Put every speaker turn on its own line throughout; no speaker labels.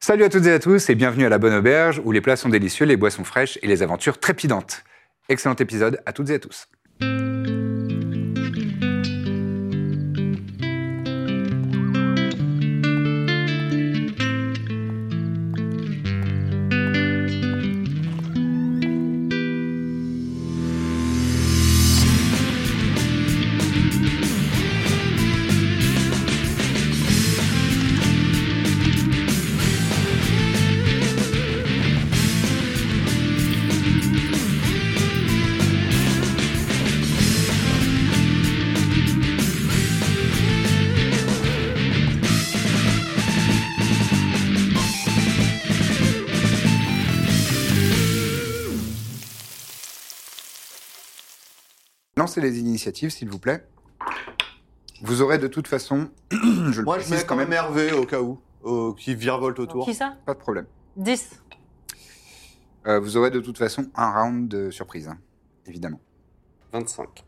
Salut à toutes et à tous et bienvenue à la Bonne Auberge où les plats sont délicieux, les boissons fraîches et les aventures trépidantes. Excellent épisode à toutes et à tous. Lancez les initiatives s'il vous plaît. Vous aurez de toute façon, je le
Moi, je
précise
mets quand même Hervé au cas où, euh, qui virevolte autour.
Qui ça
pas de problème.
10.
Euh, vous aurez de toute façon un round de surprise, hein, évidemment.
25.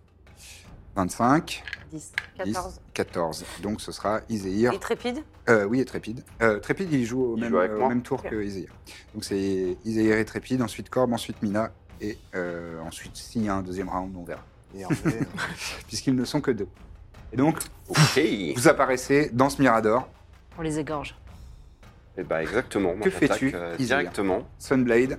25,
10.
14.
14.
14. Donc ce sera Iséir.
Et trépide
Euh, oui, et Trépide. Euh, Trépide, il joue au
Il
même,
joue avec
euh, au
moi.
même tour
Ok.
que Iséir. Donc c'est Iséir et Trépide, ensuite Corbe, ensuite Mina, et euh, ensuite s'il y a un deuxième round, on verra.
Et Hervé,
euh, Puisqu'ils ne sont que deux. Et donc,
Ok. Et
vous apparaissez dans ce mirador,
On les égorge.
bah exactement. Moi,
Que fais-tu,
j'attaque, euh,
Iséir
Directement.
Sunblade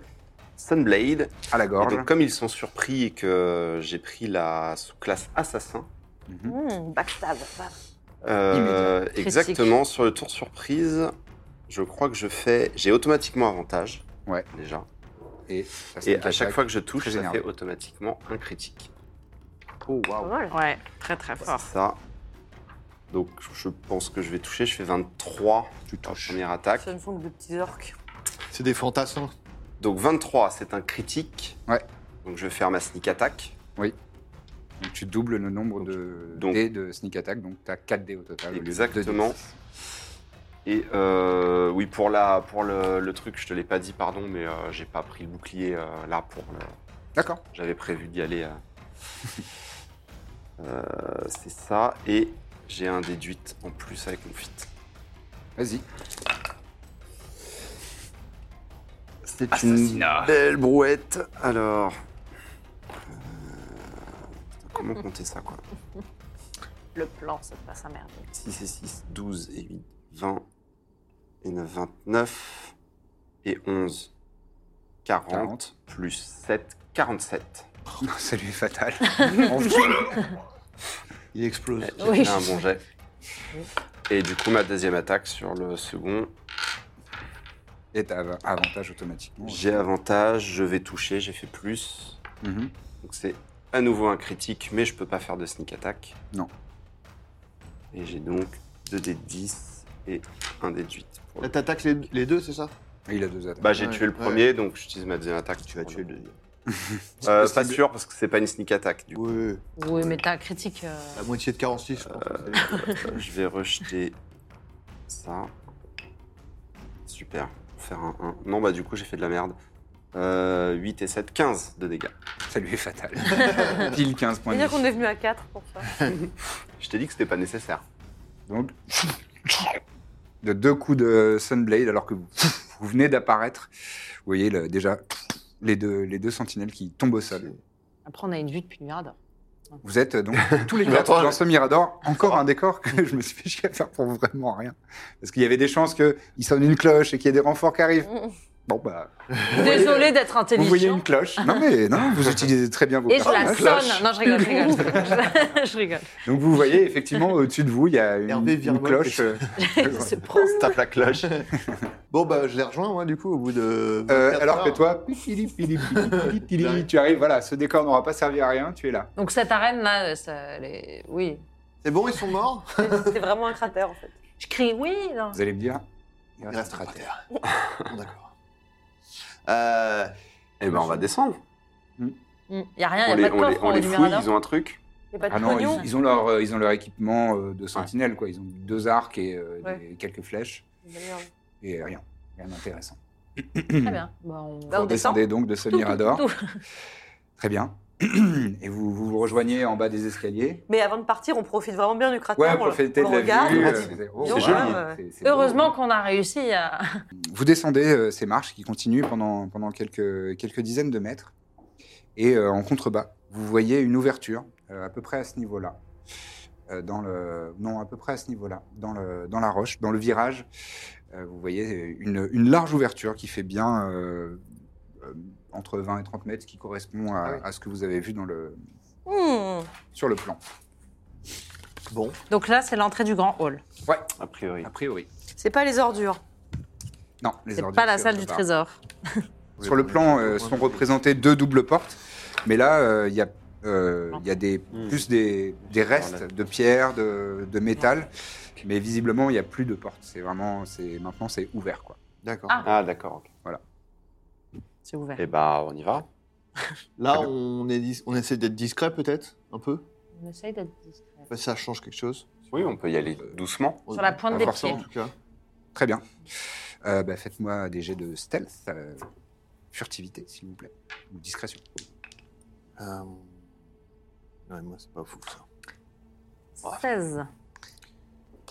Sunblade.
à la
Et
gorge.
donc comme ils sont surpris et que j'ai pris la sous-classe assassin,
Mhm.
backstab.
euh, exactement sur le tour surprise, je crois que je fais, j'ai automatiquement avantage.
Ouais.
Déjà.
Et,
Et à chaque fois que je touche,
Très
ça
énervé.
fait automatiquement un critique.
Oh, waouh.
Ouais, très très fort.
Ah Ça. Donc je pense que je vais toucher. Je fais 23.
Tu
pour la
touches.
Première attaque.
Ça me font de petits orques.
C'est des fantassins.
Donc 23, c'est un critique.
Ouais.
Donc je vais faire ma sneak attack.
Donc, tu doubles le nombre de
Donc-
dés de sneak attack, donc tu as 4 dés au total. au lieu de deux
Exactement.
dés.
Et euh, oui, pour, la, pour le, le truc, je te l'ai pas dit, pardon, mais euh, j'ai pas pris le bouclier euh, là pour le.
D'accord.
J'avais prévu d'y aller. euh. Euh, c'est ça. Et j'ai un déduite en plus avec mon fit.
Vas-y.
C'est une belle brouette. Alors. euh, Comment compter ça, quoi
Le plan, ça passe à merde.
6 et 6, 12 et 8, 20 et 9, 29 et 11, 40,
40.
plus 7, 47.
Non, ça lui est fatal.
Il explose.
J'ai
Oui.
fait un bon jet. Et du coup, ma deuxième attaque sur le second,
Et t'as av- avantage automatiquement.
j'ai avantage, je vais toucher, j'ai fait plus.
Mhm.
Donc c'est à nouveau un critique, mais je peux pas faire de sneak attack.
Non.
Et j'ai donc 2 d 10 et 1 d 8. pour le-
Là, T'attaques les, les deux, c'est ça
Et Il a deux attaques.
Bah, j'ai
Ouais,
tué le
ouais.
premier, donc j'utilise ma deuxième attaque.
Tu vas
pour
tuer le deuxième.
Euh,
possible.
pas sûr parce que c'est pas une sneak attack. Du coup,
Oui,
Oui, mais t'as un critique. euh,
la moitié de 46, je pense. que c'est-
Euh, je vais rejeter ça. Super. Faire un 1. Non, bah du coup, j'ai fait de la merde. Euh, 8 et 7, 15 de dégâts.
Ça lui est fatal. Pile 15 points de
C'est-à-dire
vie.
qu'on est venu à 4 pour ça.
Je t'ai dit que c'était pas nécessaire.
Donc, de deux coups de Sunblade, alors que vous, vous venez d'apparaître, vous voyez le- déjà les deux, les deux sentinelles qui tombent au sol.
Après, on a une vue depuis le mirador.
Vous êtes euh, donc tous les
Mais
quatre
attends,
dans ce mirador. Encore un décor que je me suis fait chier à faire pour vraiment rien. Parce qu'il y avait des chances qu'il sonne une cloche et qu'il y ait des renforts qui arrivent. Bon, bah,
Désolée d'être
vous voyez
intelligent.
une cloche. Non, mais non, vous utilisez très bien vos
Et je la
personnages.
sonne. Non, je rigole, je rigole. je- Je rigole.
Donc vous voyez effectivement au-dessus de vous, il y a une,
Hervé
une
virevolte.
cloche. euh,
Se prend.
Tape la cloche.
Euh.
Bon, bah, je les rejoins, moi, du coup, au bout de.
euh,
24
alors que
heures.
toi, pitili, pitili, pitili, pitili, tu arrives, voilà, ce décor n'aura pas servi à rien, tu es là.
Donc cette arène là, ça, elle est- oui,
C'est bon, ils sont morts
c'est vraiment un cratère en fait. Je crie oui. Non.
Vous allez me dire, il
Il reste
reste un
à
cratère.
terre. D'accord. Euh,
Eh ben, on va descendre.
Il n'y a
Ah,
rien,
On
il n'y
les,
a pas de
on les,
coffre
on
au
les fouille,
Lumière
ils ont un truc.
Il n'y Mm. a pas
Ah
de
non,
pognon.
ils, ils ont leur, euh, ils ont leur équipement euh, de sentinelle, quoi. Ils ont deux arcs et euh,
Ouais.
des- quelques flèches,
Très
et rien. Rien d'intéressant.
bien. Bah, on...
Ben,
Vous descendez donc de
Tout,
ce
tout,
mirador.
tout.
Très bien. Et vous, vous vous rejoignez en bas des escaliers.
Mais avant de partir, on profite vraiment bien du cratère.
Ouais,
on le-
profitez
on
de
le
la
regarde.
vue.
C'est-
euh,
c'est
wow,
joli.
c'est- c'est beau.
Heureusement qu'on a réussi à.
Vous descendez euh, ces marches qui continuent pendant, pendant quelques, quelques dizaines de mètres. Et euh, en contrebas, vous voyez une ouverture euh, à peu près à ce niveau-là. Euh, dans le... Non, à peu près à ce niveau-là. Dans, le, dans la roche, dans le virage, euh, vous voyez une, une large ouverture qui fait bien euh, euh, entre 20 et 30 mètres, ce qui correspond à,
Ah oui.
à ce que vous avez vu dans le,
Hmm.
sur le plan.
bon.
Donc là, c'est l'entrée du grand hall.
A priori.
A priori.
C'est pas les ordures.
Non, les
C'est
ordures,
pas la
c'est
salle
autre
du
part.
trésor.
Sur le plan euh, sont représentées deux doubles portes, mais là, euh, il y a, euh, il y a des,
Hmm.
plus des, des restes de pierre, de, de métal, mais visiblement, il n'y a plus de porte. C'est vraiment, c'est maintenant, c'est ouvert, quoi.
D'accord.
Ah.
Ah, d'accord. ok.
C'est ouvert.
Eh ben, on y va.
Là, on, est dis- on essaie d'être discret, peut-être, un peu.
On essaye d'être discret.
Bah, ça change quelque chose.
Oui, on peut y aller doucement.
Sur la pointe
pas
des
forcément.
pieds.
En tout cas.
Très bien. Euh, bah, faites-moi des jets de stealth, euh, furtivité, s'il vous plaît, ou discrétion.
Euh, Ouais, moi, c'est pas fou, ça.
16.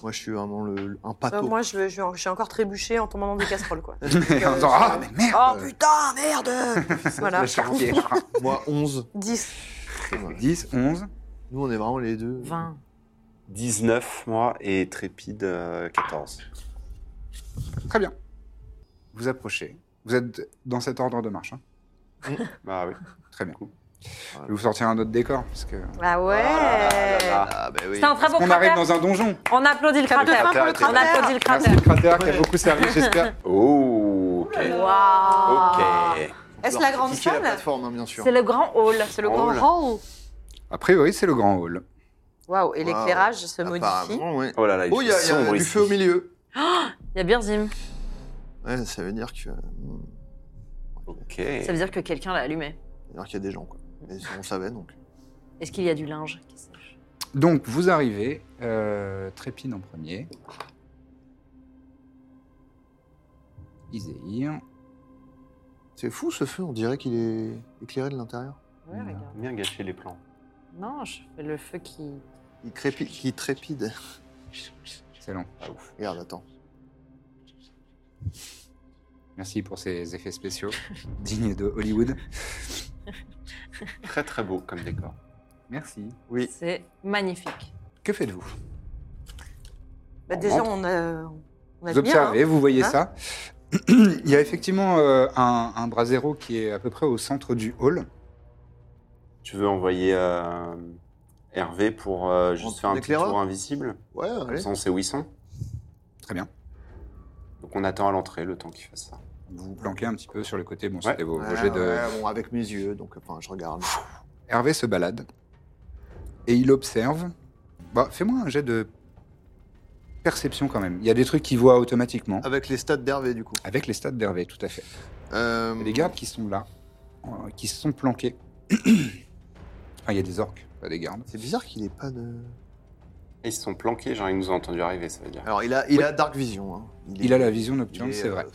Moi, je suis vraiment le... un pâteau.
Euh, moi, je veux- je suis j'ai encore trébuché en tombant dans des casseroles, quoi.
Euh,
en disant, ah, mais
Oh
merde
putain, merde
oh
Voilà.
Le chartier.
Moi, 11.
10.
Voilà.
10, 11,
Nous, on est vraiment les deux.
20.
19, moi, et Trépide, euh, 14.
très bien. Vous approchez. Vous êtes dans cet ordre de marche. hein.
Bah oui.
Très bien.
Cool.
Je vais vous sortir un autre décor, parce que...
Ah ouais
Ah, bah oui.
C'était un très beau
On arrive
cratère.
dans un donjon.
On applaudit le
Clap de
cratère.
fin pour le
On
cratère.
applaudit le
Ah,
Merci
cratère.
le cratère qui a beaucoup servi, j'espère.
Oh, ok.
Waouh
Ok.
Est-ce la grande
Piquer la
salle
plateforme, hein, bien sûr.
C'est le grand hall.
C'est le
Hall.
grand hall
A priori, c'est le grand hall.
Waouh, et
Waouh.
l'éclairage se modifie.
Apparemment, ouais.
Oh là là, il
Oh, il y a,
fait
il y a
sombre
du
ici.
feu au milieu.
Il y a Birzim.
Ouais, ça veut dire que. hmm,
Ok.
Ça veut dire que quelqu'un l'a allumé.
ça veut dire qu'il y a des gens, quoi. Mais on savait donc.
Est-ce qu'il y a du linge qui sèche
Donc, vous arrivez, euh, Trépine en premier. Iséir.
C'est fou ce feu, on dirait qu'il est éclairé de l'intérieur.
Ouais, regarde.
Bien gâché les plans.
Hmm.
Non, je fais le feu qui.
Il, crépide, il trépide.
Excellent.
Ah ouf.
Regarde, attends.
Merci pour ces effets spéciaux, dignes de Hollywood.
Très très beau comme décor.
Merci.
Oui.
C'est magnifique.
Que faites-vous
Bah,
On
déjà,
rentre.
on a. On a
Vous observez, vous voyez
Bah, Hein
ça. Il y a effectivement euh, un, un brasero qui est à peu près au centre du hall.
Tu veux envoyer euh, Hervé pour euh, juste
Un
faire un petit
éclaireur
tour invisible
Ouais,
Comme
allez.
ça, on sait où ils sont.
Très bien.
Donc on attend à l'entrée le temps qu'il fasse ça.
Vous vous planquez un petit peu sur le côté. Bon,
Ouais.
c'était vos, vos
Ouais,
jets de,
ouais, bon, avec mes yeux, donc enfin, je regarde.
Hervé se balade et il observe. Bah, fais-moi un jet de perception quand même. Il y a des trucs qu'il voit automatiquement
Avec les stats d'Hervé, du coup.
avec les stats d'Hervé, tout à fait.
Euh,
Il y a des gardes qui sont là, euh, qui se sont planqués. enfin, il y a des orques, pas des gardes.
C'est bizarre qu'il ait pas de.
Et ils se sont planqués, genre ils nous ont entendu arriver, ça veut dire.
Alors, il a, il a Dark Vision. hein. est-
Il a la vision
il
nocturne,
est,
c'est
euh,
vrai.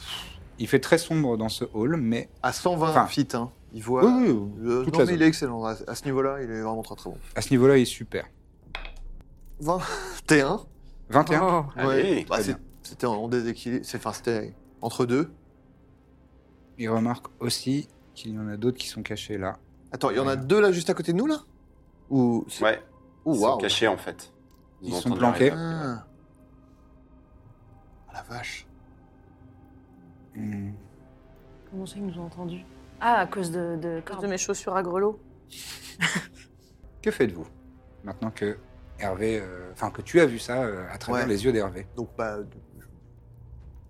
Il fait très sombre dans ce hall, mais Oh,
À 120
Enfin,
feet, hein. Il voit.
oui, oui,
Le-
toute
Euh, non,
la
mais
zone.
il est excellent. À, à ce niveau-là, il est vraiment très très bon.
à ce niveau-là, il est super.
21
21
Allez,
Bah,
très
c'est-
bien.
C'était en déséquilibre. C'est- Enfin, c'était entre deux.
Il remarque aussi qu'il y en a d'autres qui sont cachés là.
Attends, il y en a deux là juste à côté de nous là Ou c'est-
Ouais,
Ouh,
ils sont
waouh.
cachés en fait.
Ils
ont
sont
entendu
planqués.
arriver.
Ah. Ah, la vache.
Hmm.
Comment ça, ils nous ont entendus Ah, à cause de. de...
De mes chaussures à grelot.
Que faites-vous maintenant que Hervé, euh, enfin que tu as vu ça euh, à travers
Ouais.
les yeux d'Hervé
Donc bah,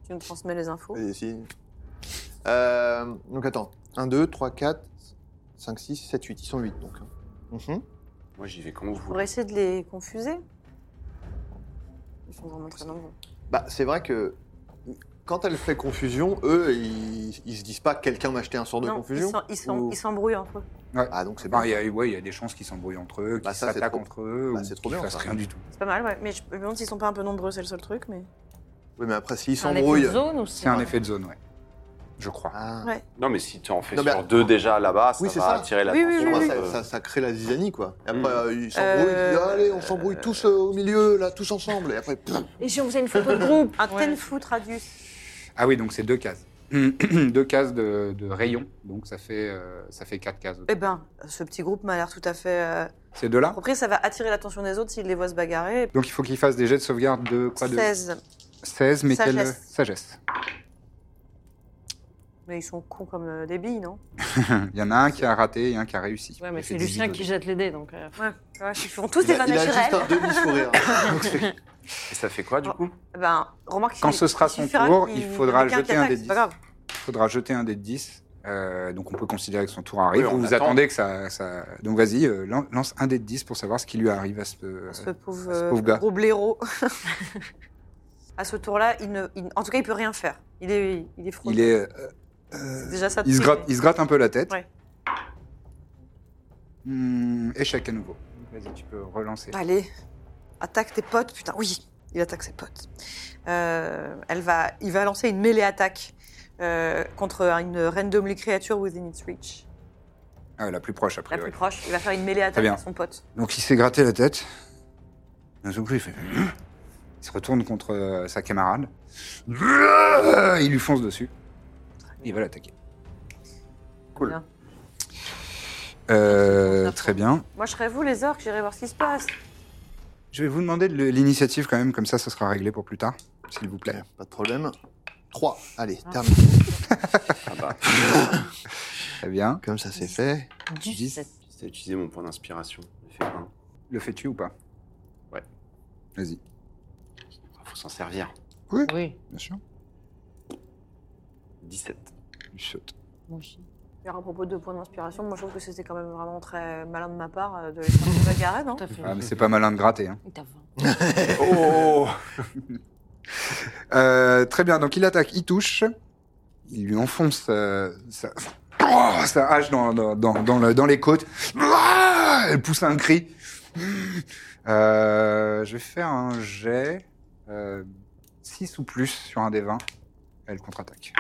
Tu me transmets les infos.
je- ici. Euh, donc attends, 1 2 3 4 5 6 7 8, ils sont 8 donc.
Mm-hmm.
Mhm.
Moi j'y vais comment vous
Pour
voulez.
essayer de les confuser. Ils sont vraiment très nombreux.
Bah, c'est vrai que quand elle fait confusion, eux, ils, ils se disent pas quelqu'un m'a acheté un sort de
Non,
confusion.
ils s'en- ils s'en-
ou-
ils s'embrouillent entre eux.
Ah, donc c'est
Bah,
bon.
il y, a- ouais, il y a des chances qu'ils s'embrouillent entre eux, qu'ils
Bah, ça, c'est
s'attaquent
trop-
entre eux,
Bah,
ou
c'est trop
qu'ils
bien,
fassent
ça.
rien du tout.
C'est pas mal, ouais. Mais je me demande s'ils sont pas un peu nombreux, c'est le seul truc, mais.
Oui, mais après, s'ils
C'est un effet
s'embrouillent.
de zone ou c'est
C'est un effet de zone, ouais. Je crois.
Ah.
Ouais.
Non, mais si tu en fais
Non, mais-
sur deux déjà là-bas, ça
Oui, c'est
va
ça.
attirer
Oui,
l'attention.
oui, oui,
Pour moi,
oui.
un
ça,
peu.
ça- ça crée la zizanie, quoi. Et après,
Mm.
euh, ils s'embrouillent, ils disent,
Euh,
allez, on s'embrouille tous euh, au milieu, là, tous ensemble. Et après, pff,
Et si on faisait une photo de groupe
Un
Ouais.
ten foot radius.
Ah oui, donc c'est deux cases. deux cases de, de rayon, donc ça fait, euh, ça fait quatre cases.
Eh ben, ce petit groupe m'a l'air tout à fait. euh,
Ces deux-là
Après, ça va attirer l'attention des autres s'ils les voient se bagarrer.
Donc il faut qu'ils fassent des jets de sauvegarde de quoi de
16.
16, mais quelle
Sagesse.
sagesse.
Mais ils sont cons comme euh, des billes, non
Il y en a un qui a raté et un qui a réussi.
Ouais, mais
Il
c'est
fait
Lucien
18
qui jette les dés, donc. euh.
Ouais, ouais, ils font tous
il
des
a,
vannes
il a juste
naturelles.
un demi-sourire. Donc, c'est-
Et ça fait quoi du
Oh.
coup
Ben, remarque
Quand
il-
ce sera
il
son
suffira
tour,
qu'il-
il faudra
quelqu'un
jeter un
qui
des
attaque, c'est pas grave.
Il faudra jeter un dé de 10. euh, donc on peut considérer que son tour arrive.
Oui, on
vous vous
attend.
attendez que ça... ça- Donc vas-y, euh, lan- lance un dé de 10 pour savoir ce qui lui arrive à ce...
Ce pauvre,
ce
euh,
pauvre gars.
gros blaireau. à ce tour-là, il ne, il- en tout cas, il peut rien faire. Il est, il est
Il
froid.
est... euh, euh,
Déjà ça. de
il, se
prix,
gratte,
mais-
il se gratte un peu la tête.
Ouais.
Hmm, échec à nouveau. Vas-y, tu peux relancer.
Allez, attaque tes potes, putain. Oui, il attaque ses potes. Euh, elle va, il va lancer une mêlée attaque euh, contre une randomly creature within its reach.
Ah, la plus proche, a
La
priori.
plus proche, il va faire une mêlée attaque
bien.
à son pote.
Donc il s'est gratté la tête. D'un seul coup, il fait... Il se retourne contre euh, sa camarade. Il lui fonce dessus. Il va l'attaquer.
Cool.
Bien.
Euh, très bien.
Moi, je serais vous les orques, j'irai voir ce qui se passe.
Je vais vous demander de le- l'initiative quand même, comme ça, ça sera réglé pour plus tard, s'il vous plaît.
Pas de problème. 3. Allez,
Ah.
terminé.
Ah bah,
Très bien.
Comme ça, c'est fait.
Du
dix.
sept.
J'ai utilisé mon point d'inspiration. J'ai fait un.
Le fais-tu ou pas
Ouais.
Vas-y.
Ah, Faut s'en servir.
Oui,
Bien sûr.
17.
Il saute.
moi aussi.
D'ailleurs, à propos de points d'inspiration, moi, je trouve que c'était quand même vraiment très malin de ma part euh, de les faire se bagarrer, non
Tout à fait.
Ah, mais c'est pas malin de gratter. hein.
T'as vingt.
Oh
Euh, très bien, donc il attaque, il touche. Il lui enfonce euh, sa... Oh, sa hache dans, dans, dans, dans le- dans les côtes. Ah Elle pousse un cri. Euh, je vais faire un jet 6 ou plus sur un des 20. Elle contre-attaque.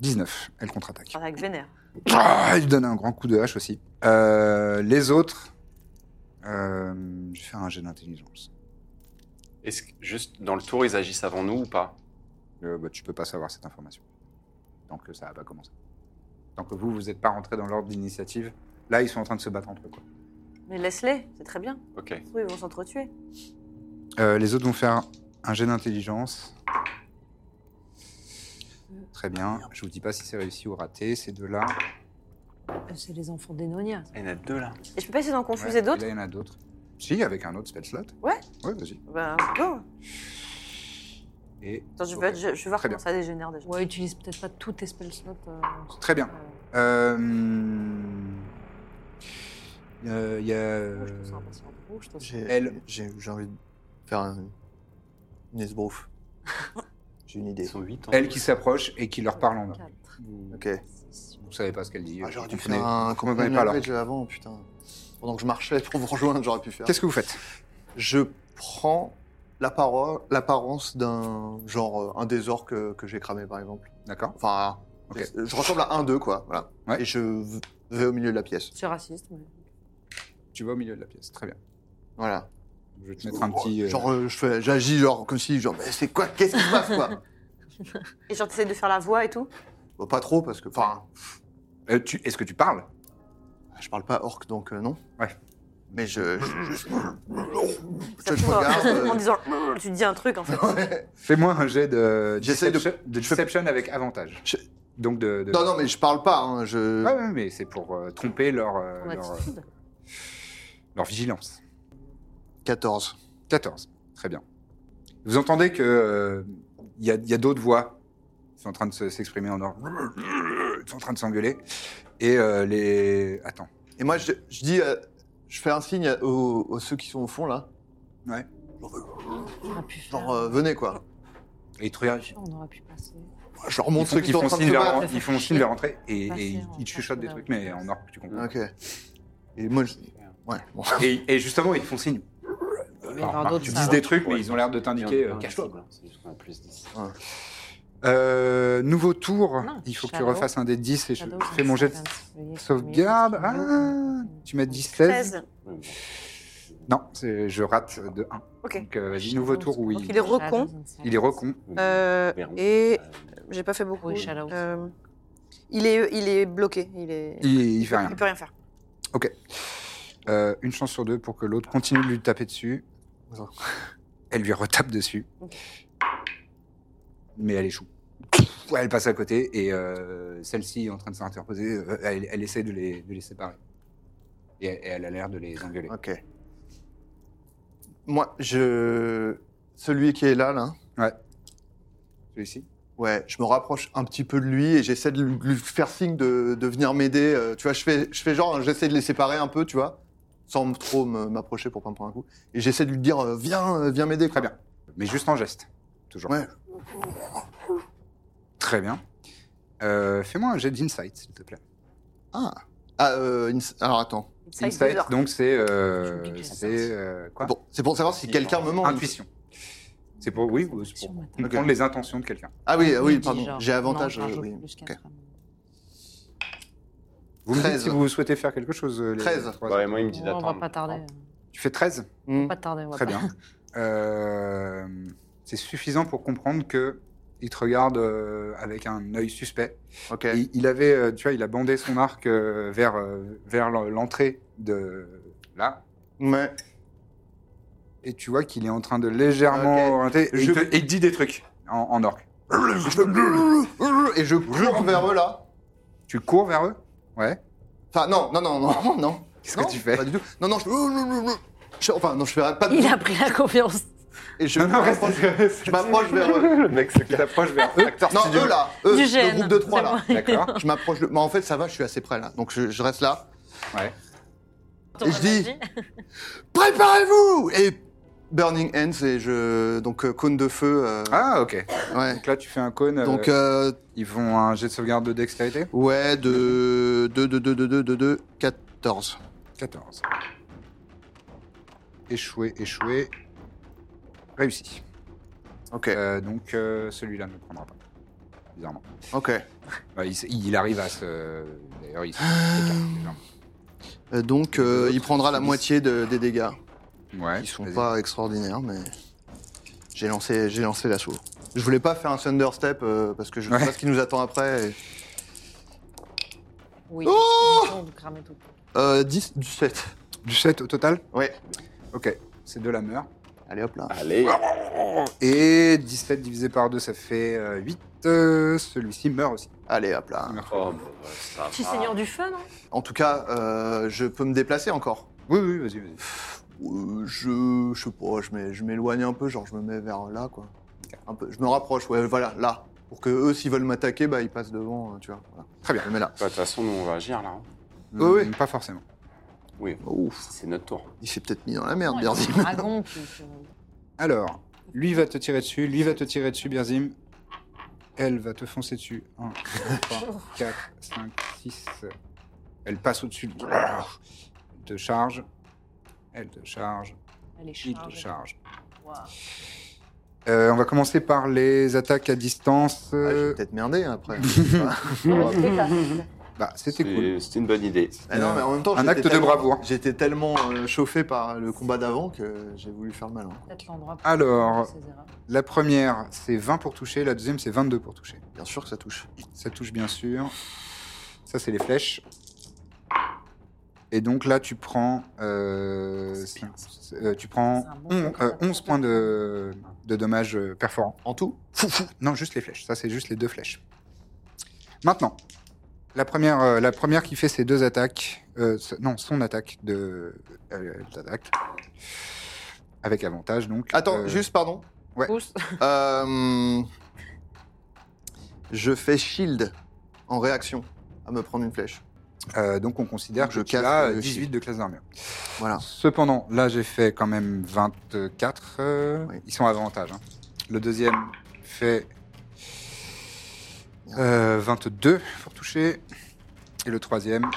19, elle contre-attaque.
Avec Vénère.
Ah, il donne un grand coup de hache aussi. Euh, les autres, euh, je vais faire un jet d'intelligence.
Est-ce que juste dans le tour, ils agissent avant nous ou pas
Euh, bah, tu peux pas savoir cette information. Tant que ça n'a pas commencé. Tant que vous, vous n'êtes pas rentré dans l'ordre d'initiative. Là, ils sont en train de se battre entre eux. quoi.
Mais laisse-les, c'est très bien.
Ok.
Oui, ils vont s'entretuer.
Euh, les autres vont faire un jet d'intelligence. Très bien. Je vous dis pas si c'est réussi ou raté. Ces deux-là.
Euh, C'est les enfants des Nonia.
Il y en a deux là.
Et je peux pas essayer d'en
Ouais,
confuser
et
d'autres
Là, il y en a d'autres. Si, avec un autre spell slot.
Ouais.
Ouais, vas-y.
Ben, go
Et.
Attends, je
Ok.
vais, je, je vais voir
Très
comment ça dégénère déjà.
Ouais, utilise peut-être pas tous tes spell slots. euh,
Très bien.
euh,
Euh, euh,
Rouge, tout
Il
ça,
y a.
impatient. Rouge, tout ça.
J'ai
Elle.
j'ai- j'ai envie de faire un... une esbrouffe. J'ai une
Ils
idée.
sont hein. 8
Elle qui s'approche et qui leur parle en
quatre,
Vous
Ok.
six,
vous savez pas ce qu'elle dit.
Ah, j'aurais dû
vous comprenez-
faire un
vous comprenez
compagnon
pas, alors.
language avant, putain. Pendant que je marchais pour vous rejoindre, j'aurais pu faire.
Qu'est-ce que vous faites
Je prends l'apparo- l'apparence d'un genre, euh, un des orques euh, que j'ai cramé par exemple.
D'accord.
Enfin,
Ok.
je- je ressemble à un d'eux quoi. Voilà.
Ouais.
Et je v- vais au milieu de la pièce.
C'est raciste, mais.
Tu vas au milieu de la pièce. Très bien.
Voilà.
Je vais te mettre un petit. euh,
Genre, euh, je fais- j'agis genre comme si genre, mais c'est quoi, qu'est-ce qui se passe quoi
Et genre, t'essayes de faire la voix et tout
Bon, Pas trop parce que, enfin,
euh, tu- Est-ce que tu parles
Ah, je parle pas orque donc euh, non.
Ouais.
Mais je, je, je-
Ça
je
se trouve,
regarde.
en
euh,
disant, tu te dis un truc en fait.
ouais.
Fais-moi un jet de.
J'essaie de-
deception- de deception avec avantage.
Je-
Donc de. de-
Non non mais je parle pas. hein, je.
Ouais, ouais, mais c'est pour euh, tromper leur, euh,
Ton
leur, euh,
attitude.
leur vigilance.
14.
14. Très bien. Vous entendez que euh, il y a, il y a d'autres voix qui sont en train de se- s'exprimer en or. Ils sont en train de s'engueuler. Et euh, les. Attends.
Et moi, je, je dis, euh, je fais un signe à- aux, aux ceux qui sont au fond là.
Ouais.
Genre, euh,
On aurait pu faire.
Genre, euh, venez quoi.
Et ils te regardent,
On aurait pu passer.
Je leur
Ils
montre
font,
ceux qui
ils
sont en
font
train de
signe
se
de
battre.
leur- ils font signe de leur entrée et,
Passer
et ils-
en
ils te chuchotent des
face de
trucs,
leur
mais en or, tu comprends.
Ok. Et moi, je dis. Ouais, bon.
Et, et justement, ils te font signe.
Ah,
Alors,
par
Marc,
d'autres,
tu
ça
dis
va.
des trucs, mais ils ont l'air de t'indiquer. euh, Cache-toi. quoi. Euh, nouveau tour.
Non,
Il faut que tu
Shadow.
refasses un des 10 et je
Shadow,
fais mon jet de
Serpent,
sauvegarde.
Veuillez
Ah,
continuer.
tu m'as dit 16.
16.
Non, c'est- je rate de 1.
Ok.
Donc, euh, vas-y, nouveau tour où
Donc,
il,
il est recon.
il est recon.
Euh, et j'ai pas fait beaucoup.
Oui, shout out.
Euh, il, est, il est bloqué. Il, est...
Il, il fait
il
rien.
peut rien faire.
Euh, une chance sur deux pour que l'autre continue de lui taper dessus. Elle lui retape dessus. Mais elle échoue. Ouais, elle passe à côté et euh, celle-ci est en train de s'interposer. euh, Elle, elle essaie de les, de les séparer. Et, et elle a l'air de les engueuler.
Ok. Moi, je. Celui qui est là, là.
Celui-ci
Ouais, je me rapproche un petit peu de lui et j'essaie de lui lui faire signe de, de venir m'aider. euh, tu vois, je fais, je fais genre, j'essaie de les séparer un peu, tu vois, sans trop me- m'approcher pour pas me prendre un coup. Et j'essaie de lui dire, euh, viens, euh, viens m'aider.
Très
quoi.
bien. Mais juste en geste. Toujours.
Ouais.
Très bien. Euh, Fais-moi un jet d'insight, s'il te plaît.
Ah. Ah, euh, ins- alors attends.
Inside
Insight,
Beaver.
donc c'est. euh,
Tu me piques la
c'est. euh, quoi
Bon, c'est pour savoir si quelqu'un me ment.
Intuition. C'est pour. Oui, ou c'est
Sur
pour
ma table.
comprendre les intentions de quelqu'un.
Ah oui, ah oui,
Il dit
pardon.
genre,
J'ai avantage.
non,
euh,
un jeu
oui.
plus
Ok.
quatre, euh,
Vous me dites
13.
si vous souhaitez faire quelque chose. euh, les-
13.
les trois
Bah,
autres.
et moi, il me dit
On va
d'attendre.
pas tarder.
Tu fais 13
Hmm.
Pas tarder. on va
Très
pas-
bien. Euh, c'est suffisant pour comprendre que il te regarde euh, avec un œil suspect.
Ok.
Il, il avait, euh, tu vois, il a bandé son arc euh, vers euh, vers l'entrée de là,
Ouais.
et tu vois qu'il est en train de légèrement
Ok.
orienter. Et
Je-
il, te- et il dit des trucs en, en orc.
Et je cours vers eux là.
Tu cours vers eux Ouais.
Enfin, non, non, non, non, non.
Qu'est-ce
Non,
que tu fais
Pas du tout. Non, non, je. je- Enfin, non, je fais pas de.
Il a pris la confiance.
Et je
Non, non, reste-
m'approche- je m'approche vers eux.
Le mec se
Tu t'approches vers eux.
Euh, Non, euh,
studio.
eux là,
Euh,
eux,
du
le
gène.
groupe de trois
C'est
là.
D'accord.
Je m'approche de. Bah, en fait, ça va, je suis assez près là. Donc je, je reste là.
Ouais.
Et je dis Préparez-vous Et Burning Hands, et je. Donc euh, cône de feu. euh,
Ah ok.
Ouais.
Donc là tu fais un cône. euh,
Donc, euh,
ils font un jet de sauvegarde de dextérité.
ouais, de. 2, 2, 2, 2, 2, 2, 2, 14.
14. Échoué, échoué. Réussi.
Ok.
Euh, donc euh, celui-là ne le prendra pas. Bizarrement.
Ok.
Bah, il, s- il arrive à se. D'ailleurs, il s'écarte légèrement.
Euh, donc euh, il prendra la
Ils-
moitié de- des dégâts.
Ouais.
Ils sont
vas-y.
pas extraordinaires, mais. J'ai lancé, j'ai lancé l'assaut. Je voulais pas faire un Thunder Step euh, parce que je sais
Ouais.
pas ce qui nous attend après. et-
Oui.
Oh
on vous cramez tout.
Euh, 10, 17.
Du 7 au total
Ouais.
Ok. C'est de la meur.
Allez hop là.
Allez,
Et 17 divisé par 2, ça fait 8. Celui-ci meurt aussi.
Allez hop là.
Il meurt.
oh, bah, ouais, ça va.
Petit seigneur du feu, non
En tout cas, euh, je peux me déplacer encore.
Oui, oui, vas-y, vas-y.
Euh, je, je sais pas, je m'é- je m'éloigne un peu, genre je me mets vers là quoi. Un peu, je me rapproche, ouais, voilà, là. Pour que eux, s'ils veulent m'attaquer, bah ils passent devant, euh, tu vois. voilà.
Très bien.
Je me mets là.
Bah, De toute façon, nous, on va agir là. hein.
Oui, oui.
Mm, Pas forcément.
Oui,
Ouf,
c'est notre tour.
il s'est peut-être mis dans la merde,
Non, il y a
Birzim.
un dragon qui. qui- euh,
Alors, lui va te tirer dessus, lui va te tirer dessus, Birzim. Elle va te foncer dessus. 1, 2, 3, 4, 5, 6. Elle passe au-dessus. Elle te charge. Elle te charge.
Elle est
Il te
chargée.
charge.
Waouh.
Euh, on va commencer par les attaques à distance.
Ah, je
Euh,
vais peut-être merder après.
bah,
C'est-
c'était cool.
C'était une bonne idée.
Ah non, mais en même temps,
Un
j'étais
acte de
tellement-
bravoure.
J'étais tellement euh, chauffé par le combat d'avant que j'ai voulu faire hein. le malin.
Peut-être l'endroit. pour
Alors,
faire ses erreurs.
la première, c'est 20 pour toucher. La deuxième, c'est 22 pour toucher.
Bien sûr que ça touche.
Ça touche bien sûr. Ça, c'est les flèches. Et donc là, tu prends, euh,
C'est bien,
cinq- euh, tu prends
C'est un bon
on-
truc,
euh,
ça.
11 points de, de dommages euh, perforants.
En tout
Fou, fou. Non, juste les flèches. Ça, c'est juste les deux flèches. Maintenant, la première, euh, la première qui fait ses deux attaques, euh, ce- non, son attaque de euh, d'attaque. avec avantage donc.
Attends,
Euh,
juste pardon.
Ouais.
Pousse.
Euh, je fais shield en réaction à me prendre une flèche.
Euh, donc on considère
Donc,
que
je
tu
casse
as
le
18
chiffre.
de classe d'armure.
Voilà.
Cependant, là j'ai fait quand même 24. euh,
Oui.
Ils sont à avantage. hein. Le deuxième fait euh, 22 pour toucher. Et le troisième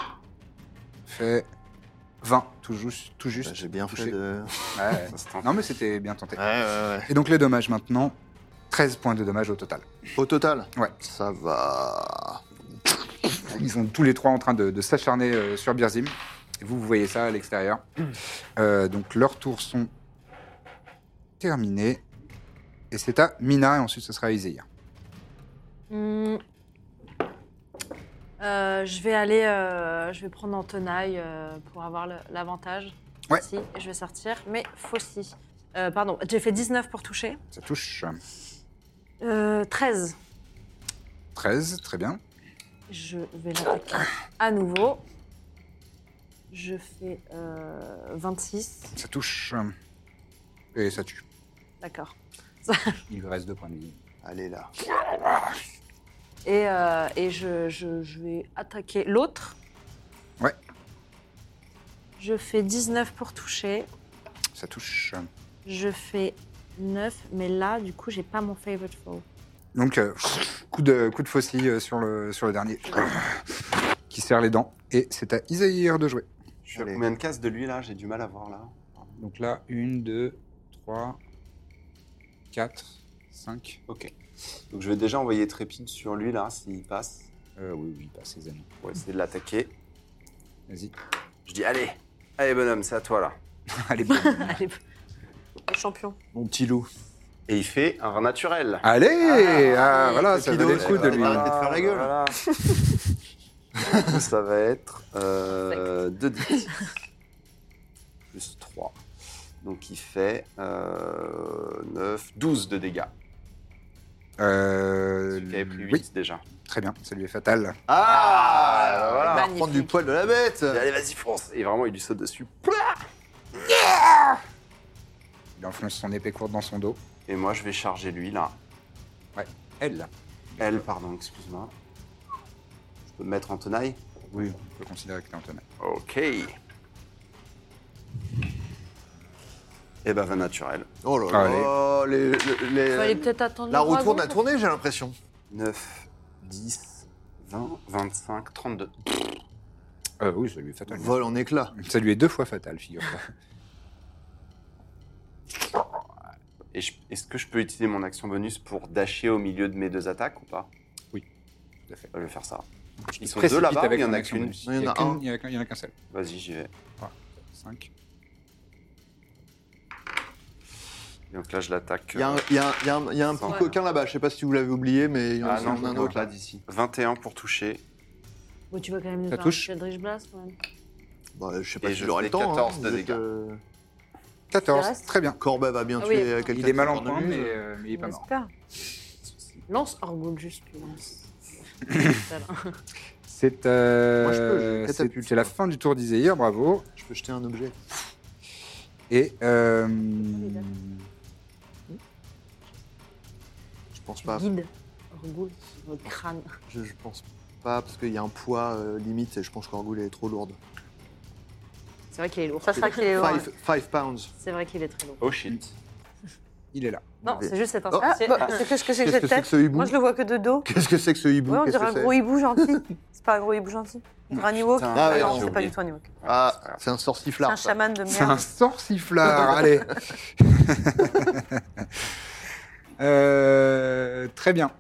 fait 20, tout juste. Tout juste
Bah, J'ai bien
pour
fait
toucher.
de.
Ouais.
Ça se tente.
Non mais c'était bien tenté.
Bah, Ouais, ouais, ouais.
Et donc les dommages maintenant, 13 points de dommages au total.
Au total
Ouais.
Ça va.
Ils sont tous les trois en train de, de s'acharner euh, sur Birzim. Et vous, vous voyez ça à l'extérieur. Euh, donc leurs tours sont terminés. Et c'est à Mina et ensuite ce sera à Izaya.
Hmm. Euh, je vais aller, euh, je vais prendre en tenaille euh, pour avoir le- l'avantage.
Ouais.
Ici, et je vais sortir, mais Fossi. Euh, pardon, j'ai fait 19 pour toucher.
Ça touche
Euh, 13.
13, très bien.
Je vais l'attaquer à nouveau. Je fais euh, 26.
Ça touche. Et ça tue.
D'accord.
Il lui reste deux points de vie.
Allez là.
Et, euh, et je, je- je vais attaquer l'autre.
Ouais.
Je fais 19 pour toucher.
Ça touche.
Je fais 9, mais là, du coup, j'ai pas mon favorite foe.
Donc, euh, coup de, coup de faucille euh, sur le, sur le dernier. Qui serre les dents. Et c'est à Isaïr de jouer.
Je suis à
Allez.
combien de cases de lui là J'ai du mal à voir là.
Donc là, 1, 2, 3, 4, 5.
Ok. Donc je vais déjà envoyer Trépide sur lui là, s'il passe.
Euh, oui, oui, passe les amis.
Pour essayer de l'attaquer.
Vas-y.
Je dis allez, allez bonhomme, c'est à toi là.
Allez, bon.
Allez,
Le champion.
Mon petit loup.
Et il fait un naturel.
Allez
Ah,
ah, voilà, ça
Rapido,
valait le coup de
Rapido.
lui. hein.
Arrêtez de faire la gueule.
Voilà. ça va être euh, 2 dix. Plus 3. Donc il fait euh, 9, 12 de dégâts.
Euh,
Il avait pris 8
oui,
déjà.
très bien, ça lui est fatal.
Ah,
Ah,
voilà.
on va prendre du poil de la bête
Allez, vas-y, fonce Et vraiment, il lui saute dessus.
Il enfonce son épée courte dans son dos.
Et moi, je vais charger lui, là.
Elle
Elle, pardon, excuse-moi. Je peux me mettre en tenaille
Oui, on peut considérer que t'es en tenaille.
Ok. Eh ben, va naturel.
Oh là là les-
Euh,
les-
fallait peut-être attendre
La
le
roue
dragon.
tourne à tourner, j'ai l'impression.
9, 10, 20, 25, 32.
Euh, oui, ça lui est fatal.
Vol en éclat.
Ça lui est deux fois fatal, figure-toi.
Et je- Est-ce que je peux utiliser mon action bonus pour dasher au milieu de mes deux attaques ou pas
Oui, tout à fait.
Je vais faire ça. Ils
te
sont deux là-bas ou il y
précipite
en
ton
a
action
qu'une
bonus.
Il y en
Il
a
y a
un.
qu'une- il y en a qu'un il y en a qu'un seul.
Vas-y, j'y vais.
5.
Donc là, je l'attaque.
Il y a un,
euh,
il y a un- il y a un- il y a un petit
Ouais.
coquin là-bas, je sais pas si vous l'avez oublié, mais il y en a
Ah non,
un
je
autre
vois
là.
pas d'ici. 21 pour toucher.
Bon, tu vas quand même nous
Ça
faire
touche.
un Eldritch Blast, quand même.
Bah, je sais pas
Et
si
je
j'aurai
fais
le temps.
14
hein,
de
vous êtes,
dégâts.
euh,
14, très bien.
Corbet va bien
Ah oui,
tuer
attends.
quelqu'un.
Il est mal en
qui
point,
cornemuse.
mais, euh, mais il est pas mort.
J'espère. Lance Orgul, juste tu lances.
C'est euh,
Moi, je peux, je
c'est-
catapulte.
c'est la fin du tour d'Iséir, bravo.
Je peux jeter un objet.
Et euh,
Je pense pas.
Guide. Orgul, le crâne.
Je, je pense pas parce qu'il y a un poids euh, limite et je pense qu'Orgul est trop lourde.
C'est vrai qu'il est lourd.
Ça sera qu'il est loin.
Five, five pounds.
C'est vrai qu'il est très lourd.
Oh shit.
il est là.
Non, c'est juste cet
Ah,
instant. C'est-
bah, c'est- qu'est-ce que c'est que cette
Qu'est-ce que c'est que
tête
ce hibou
Moi, je le vois que de dos.
Qu'est-ce que c'est que ce hibou
Ouais, on
Qu'est-ce
dirait un
que c'est
gros hibou gentil. C'est pas un gros hibou gentil. On dirait un Ewok.
putain.
Ah ouais,
non,
j'ai
c'est pas
oublié.
du tout un Ewok.
Ah, c'est un
C'est
sorciflard.
un
ça.
chaman de
C'est un
merde.
sorciflard, allez. Euh, très bien.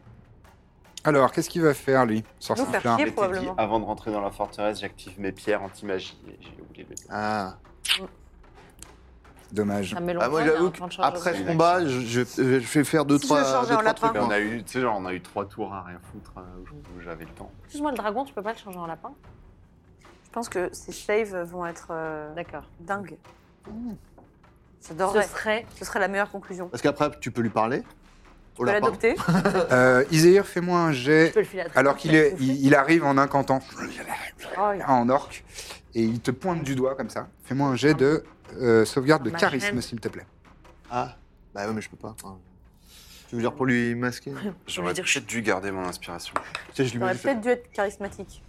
Alors, qu'est-ce qu'il va faire, lui,
faire
sorciflard
chier.
Je m'étais dit,
probablement.
avant de rentrer dans la forteresse, j'active mes pierres anti-magie. Et J'ai oublié de le dire.
Ah.
Dommage.
Ça me met
Ah, moi
longtemps,
j'avoue
mais on change
qu'après
aussi.
ce combat, je, je- je vais faire deux
Si je
trois.
changeais
deux,
en
trois
lapin.
trucs,
on
hein.
a eu, tu sais, genre, on a eu trois tours à rien foutre euh, où où j'avais le temps.
Excuse-moi, le dragon, tu peux pas le changer en lapin
Je pense que ces saves vont être euh,
D'accord.
dingues.
Ce
J'adorerais.
serait.
Ce serait la meilleure conclusion.
Parce qu'après tu peux lui parler. Au
On peut
lapin.
l'adopter.
Euh, Izehir, fais-moi un
Je
jet.
peux le filer à Tristan,
Alors
tu
qu'il
vas
est,
souffler.
il, il arrive en incantant
Oh, il-
en orc et il te pointe du doigt comme ça. Fais-moi un jet de euh, sauvegarde de
Ma
charisme,
chaîne.
s'il te plaît.
Ah. Bah ouais mais je peux pas. Enfin, Tu veux dire pour lui masquer
J'aurais peut-être dû garder mon inspiration.
Tu sais, je lui
J'aurais
mets-
peut-être dû être charismatique.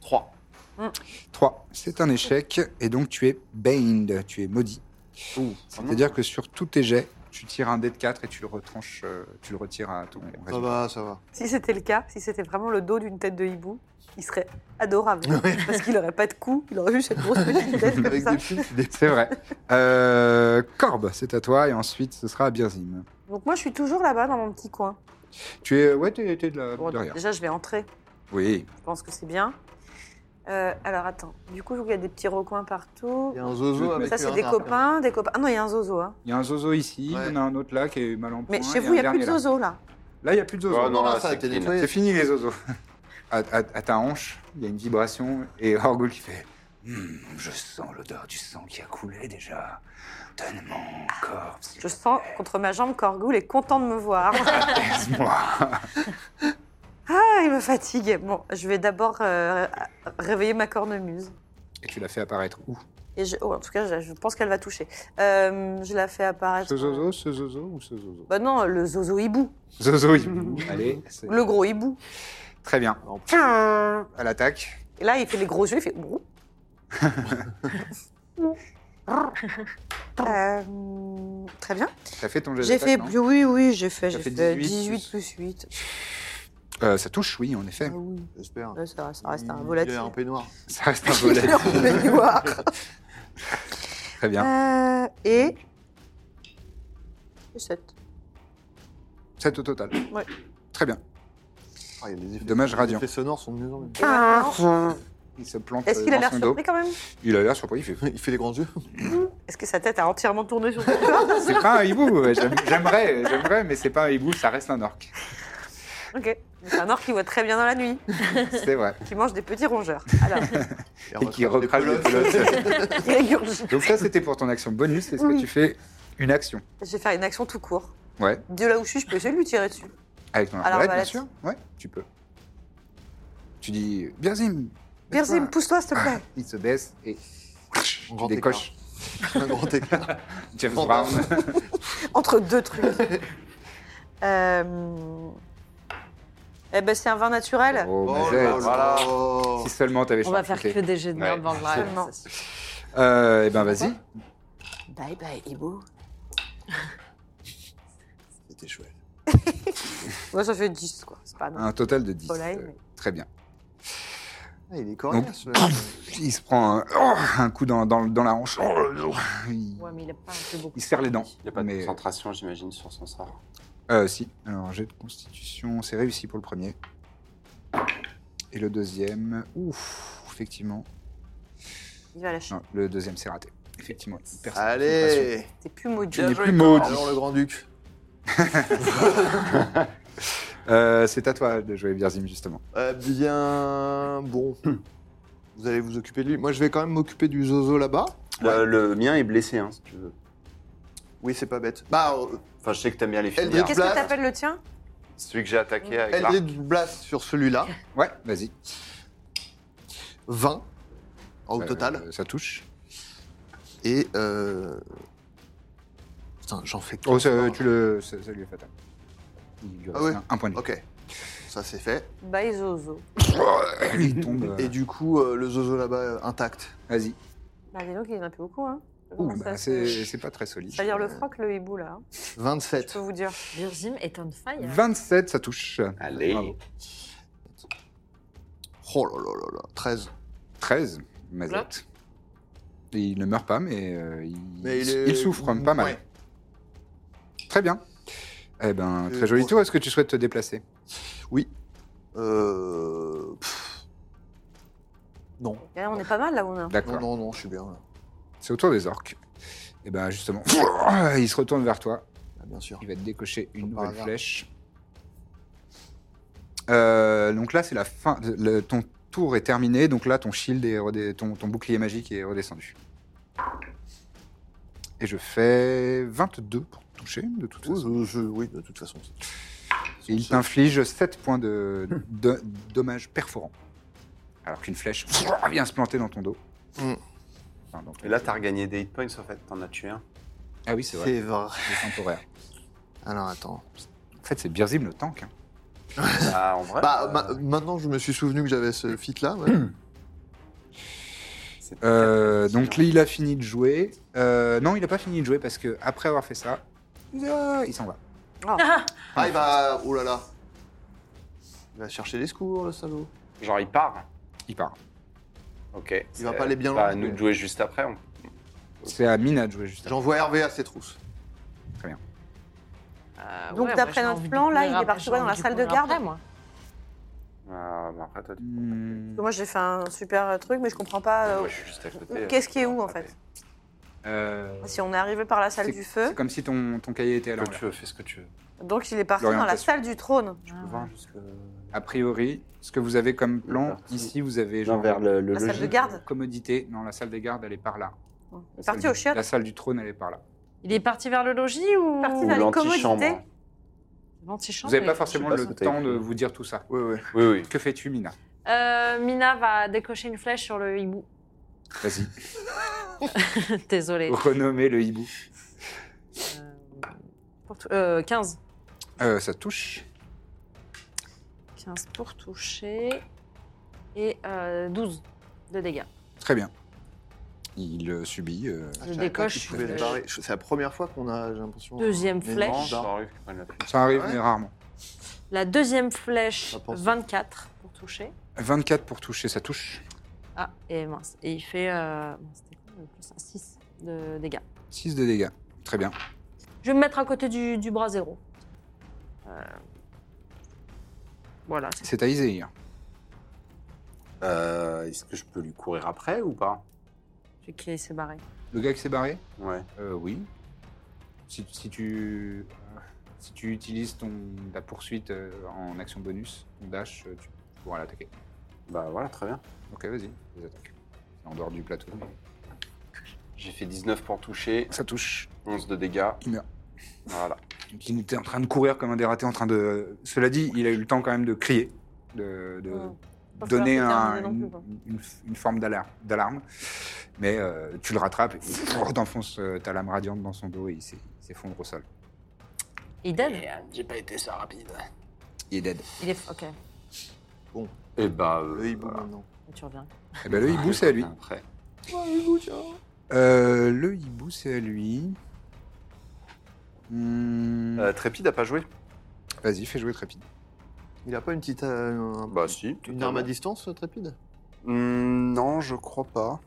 3.
3. C'est un échec, et donc tu es banned, tu es maudit. C'est-à-dire que sur tous tes jets, tu tires un dé de 4 et tu le retranches, euh, tu le retires à ton
Ça
résultat.
va, ça va.
Si c'était le cas, si c'était vraiment le dos d'une tête de hibou, il serait adorable. Parce qu'il n'aurait pas de cou, il aurait juste cette grosse petite tête comme
Avec
ça.
des petites idées.
C'est vrai. Euh, Corbe, c'est à toi, et ensuite ce sera à Birzim.
Donc moi, je suis toujours là-bas dans mon petit coin.
Tu es. Ouais, t'es t'es de la.
Bon,
derrière.
déjà, je vais entrer.
Oui.
Je pense que c'est bien. Euh, alors, attends. Du coup, je vois qu'il y a des petits recoins partout.
Il y a un zozo avec euh,
Ça, c'est
un
des
arbre.
copains, des copains. Ah non, il y a un zozo. hein.
Il y a un zozo ici, il
Ouais.
y en a un autre là qui est mal en
Mais
point,
chez
et
vous, il
un
n'y a plus de
dernier là.
zozo, là.
Là, il n'y a plus de zozo.
Oh, non,
Non,
là,
là, Ah, ça a
c'est
été
clean.
nettoyé.
C'est fini les zozos. À, à- à ta hanche, il y a une vibration et Orgul qui fait Hmm, Je sens l'odeur du sang qui a coulé déjà. Donne-moi encore. s'il
Je
te
sens contre ma jambe qu'Orgoul est content de me voir.
plaît, laisse-moi.
Ah, il me fatigue. Bon, je vais d'abord euh, réveiller ma cornemuse.
Et tu l'as fait apparaître où
Et je- oh, en tout cas, je, je pense qu'elle va toucher. Euh, je la fais apparaître.
Ce zozo, ce zozo ou ce zozo
Bah non, le zozo hibou.
Zozo, il Allez, c'est-
Le gros hibou.
très bien.
En
À l'attaque.
Et là, il fait les gros yeux, il fait. brou. Euh, très bien.
T'as fait ton jet
J'ai
d'attaque,
fait.
non
plus- Oui, oui, j'ai fait,
T'as
j'ai
fait
fait
18
18,
plus-
plus 8.
Euh, Ça touche, oui, en effet.
Ah oui,
J'espère.
là, ça, ça reste un
Il
volatile.
a un peignoir.
Ça reste un
Il
volet.
est en peignoir.
très bien.
Euh, et. 7.
7 au total.
Ouais.
Très bien.
Ah, il y a des effets-
Dommage
les
radiant.
effets sonores sont de mieux en mieux.
Il se plante
Est-ce
euh,
qu'il a
dans
l'air
son dos.
surpris quand même
Il a l'air surpris. Il fait
Il fait les grands yeux.
Est-ce que sa tête a entièrement tourné sur son corps
C'est pas un hibou, ouais, j'aime- j'aimerais, j'aimerais, mais c'est pas un hibou, ça reste un orc.
Ok. C'est un orc qui voit très bien dans la nuit,
C'est vrai.
qui mange des petits rongeurs. Alors,
Et qui recrase les pelotes.
il régurgite.
Donc ça, c'était pour ton action bonus. Est-ce que tu fais une action
Je vais faire une action tout court.
Ouais.
De là où je suis, je peux essayer de lui tirer dessus.
Avec ton
Alors, bah,
arbalète, bien
arbalète.
sûr. Ouais, tu peux. Tu dis, Birzim
Birzim, pousse-toi, s'il te plaît.
Il se baisse et tu
Grand
décoches.
Un grand écart.
James
Grand
Brown.
Entre deux trucs. Euh, Eh ben, c'est un vin naturel.
Oh,
Oh
Mazette.
là là.
Si seulement t'avais
On va faire que
charcuté.
des jets de merde
Ouais,
dans le live.
seulement.
ça suffit.
Euh, Eh ben, vas-y.
Bye bye, Ibo.
C'était chouette.
Moi, ça fait 10, quoi. C'est pas non.
Un total de 10.
Soleil,
Euh,
mais-
Très bien.
Ah, il est coriace. là.
Il se prend un, oh, un coup dans, dans- dans la hanche. Oh, il-
Ouais, mais il a pas un peu beaucoup.
il se serre les dents.
Il n'y a pas de
Mais-
concentration, j'imagine, sur son sort.
Euh, si. Alors, jet de constitution, c'est réussi pour le premier. Et le deuxième, ouf, effectivement.
Il va lâcher.
Non, le deuxième, c'est raté. Effectivement. il
Ah.
perd sa concentration.
Allez
T'es plus maudit.
Tu n'es plus
Maudit.
maudit.
Alors le grand-duc.
Euh, c'est à toi de jouer Birzim, justement.
Eh bien, bon.
Hmm.
Vous allez vous occuper de lui. Moi, je vais quand même m'occuper du zozo là-bas.
Le, Euh, le mien est blessé, hein, si tu veux.
Oui, c'est pas bête. Bah, euh,
Enfin, je sais que t'aimes bien les
Eldritch.
filières.
Qu'est-ce que t'appelles le tien
Celui que j'ai attaqué avec l'arc.
Eldritch Blast sur celui-là.
Ouais, vas-y.
20 au
Euh,
total.
Ça touche.
Et. Euh... Putain, j'en fais
Oh, ça, tu le, ça, ça lui est fatal. Il lui
Ah
reste
ouais.
un, un point de vie.
Ok. Ça, c'est fait.
Bye, Zozo.
Il tombe.
Et du coup, euh, le zozo là-bas euh, intact.
Vas-y.
Bah, dis donc, il y en a plus beaucoup, hein.
Ouh,
Oh,
Ça,
bah,
c'est-
c'est c'est pas très solide.
Ça vire le froc, le hibou, là. hein. Je
27.
peux vous dire.
Virgin est on
hein.
hein.
fire.
27, ça touche.
Allez.
Bravo.
Oh là là là là. 13.
13, Mazette. Et il ne meurt pas, mais, euh, il,
Mais il est-
il souffre pas mal.
Ouais.
Très bien. Eh ben,
Euh,
très joli
bon.
tour. Est-ce que tu souhaites te déplacer
Euh. pff. Non.
Eh, On est pas mal, là, où on est. hein.
Non,
D'accord.
non, non, je suis bien là.
C'est au tour des orques. Eh ben, justement, il se retourne vers toi.
Ah, bien sûr.
Il va te décocher une
Comme par
nouvelle
hasard.
flèche. Euh, donc là, c'est la fin. le- ton tour est terminé. Donc là, ton shield et ton, ton bouclier magique est redescendu. Et je fais 22 pour toucher, de toute façon.
Oui, je- je- oui, de toute façon.
Et il t'inflige 7 points de,
Hmm.
de- dommages perforants. Alors qu'une flèche vient se planter dans ton dos.
Mm.
Enfin, dans ton-
Hmm. Et là, t'as regagné des hit points, en fait, t'en as tué un.
Ah oui, c'est vrai,
C'est vrai.
c'est temporaire.
Alors attends.
En fait, c'est Birzim le tank. hein.
Bah, en vrai.
Bah,
euh, Hmm.
ma- maintenant je me suis souvenu que j'avais ce fit là.
C'est-
Euh, donc là, il a fini de jouer. Euh, non, il a pas fini de jouer parce que après avoir fait ça, euh, il s'en va.
Ah, il va. Oh là là. Il va chercher les secours, le salaud.
Genre, il part.
Il part.
Ok.
Il va pas aller bien
Bah,
loin.
nous de jouer juste après. on-
C'est à Mina de jouer juste. après.
J'envoie Hervé à ses trousses.
Euh,
Donc,
ouais,
d'après
moi, j'ai
notre
envie de
plan, là,
courir
il
après-
débarque
j'ai
pas dans la
envie
salle de
courir
garde.
après, moi.
Ah, bah, après, toi, tu-
Hmm.
Moi, j'ai fait un super truc, mais je comprends pas. euh,
Moi, je suis juste à côté.
Qu'est-ce qui est où, en fait
Euh,
Si on est arrivé par la salle
c'est-
du
C'est
feu,
comme si ton, ton cahier était à
Fais ce que
l'envers.
tu veux, fais ce que tu veux.
donc il est parti dans la
L'orientation.
salle du trône.
Je peux voir jusque.
A priori, ce que vous avez comme plan
Parti.
ici, vous avez
Non,
genre
vers le, le
La salle de
logis.
garde
commodité. Non, la salle des gardes, elle est par là.
Il
La
est
salle
parti
du-
au chiottes.
La salle du trône, elle est par là.
Il est parti vers le logis ou
Parti
Ou
dans les
l'antichambre.
commodités.
L'antichambre,
Vous n'avez
il-
pas forcément
pas
le
si t'as
temps
écrit.
de vous dire tout ça.
Oui, oui.
Oui, oui.
Que fais-tu, Mina
Euh, Mina va décocher une flèche sur le hibou.
Vas-y,
Désolée.
renommez le hibou.
Euh, pour tou- euh, 15.
Euh, ça touche.
15 pour toucher. Et euh, 12 de dégâts.
Très bien. Il euh, subit. euh,
Ah,
Je
savais pas
décoche.
qu'il pouvait le barrer. Je- C'est la première fois qu'on a, j'ai l'impression.
Deuxième
Mais
flèche.
non,
Ça
genre,
arrive qu'ils prennent la flèche.
Ça arrive,
Ah ouais
mais rarement.
La deuxième flèche,
Ça pense.
24 pour toucher.
24 pour toucher, ça touche.
Ah, et mince. Et il fait. Euh, mince, c'était quoi le plus 6 de dégâts.
6 de dégâts. Très bien.
Je vais me mettre à côté du, du bras zéro. Euh, Voilà. c'est-
C'est à hein. Iséir.
Euh, Est-ce que je peux lui courir après ou pas
C'est qui s'est barré.
Le gars qui s'est barré
Ouais.
Euh, oui. Si, si tu, si tu utilises ton, ta poursuite euh, en action bonus, ton dash, euh, tu pourras l'attaquer.
Bah voilà, très bien.
Ok, vas-y, les attaques. C'est en dehors du plateau. mais
J'ai fait 19 pour toucher,
Ça touche.
11 de dégâts.
Il meurt.
Voilà.
Donc, Il était en train de courir comme un dératé, en train de. Cela dit, il a eu le temps quand même de crier, de, de
Ouais. Pas
donner
falloir
un-
se terminer non plus,
une,
quoi.
une- une forme d'alarme. d'alarme. Mais euh, tu le rattrapes, et t'enfonces euh, ta lame radiante dans son dos et il s'é- il s'effondre au sol.
Eden
Eh, J'ai pas été ça rapide.
Il est dead.
Il est. Ok,
Et bah.
Le hibou maintenant.
tu reviens.
Ah,
Eh ben, le hibou, c'est à lui.
Après.
Euh, le hibou, c'est à lui. Hmm,
Euh, Trépide a pas joué
Vas-y, fais jouer Trépide.
Il a pas une petite. euh, un-
Bah si.
une arme à distance, euh, Trépide
Hmm, Non, je crois pas.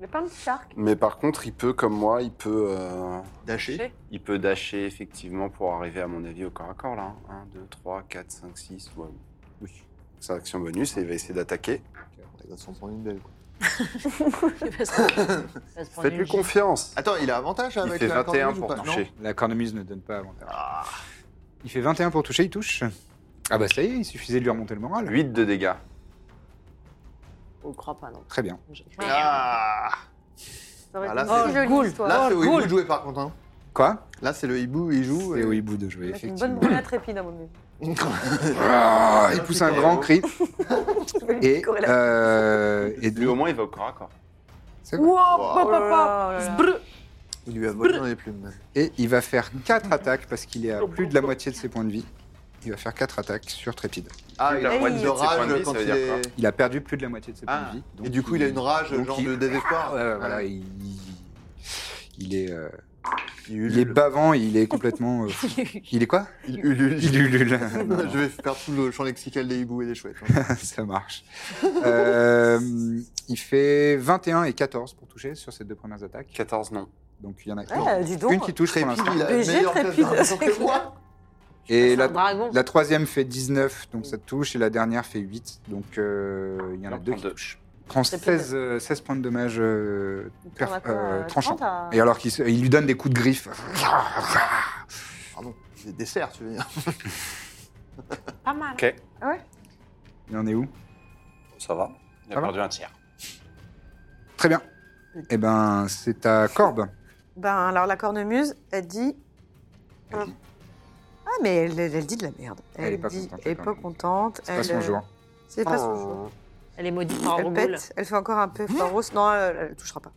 Il y a pas un petit arc
Mais par contre, il peut, comme moi, il peut. euh,
Daché.
Il peut dasher effectivement pour arriver, à mon avis, au corps à corps là. hein. 1, 2, 3, 4, 5, 6. Ouais.
Oui.
Sa action bonus et il va essayer d'attaquer.
Il va s'en prendre une belle. quoi.
Il va se- il va se prendre une
Faites-lui confiance.
Ah,
Attends, il a avantage
Il
avec
fait
la
21
cornemuse ou
pour
pas Non
toucher.
La cornemuse ne donne pas avantage. Il fait 21 pour toucher, il touche. Ah bah ça y est, il suffisait de lui remonter le moral.
8 de dégâts.
On croit pas, non.
Très bien.
Je-
Ah
Ça aurait
Ah, là,
été
c'est-
une
Oh,
jolie
cool.
histoire.
Là,
Oh,
c'est au hibou
cool.
de jouer par contre. hein.
Quoi
Là, c'est le hibou, il joue.
C'est
et-
au hibou de jouer,
Avec une
effectivement.
bonne brûlée à trépide, à mon avis.
Ah, il pousse un grand cri
Je vais lui
et,
décorer la-
euh, et de
Lui, au moins, il va au corps à corps.
C'est
Wow,
bon.
Oh
pop,
là
pop, pop.
là, oh là là.
Sbrr.
Il lui a volé dans les plumes. même.
Et il va faire 4 attaques parce qu'il est à plus de la moitié de ses points de vie. Il va faire 4 attaques sur Trépide.
Ah, il a
Hey.
une pointe de
C'est
point de vie,
rage
ça
quand
veut
il
dire
est.
quoi
Il a perdu plus de la moitié de ses points
Ah.
de vie. donc
Et du coup, il a une euh, rage,
donc
genre
il-
de
Ah,
désespoir.
ouais, voilà,
Ouais.
il, il est, euh,
Il
il est
ulule.
bavant, il est complètement. euh, il est quoi
Il ulule.
Il ulule. Non,
Je vais faire tout le champ lexical des hiboux et des chouettes. hein.
Ça marche. Euh, il fait 21 et 14 pour toucher sur ces deux premières attaques.
14, non.
Donc il y en a
Ouais,
qu'une
dis donc.
une qui touche pour
Trépide,
l'instant.
il a une
BG
meilleure
Trépide,
classe
c'est
d'argent que moi.
Et
C'est un
la,
dragon.
la troisième fait 19, donc ça touche, et la dernière fait 8. Donc euh, il y en a
Non,
deux qui
32.
touchent. Prend
C'est
16, euh, 16 points de dommage euh,
T'en
per-
as quoi,
euh,
euh,
tranchant.
30 à-
Et alors qu'il se- il lui donne des coups de griffe.
Pardon, des desserts, tu veux dire.
Pas mal.
Ok,
Il en est où
ça va. Il a
Ça va
perdu un tiers.
Très bien. Eh ben, c'est à Corbe.
Ben, alors la cornemuse, elle dit. Ah,
Vas-y.
mais elle, elle- elle dit de la merde.
Elle est pas
dit-
contente,
Elle est
la
pas
cornemuse.
contente.
C'est pas
elle,
son
euh,
jour.
C'est
Oh.
pas son
Oh.
jour.
Elle est maudite par
Elle
Orgul.
pète, elle fait encore un peu Faros. Non, elle, elle touchera pas.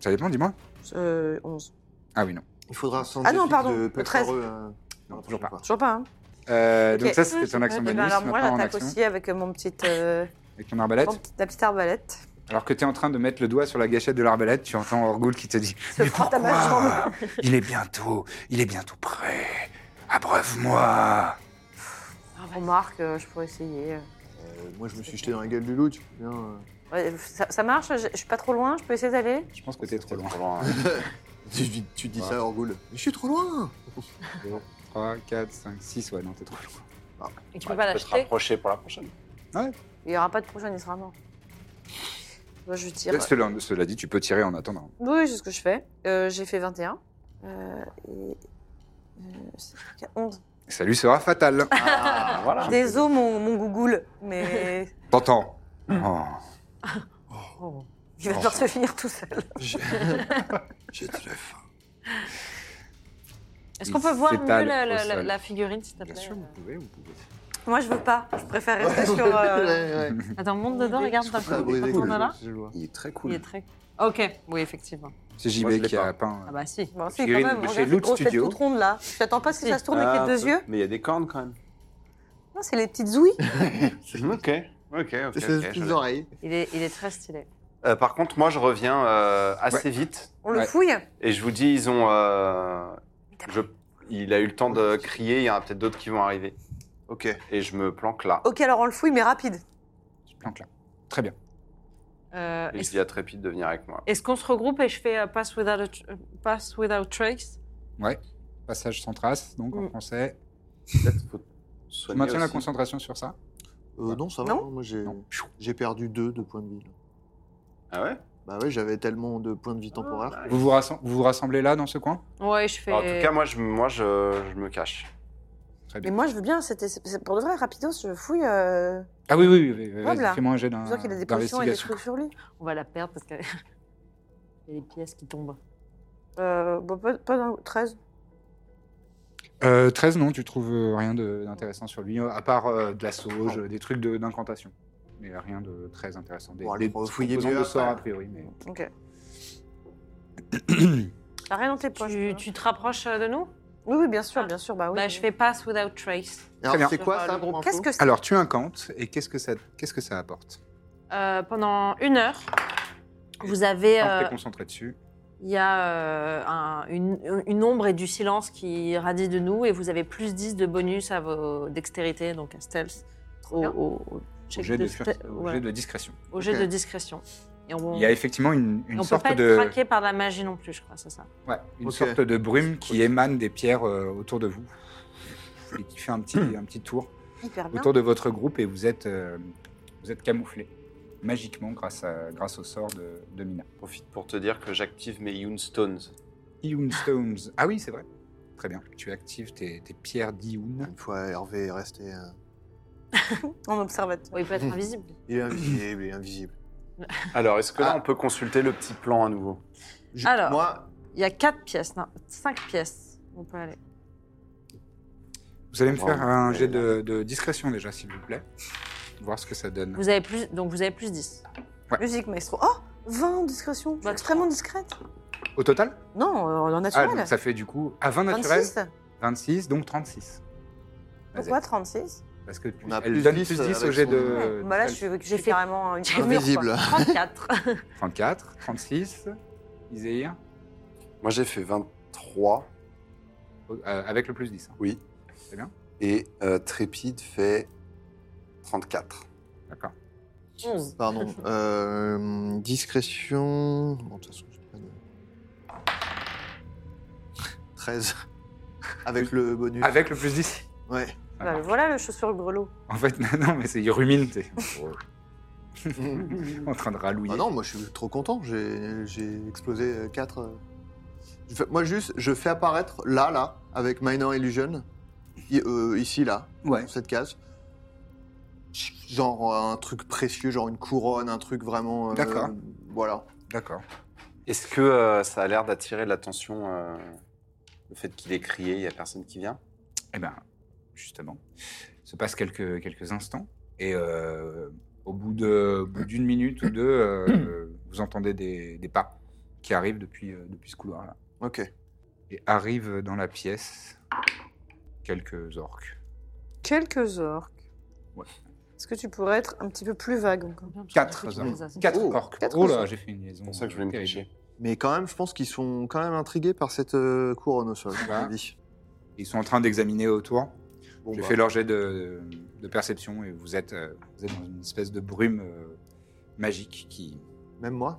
Ça dépend, dis-moi.
Euh, 11.
Ah oui, non.
Il faudra sans
Ah non,
effet
pardon,
de
le
Pepper,
13.
euh,
Non, toujours pas.
Toujours pas, hein
Euh,
Ok.
Donc ça, c'était ton action
Eh ben,
bonus.
alors moi,
maintenant en
j'attaque
action.
aussi avec mon petit, euh,
Avec ton arbalète.
mon petit- la petite arbalète.
Alors que tu es en train de mettre le doigt sur la gâchette de l'arbalète, tu entends Orgul qui te dit Mais
frotte à ma
pourquoi Il est bientôt, il est bientôt prêt. Abreuve-moi.
Ah,
Remarque, euh, je pourrais essayer.
Euh, moi, je me suis jeté dans la gueule du loup, tu peux bien. euh,
Ouais, ça, ça marche Je je suis pas trop loin, je peux essayer d'aller
Je pense que t'es trop
hein.
loin.
Tu, dis- tu dis ça, Orgoul. Mais je suis trop loin
3, 4, 5, 6, ouais, non, t'es trop loin.
Et tu
Ouais,
peux pas
tu peux te
l'acheter
rapprocher pour la prochaine.
Il y aura pas de prochaine, il sera mort. Moi, je tire.
Cela, cela dit, tu peux tirer en attendant.
euh, Oui, c'est ce que je fais. Euh, J'ai fait 21. Euh, et. euh, c'est 11.
Ça lui sera fatal.
Ah, voilà.
Désolé, mon, mon gougoule, mais
T'entends Oh.
il va devoir se finir tout seul.
J'ai j'ai de la faim.
Est-ce
Il
qu'on peut voir mieux
s'étale
la, la-
au
la-
sol.
la figurine, s'il te plaît
Bien sûr, vous pouvez, vous pouvez.
Moi, je veux pas. Je préfère rester sur. euh,
Ouais, ouais.
Attends, monte dedans, regarde d'un
Ça a brisé
coup.
quelque
Tourne là.
chose, je vois.
Il est très cool.
Il est très. Ok, oui, effectivement.
C'est
Moi, je
JB
l'ai
qui
pas.
a peint. euh,
Ah bah si.
Bon, c'est quand
Figurine
même.
chez
regarde cette
Loot
grosse tête
Studio.
toute ronde là. Je t'attends pas à ce que ça se tourne avec
Ah,
les deux
peu.
yeux.
Mais il y a des cornes quand même. Mhm.
Non, c'est les petites ouïes.
ok. Ok, ok.
C'est ses petites oreilles.
Il est, il est très stylé.
Euh, par contre, moi, je reviens euh, assez vite
On le
Ouais.
fouille.
et je vous dis, ils ont. euh, je- il a eu le temps de crier. Il y en a peut-être d'autres qui vont arriver.
Ok.
Et je me planque là.
Ok, alors on le fouille, mais rapide. Ah.
Je plante là. Très bien.
Euh,
Et je
Est-ce
dis à Trépide de venir avec moi.
est-ce qu'on se regroupe et je fais euh, pass, without a tr- euh, pass Without Trace
Passage sans trace, donc en
Mm.
français.
Peut-être faut
Tu
soigner
maintiens la
aussi.
concentration sur ça
Euh, non, ça va.
Non
hein, Moi, j'ai
Non.
j'ai perdu deux de points de vie. là.
Ah ouais
Bah ouais, j'avais tellement de points de vie temporaires.
vous vous, rassem- vous vous rassemblez là, dans ce coin
Ouais, je fais.
Alors, En tout cas, moi, je, moi, je, je me cache.
Très
Mais
bien.
moi, je veux bien. C'était c'est- c'est pour de vrai, rapidos. Je fouille. Euh...
Ah oui, oui, oui, oui,
Hop là.
vas-y, fais-moi un jet d'un-
Je vois qu'il a des potions et des
d'investigation.
trucs sur lui.
On va la perdre parce qu'il y a des pièces qui tombent.
Euh, bon, pas, pas dans- 13.
Euh, 13, non, tu trouves euh, rien de- d'intéressant sur lui, euh, à part euh, de la sauge, euh, des trucs de- d'incantation. Mais euh, rien de très intéressant. Des,
Bon, allez,
des
on va fouiller
composantes
mieux
de sort,
après.
a priori. Mais...
Ok. T'as rien dans tes poches.
Tu,
toi. hein
tu te rapproches euh, de nous
Oui, oui, bien sûr, bien sûr. Bah oui.
Bah, je fais Pass Without Trace.
Et Alors,
bien.
c'est quoi
Sur, euh,
ça
le groupe.
pour info
Qu'est-ce que c'est
Alors, tu incantes, et qu'est-ce que ça, qu'est-ce que ça apporte
Euh, pendant une heure, vous avez.
Quand
euh,
t'es concentré dessus,
Il y a euh, un- une, une ombre et du silence qui radie de nous et vous avez plus 10 de bonus à vos dextérités, donc à stealth, au,
bien.
au- au
au
check
jet de,
de
fur-
stealth,
au
voilà,
jet de discrétion.
au jet
Ok.
de discrétion. Et on
Il y a effectivement une, une
ne peut
sorte
pas
de...
être traqué par la magie non plus, je crois, c'est ça.
Ouais, une
Ok.
sorte de brume qui émane des pierres euh, autour de vous et qui fait un petit, un petit tour
hyper bien
autour de votre groupe et vous êtes, euh, vous êtes camouflé magiquement grâce, à, grâce au sort de, de Mina.
Profite pour te dire que j'active mes Younstones.
Iun Stones. Ah oui, c'est vrai. Très bien. Tu actives tes, tes pierres d'Iun.
Une fois Hervé est resté. euh,
en observateur.
Ou il peut être invisible.
Il est invisible, il est invisible.
Alors, est-ce que là,
Ah.
on peut consulter le petit plan à nouveau
Je-
Alors.
Moi,
Il y a 4 pièces, non, 5 pièces. On peut aller.
Vous allez me
Oh,
Wow.
faire un jet de, de discrétion déjà, s'il vous plaît. Voir ce que ça donne.
Vous avez plus, donc vous avez plus 10.
Musique maestro. Oh 20 en discrétion. Je suis
Bah,
extrêmement discrète.
Au total
Non, euh, en
Ah,
naturel.
donc ça fait du coup. À 20 naturels
26
26, donc 36. Vas-y.
Pourquoi 36
Parce que tu,
On a
elle
plus
donne
10
plus 10 au
avec
jet
son-
de.
Ouais. Bah là, je suis- j'ai fait
fait
carrément une armure,
Invisible.
quoi.
34.
34, 36. Iséir,
Moi, j'ai fait 23
euh, avec le plus 10. hein.
et euh, Trépide fait 34.
D'accord.
11.
pardon. euh, discrétion. Bon, de toute façon, je pas de- 13. Avec le bonus.
Avec le plus 10
Ouais.
Bah, voilà le chaussure grelot.
En fait, non, mais c'est. Il rumine, t'es. en train de rallouiller.
Ah non, moi je suis trop content, j'ai j'ai explosé 4. moi juste, je fais apparaître là, là, avec Minor Illusion, i- euh, ici, là,
Ouais.
dans cette case. Genre un truc précieux, genre une couronne, un truc vraiment. euh,
D'accord.
Voilà.
D'accord.
Est-ce que euh, ça a l'air d'attirer l'attention euh, Le fait qu'il ait crié, il n'y a personne qui vient
Eh bien, justement, se passe quelques, quelques instants et euh, au bout de- au bout d'une minute ou deux, euh, vous entendez des, des pas qui arrivent depuis, euh, depuis ce couloir-là.
Ok.
Et arrivent dans la pièce quelques orques.
Quelques orques. Est-ce que tu pourrais être un petit peu plus vague encore
Quatre orques. Quatre
Oh,
orques.
quatre
Oh là,
orques.
j'ai fait une liaison.
C'est pour ça que je voulais me
terrible.
cacher.
Mais quand même, je pense qu'ils sont quand même intrigués par cette euh, couronne au sol.
Voilà.
je me dis.
Ils sont en train d'examiner autour.
Bon,
J'ai
bah,
fait leur jet de, de perception et vous êtes, euh, vous êtes dans une espèce de brume euh, magique qui.
Même moi.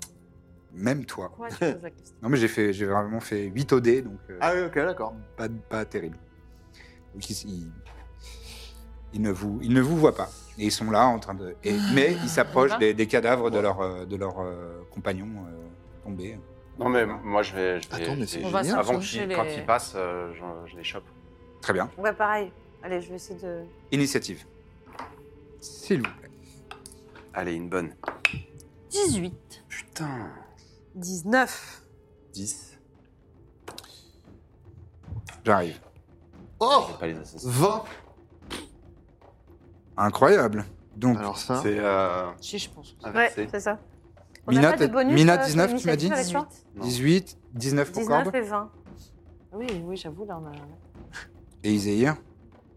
Même toi.
Pourquoi tu poses la question
Non, mais j'ai fait, j'ai vraiment fait 8 OD, donc euh,
Ah oui, ok, d'accord.
pas, pas terrible. Donc, ils, ils- ils ne vous, ils ne vous voient pas. Et ils sont là en train de. et- mais ils s'approchent
va
des, des cadavres de leurs euh, de leurs euh, compagnons euh, tombés.
Non, mais moi, je vais. Je vais
Attends, mais
je
c'est
vais-
On va
génial,
Avant
ça.
qu'ils
Les-
quand ils passent, euh, je, je les chope.
Très bien.
Ouais, pareil. Allez, je vais essayer de.
Initiative. S'il vous plaît.
Allez, une bonne.
18.
Putain.
19.
10.
J'arrive.
Oh
Pas les assassins.
20
Incroyable. Donc,
Alors ça,
C'est euh,
Si, je pense.
Ouais,
inversé.
c'est ça.
Mina,
a pas de
t'as-
bonus,
Mina,
euh,
19, tu m'as dit
d'initiative avec toi
18, 19 pour
19
Corbe.
et 20.
Oui, oui, j'avoue, là, on a.
Et Iséir,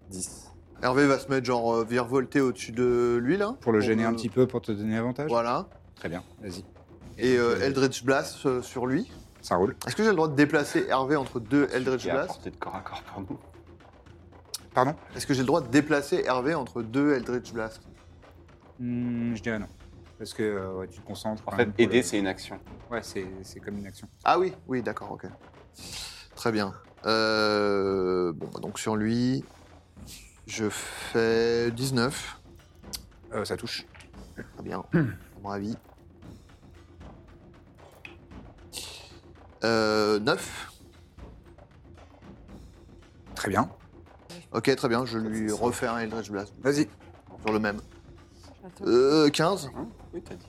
10.
Hervé va se mettre genre euh, virevolter au-dessus de lui là.
pour le gêner un petit peu, pour te donner avantage.
Voilà.
Très bien, vas-y.
Et euh,
donc,
Eldritch Blast euh, sur lui.
Ça roule.
Est-ce que j'ai le droit de déplacer Hervé entre deux Eldritch
Qui est à
Blast
portée de corps à corps pour nous.
Pardon
Est-ce que j'ai le droit de déplacer Hervé entre deux Eldritch Blast
Hmm, Je dirais non. Parce que euh, ouais, tu te concentres.
En
quand
fait,
même pour
aider,
le-
c'est une action.
Ouais, c'est c'est comme une action.
Ah oui, oui, d'accord, ok. Très bien. Euh, bon, bah, donc sur lui, je fais 19.
Euh, ça touche.
Très bien, à mon avis. Euh, 9.
Très bien.
Ok, très bien, je lui refais un Eldritch Blast
Vas-y.
sur le même.
Attends.
Euh, 15.
Hein oui, t'as dit.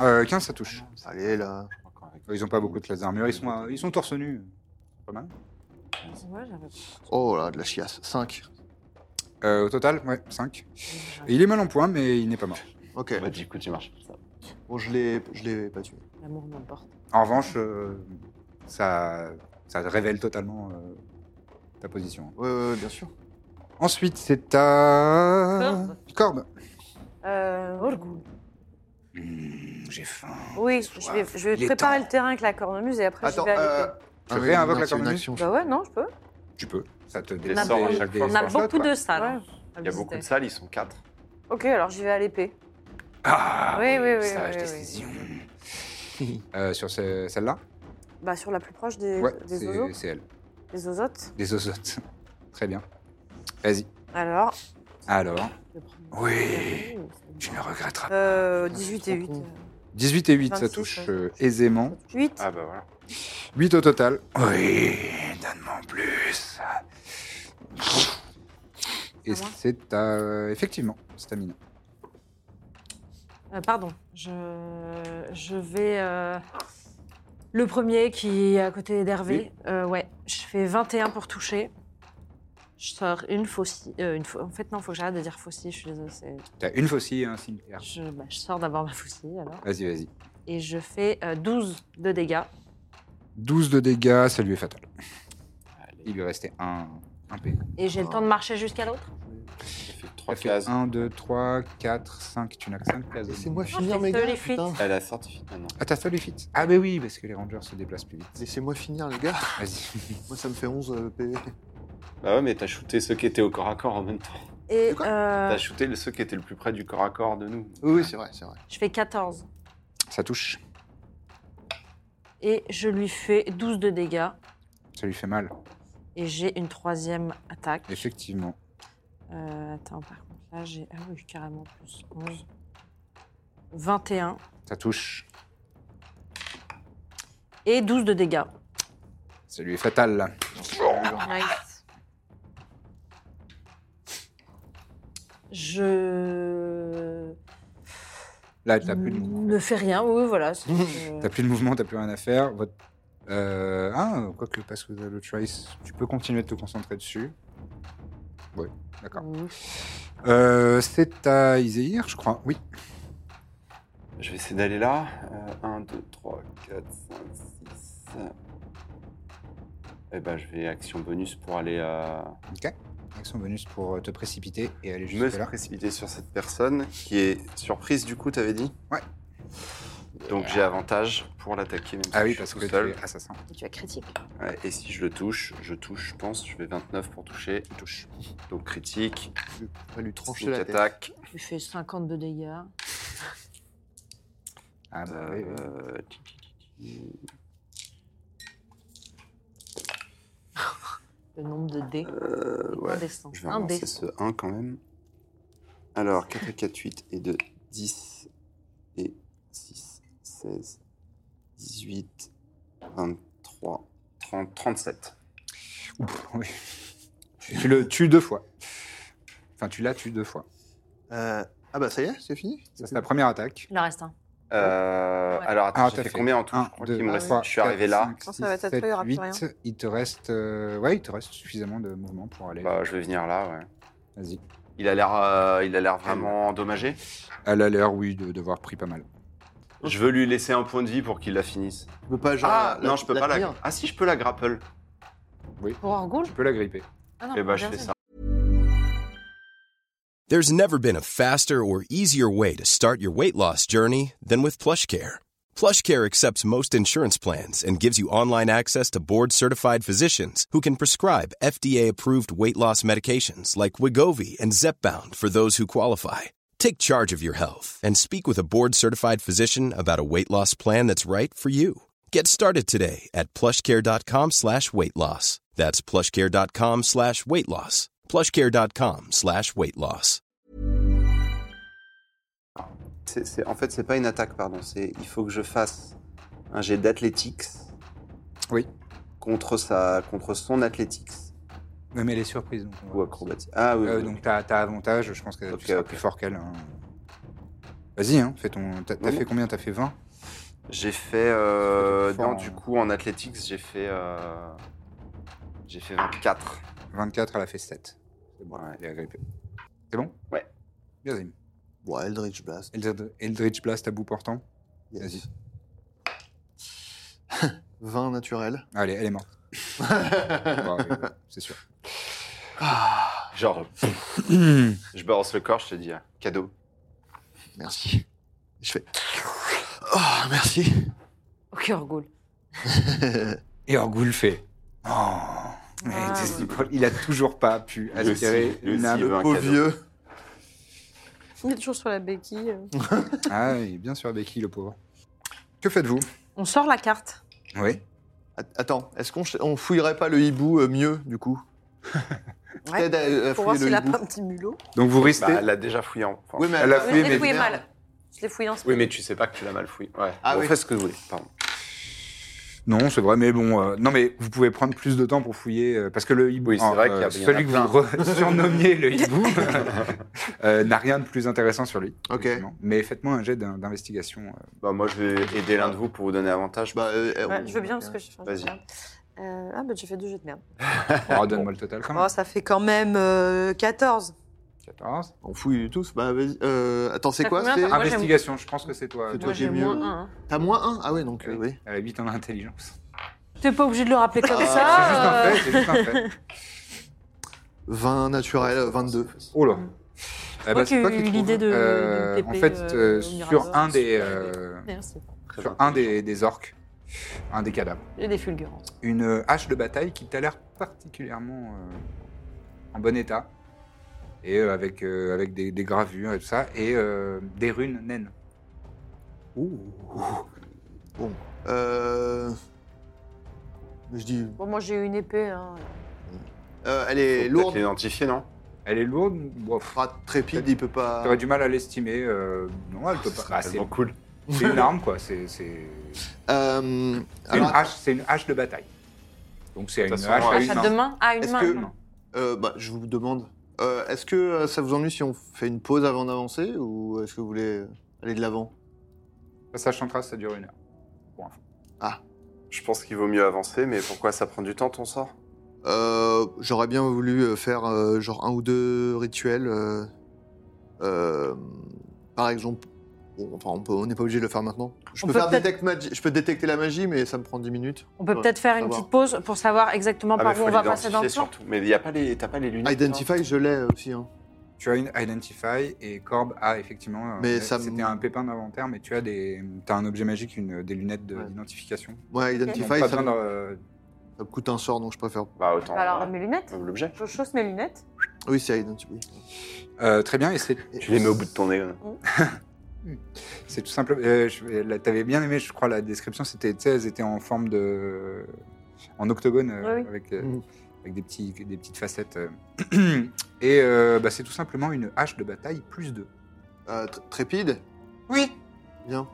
Euh, 15, ça touche. Euh,
Allez, là.
Je crois qu'avec-
Ils ont pas beaucoup de classes d'armure. Ils sont, euh, ils sont torse nu. Pas mal.
Ouais, j'avais
Oh là, de la chiasse. 5.
Euh, au total, ouais, 5. Il est mal en point, mais il n'est pas mort.
Ok,
Bah, du coup, tu marches comme ça.
bon, je l'ai je l'ai pas tué.
L'amour m'importe.
En revanche, euh, ça, ça révèle totalement euh, ta position.
Ouais, ouais, ouais, bien sûr.
Ensuite, c'est à. Corbe.
Euh,
Hmm, J'ai faim.
oui,
soif.
je vais, je vais
Il est
préparer
temps.
le terrain avec la cornemuse et après
Attends,
je vais à
euh,
l'épée.
Tu
ah oui,
réinvoques
non,
la
c'est une
cornemuse
action, je
Bah ouais, non, je peux.
Tu peux. Ça te
Des
détend
sorts à
des-
chaque
des
fois.
On a
sorts,
beaucoup
quoi.
de salles.
Ouais.
Il y a beaucoup de salles, ils sont 4.
Ok, alors j'y vais à l'épée.
Ah
Oui, oui, oui,
Sage
oui, oui.
décision. Euh, sur ce- celle-là
Bah sur la plus proche des,
Ouais,
des
c'est
oiseaux,
c'est elle.
des ozotes.
Des osotes. Très bien. Vas-y.
Alors,
Alors,
de prendre-
Oui.
Oh,
tu ne regretteras pas.
euh, 18 et 8.
18 et 8, ça
26,
touche
ouais.
euh, aisément.
8
Ah bah voilà.
8 au total. Oui, donne-moi en plus. Et
À moi
c'est à... Effectivement, stamina.
c'est- Euh, pardon, je, je vais. euh, Le premier qui est à côté d'Hervé. Euh, ouais, je fais 21 pour toucher. Je sors une faucille. euh, une fau- En fait, non, faut que j'arrête de dire faucille, je suis désolée. c'est-
T'as une faucille et un cimetière.
Je, bah, je sors d'abord ma faucille alors.
Vas-y, vas-y.
Et je fais euh, 12 de dégâts.
12 de dégâts, ça lui est fatal. Il lui restait un, un P.
Et j'ai le
Oh.
temps de marcher jusqu'à l'autre
J'ai fait
Ça
3
fait
cases.
1, 2, 3, 4, 5. Tu n'as que 5 cases.
Laissez-moi
Ah,
finir
c'est
mes
seul
gars.
et fuite.
putain.
Elle a certifié maintenant.
Ah, t'as seul les feats. Ah, mais oui, parce que les rangers se déplacent plus vite.
Laissez-moi finir les gars.
Vas-y.
Moi ça me fait 11 euh, PV.
Bah ouais, mais t'as shooté ceux qui étaient au corps à corps en même temps.
Et
De quoi
euh,
T'as shooté le- ceux qui étaient le plus près du corps à corps de nous.
Oui, oui, c'est vrai, c'est vrai.
je fais 14.
Ça touche.
Et je lui fais 12 de dégâts.
Ça lui fait mal.
Et j'ai une troisième attaque.
Effectivement.
Euh, attends, par contre, là, j'ai. Ah oui, carrément plus 11. 21.
Ça touche.
Et 12 de dégâts.
Ça lui est fatal.
Nice.
Je.
Là, t'as plus de
Mmh.
mouvement.
Ne fais rien, oui, voilà. c'est-
T'as plus de mouvement, t'as plus rien à faire. Votre- Euh, ah, quoique, parce que le trace, tu peux continuer de te concentrer dessus. Ouais, d'accord.
Euh,
Euh, c'est à Iséir, je crois. Oui.
Je vais essayer d'aller là. Euh, 1, 2, 3, 4, 5, Eh ben, 6. Et bah je vais action bonus pour aller à.
Ok. Action bonus pour euh, te précipiter et aller
Je me
jusque
suis
là.
précipité sur cette personne qui est surprise du coup, t'avais dit
Ouais.
Donc j'ai avantage pour l'attaquer même
Ah
si
oui,
je
parce
suis
que
tout
tu
seul.
es assassin.
Et tu as critique.
Ouais, et si je le touche, je touche, je pense, je fais 29 pour toucher. touche. Donc critique,
Je vais lui trancher
sneak
la tête.
attaque,
Tu fais 50 de dégâts.
Ah bah oui,
euh,
oui.
Le nombre de dés.
euh, ouais.
Indécent.
Je vais
Un dé.
relancer ce 1 quand même. Alors, 4, 4, 8 et 2, 10 et 6, 16, 18, 23, 30, 37.
Oui.
Euh.
Tu, tu le tues deux fois. Enfin, tu l'as tué deux fois.
Euh, ah bah ça y est, c'est fini
Ça, c'est la première attaque.
Il en reste un.
Euh,
Ouais.
Alors, attends,
Ah,
j'ai
t'as
fait
fait.
combien en tout
1,
Je crois
2,
qu'il me reste-
3,
Je suis arrivé là.
Je pense que ça va t'attraper, il y aura plus rien.
Il te reste... euh, Ouais, il te reste suffisamment de mouvement pour aller.
Bah, je vais venir là, ouais.
Vas-y.
Il a l'air, euh, il a l'air vraiment endommagé.
Elle a l'air, oui, de d'avoir pris pas mal.
Je veux lui laisser un point de vie pour qu'il la finisse.
Je peux pas genre.
Ah,
la-
non, je peux
la
pas la.
tenir
Ah, si, je peux la grapple.
Pour Orgul
Tu peux la gripper.
Ah non,
Eh bah, je
bien
fais
sûr.
ça.
There's never been a faster or easier way to start your weight loss journey than with PlushCare. PlushCare accepts most insurance plans and gives you online access to board-certified physicians who can prescribe FDA-approved weight loss medications like Wigovi and Zepbound for those who qualify. Take charge of your health and speak with a board-certified physician about a weight loss plan that's right for you. Get started today at plushcare.com slash weight loss. That's plushcare.com slash weight loss. plushcare.com slash weight loss.
C'est- c'est- en fait, c'est pas une attaque, pardon. C'est, il faut que je fasse un jet d'athlétics.
Oui.
Contre sa, contre son athlétics
Ouais, Mais elle est surprise. Donc, on va-
ou acrobatique. Ah oui.
Euh,
oui.
donc, t'as t'as avantage, je pense que
Ok,
tu seras
ok.
plus fort qu'elle. hein. Vas-y, hein, fais ton. T'as t'as
Non,
fait
non.
combien T'as fait 20
J'ai fait. euh,
Ça fait
non,
fort,
du
hein.
coup, en athlétics, j'ai fait. euh, j'ai fait 24.
24, elle a fait 7. C'est bon,
Ouais.
elle est agrippée. C'est bon
Ouais.
Vas-y.
Bon, Eldritch Blast.
Eldred- Eldritch Blast à bout portant.
yes.
Vas-y.
20 naturel.
Allez, Ah, elle est morte. Bon, ouais, ouais, c'est sûr.
Genre,
Hmm.
je balance le corps, je te dis, hein, cadeau.
Merci. Je fais. Oh, merci.
Ok, Orgul.
Et Orgul fait. Oh. Mais
Ah,
Disney Paul, Il a toujours pas pu
aussi,
aspirer
lui aussi,
une
il
âme.
veut un
Pauvre
cadeau.
vieux.
Il est toujours sur la béquille. euh.
Ah, et bien sûr, Becky, le pauvre. Que faites-vous
On sort la carte.
Oui.
Att- Attends, est-ce qu'on ch- on fouillerait pas le hibou euh, mieux, du coup
Ouais.
T'aides à, euh,
Pour voir
fouiller
s'il a
le hibou.
pas un petit mulot.
Donc vous restez.
Bah, elle l'a déjà fouillé en. enfin,
Oui, mais
Elle a
Oui,
fouillé,
je
mais
l'ai fouillé
merde.
mal. Je l'ai fouillé en
oui, mais tu sais pas que tu l'as mal fouillé. Ouais.
Ah
Bon,
oui.
faites ce que vous voulez. Pardon.
Non, c'est vrai, mais bon, euh, non, mais vous pouvez prendre plus de temps pour fouiller euh, parce que le hibou, euh,
Oui, c'est vrai qu'il y a- il y en a
celui que vous re- surnommiez le hibou euh, n'a rien de plus intéressant sur lui.
Ok.
effectivement. Mais faites-moi un jet d'in- d'investigation. euh.
Bah, moi, je vais aider l'un de vous pour vous donner avantage.
Bah, euh, euh,
Ouais,
on-
je veux bien parce que je fais
Vas-y.
Euh, ah, bah, j'ai fait deux jeux de merde.
Oh, donne-moi le total quand même.
Oh, ça fait quand même euh, 14.
14.
On fouille tous. Bah, vas-y. Euh, attends, c'est
T'as
quoi
combien,
c'est-
toi moi,
Investigation, je pense que c'est toi. euh,
C'est
Doc.
toi
Moi,
qui es
j'ai
mieux.
moins un. hein.
T'as moins un Ah ouais, donc euh, oui.
Elle a 8 en intelligence.
T'es pas obligé de le rappeler comme
Ah,
C'est
ça.
juste
euh.
un fait, c'est juste un fait.
20 naturel, euh, 22.
Oh là. Eh ben,
Moi qui ai
c'est toi
eu
qui
l'idée
trouves.
de-
Euh,
de me
en
taper,
fait,
euh,
euh,
au
sur
Mirador.
un des, euh,
Merci.
Très
sur
bien.
un des, des orques, un des cadavres.
Et des fulgurantes.
une euh, hache de bataille qui t'a l'air particulièrement euh, en bon état, et euh, avec, euh, avec des, des gravures et tout ça, et euh, des runes naines.
Euh. Je dis.
Bon, moi j'ai une épée. hein.
euh, elle
Faut
est
peut-être
lourde,
l'identifier, non
Elle est lourde, bon, pff,
pas trépide, il peut pas.
t'aurais du mal à l'estimer. euh, non, elle peut pas. Bah, c'est
Tellement cool.
c'est une arme, quoi. C'est c'est-
Euh,
c'est une,
alors,
hache- c'est une hache de bataille. Donc c'est
De
une
toute
hache
façon,
à
ouais.
une
Achat
main.
de main à Ah, une
Est-ce
main.
que-
Non, non.
euh, bah, je vous demande, euh, est-ce que euh, ça vous ennuie si on fait une pause avant d'avancer ou est-ce que vous voulez euh, aller de l'avant
Ça chantera, ça dure une heure.
Je pense qu'il vaut mieux avancer, mais pourquoi ça prend du temps ton sort
Euh, J'aurais bien voulu euh, faire euh, genre un ou deux rituels. euh, euh, par exemple, Bon, enfin, on peut- on n'est pas obligé de le faire maintenant. Je
On
peux,
peut
faire
peut-être-
détect magi- je peux détecter la magie, mais ça me prend 10 minutes.
On peut
Ouais,
peut-être faire une
savoir.
petite pause pour savoir exactement
Ah, mais
par où
faut
on va passer dans
l'identifier
le plan.
surtout. Mais il y a pas les, t'as pas les lunettes.
Identify, je l'ai aussi. hein.
Tu as une Identify et Corb a effectivement.
Mais
euh,
ça me-
C'était un pépin d'inventaire, mais tu as, des, as un objet magique, une, des lunettes de-
Ouais.
d'identification.
Ouais,
Donc,
Identify,
pas
ça,
besoin
me-
de-
ça me coûte un sort, donc je préfère.
Bah autant.
Alors,
voilà,
mes lunettes
L'objet.
Je chausse mes lunettes.
Oui, c'est Identify.
Euh, très bien, et c'est
Tu les mets au bout de ton nez. hein.
c'est tout simple. Euh, je- là, T'avais bien aimé, je crois, la description. C'était, tu sais, elles étaient en forme de, en octogone euh,
Oui, oui.
avec, euh,
Mhm.
avec des petits, des petites facettes. euh. et euh, bah, c'est tout simplement une hache de bataille plus 2.
Euh, tr- trépide
Oui.
Bien.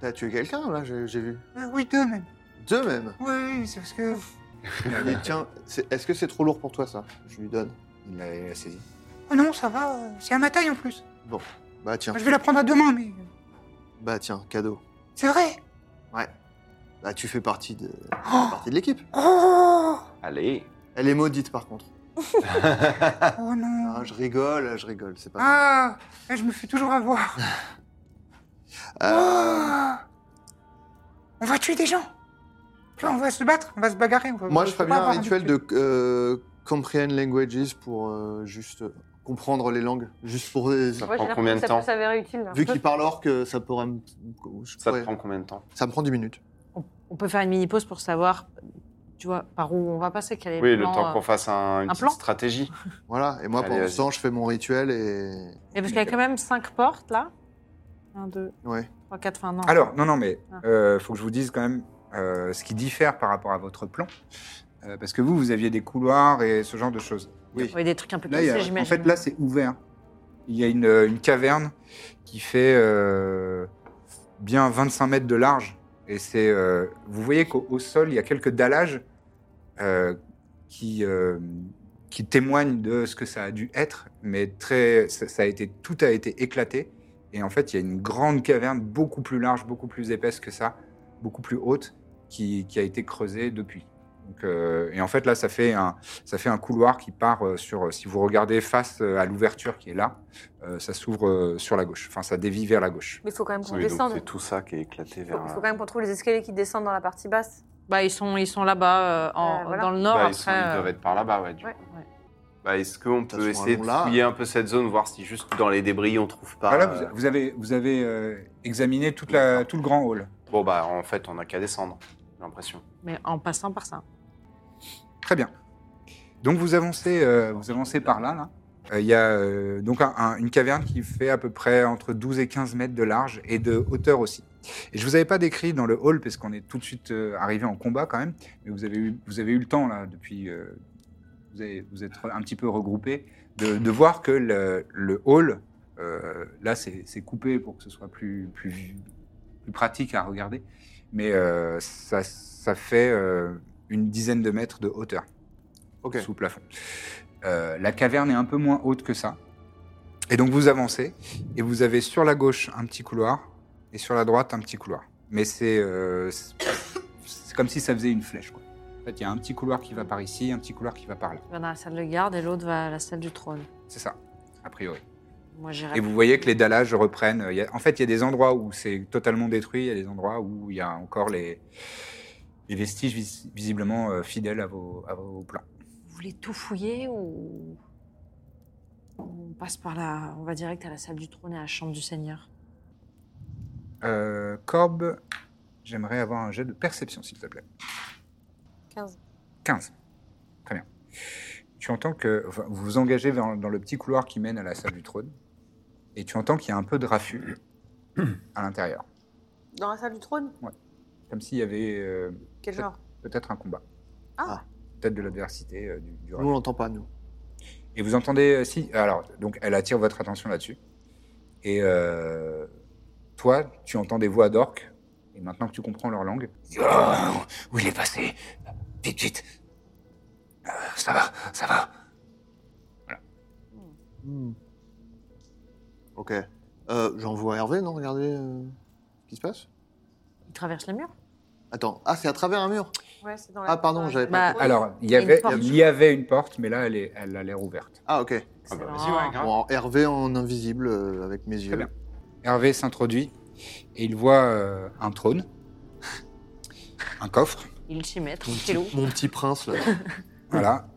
T'as tué quelqu'un, là, j'ai j'ai vu.
Euh, oui, deux même.
Deux, même.
Oui, c'est parce que.
Mais tiens, c'est- est-ce que c'est trop lourd pour toi, ça Je lui donne.
Il l'a il l'a saisi. Oh non, ça va, euh, c'est à ma taille en plus.
Bah tiens,
Je vais la prendre à deux mains, mais.
bah tiens, cadeau.
C'est vrai
Bah tu fais partie de, tu fais partie de l'équipe.
Oh,
Allez.
Elle est maudite, par contre.
oh non
Ah, je rigole, je rigole, c'est pas...
Ah Je me fais toujours avoir Oh.
Euh,
On va tuer des gens On va se battre, on va se bagarrer.
Moi, je ferais bien un rituel de euh, comprehend languages pour euh, juste euh, comprendre les langues, juste pour. euh,
Ça
Moi, j'ai
prend
l'impression
combien
que
de
ça
temps
peut s'avérer utile. là.
vu qu'il parle orc, euh, ça pourrait. me- je
Ça
pourrais-
te prend combien de temps
ça me prend 10 minutes.
On peut faire une mini pause pour savoir, tu vois, par où on va passer, quel est
Oui, le
plan,
temps
euh.
qu'on fasse un- une
un
petite
plan
stratégie.
Voilà. Et moi,
Allez,
pendant
vas-y.
ce temps, je fais mon rituel et.
Et parce qu'il y a quand même cinq portes là. 1, 2,
Ouais.
3, 4, enfin non.
Alors, non, non, mais
Ah.
euh, faut que je vous dise quand même euh, ce qui diffère par rapport à votre plan. Euh, parce que vous, vous aviez des couloirs et ce genre de choses.
Il y a des trucs un peu
Là, il y a-
cassés,
en
j'imagine.
fait, là, c'est ouvert. Il y a une, euh, une caverne qui fait euh, bien 25 mètres de large. Et c'est, euh, vous voyez qu'au au sol, il y a quelques dallages euh, qui, euh, qui témoignent de ce que ça a dû être. Mais très, ça, ça a été, tout a été éclaté. Et en fait, il y a une grande caverne beaucoup plus large, beaucoup plus épaisse que ça, beaucoup plus haute, qui, qui a été creusée depuis. Donc, euh, et en fait, là, ça fait un, ça fait un couloir qui part euh, sur. euh, si vous regardez face euh, à l'ouverture qui est là, euh, ça s'ouvre euh, sur la gauche. Enfin, ça dévie vers la gauche.
Mais il faut quand même qu'on
Oui, donc
descende.
c'est tout ça qui est éclaté
Il faut,
vers.
faut quand même qu'on trouve les escaliers qui descendent dans la partie basse.
Bah, ils sont, ils sont là-bas, euh, en-
Euh, voilà.
dans le nord.
Bah,
après,
ils, sont- ils
euh,
doivent être par là-bas, ouais. du
Ouais.
coup.
Ouais.
Bah, est-ce qu'on peut
façon,
essayer de
allons là.
fouiller un peu cette zone, voir si juste dans les débris on trouve
Ah,
pas.
Voilà,
euh,
vous, vous avez, vous avez euh, examiné toute la, tout le grand hall.
Bon bah en fait on n'a qu'à descendre, j'ai l'impression.
Mais en passant par ça.
Très bien. Donc vous avancez, euh, vous avancez par là. là. Euh, Il y a euh, donc un- un- une caverne qui fait à peu près entre 12 et 15 mètres de large et de hauteur aussi. Et je vous avais pas décrit dans le hall parce qu'on est tout de suite euh, arrivé en combat quand même. Mais vous avez eu, vous avez eu le temps là depuis. euh, vous, avez- vous êtes un petit peu regroupés de, de voir que le, le hall euh, là c'est c'est coupé pour que ce soit plus plus, plus pratique à regarder. Mais euh, ça, ça fait euh, une dizaine de mètres de hauteur
Ok.
sous plafond. Euh, la caverne est un peu moins haute que ça. Et donc vous avancez et vous avez sur la gauche un petit couloir et sur la droite un petit couloir. Mais c'est euh, c'est- c'est comme si ça faisait une flèche. Quoi. En fait, il y a un petit couloir qui va par ici, un petit couloir qui va par là.
Il va dans la salle de garde et l'autre va à la salle du trône.
C'est ça, a priori.
Moi, j'irai.
Et vous voyez que les dallages reprennent. Il y a- en fait, il y a des endroits où c'est totalement détruit, il y a des endroits où il y a encore les, les vestiges vis- visiblement euh, fidèles à vos, à vos plans.
Vous voulez tout fouiller ou. On passe par là. On va direct à la salle du trône et à la chambre du Seigneur.
Euh, Corbe, j'aimerais avoir un jet de perception, s'il te plaît.
15.
15. Très bien. Tu entends que enfin, vous vous engagez vers- dans le petit couloir qui mène à la salle du trône, et tu entends qu'il y a un peu de raffut à l'intérieur,
Dans la salle du trône
comme s'il y avait euh,
Quel genre
peut-être un combat.
Ah.
Peut-être de l'adversité, euh, du, du
Nous, on l'entend pas, nous.
Et vous entendez euh, si alors donc elle attire votre attention là-dessus. Et euh, toi, tu entends des voix d'orques. Et maintenant que tu comprends leur langue, Oh, où il est passé Vite, vite. Euh, ça va, ça va.
Hmm. Ok. Euh, J'envoie Hervé, non Regardez euh, ce qui se passe.
Il traverse les murs
Attends. Ah, c'est à travers un mur
Ouais, c'est dans la-
Ah, pardon,
dans la-
j'avais pas.
Bah,
Alors, il
Il
y,
y a une
avait,
porte.
il y avait une porte, mais là, elle, est, elle a l'air ouverte.
Ah, ok.
Ah bah,
Excellent.
vas-y, ouais, grave.
Bon, Hervé en invisible euh, avec mes yeux.
bien. Hervé s'introduit et il voit euh, un trône, un coffre,
Il s'y met,
Mon
tranquillou.
petit, mon petit prince, là.
voilà,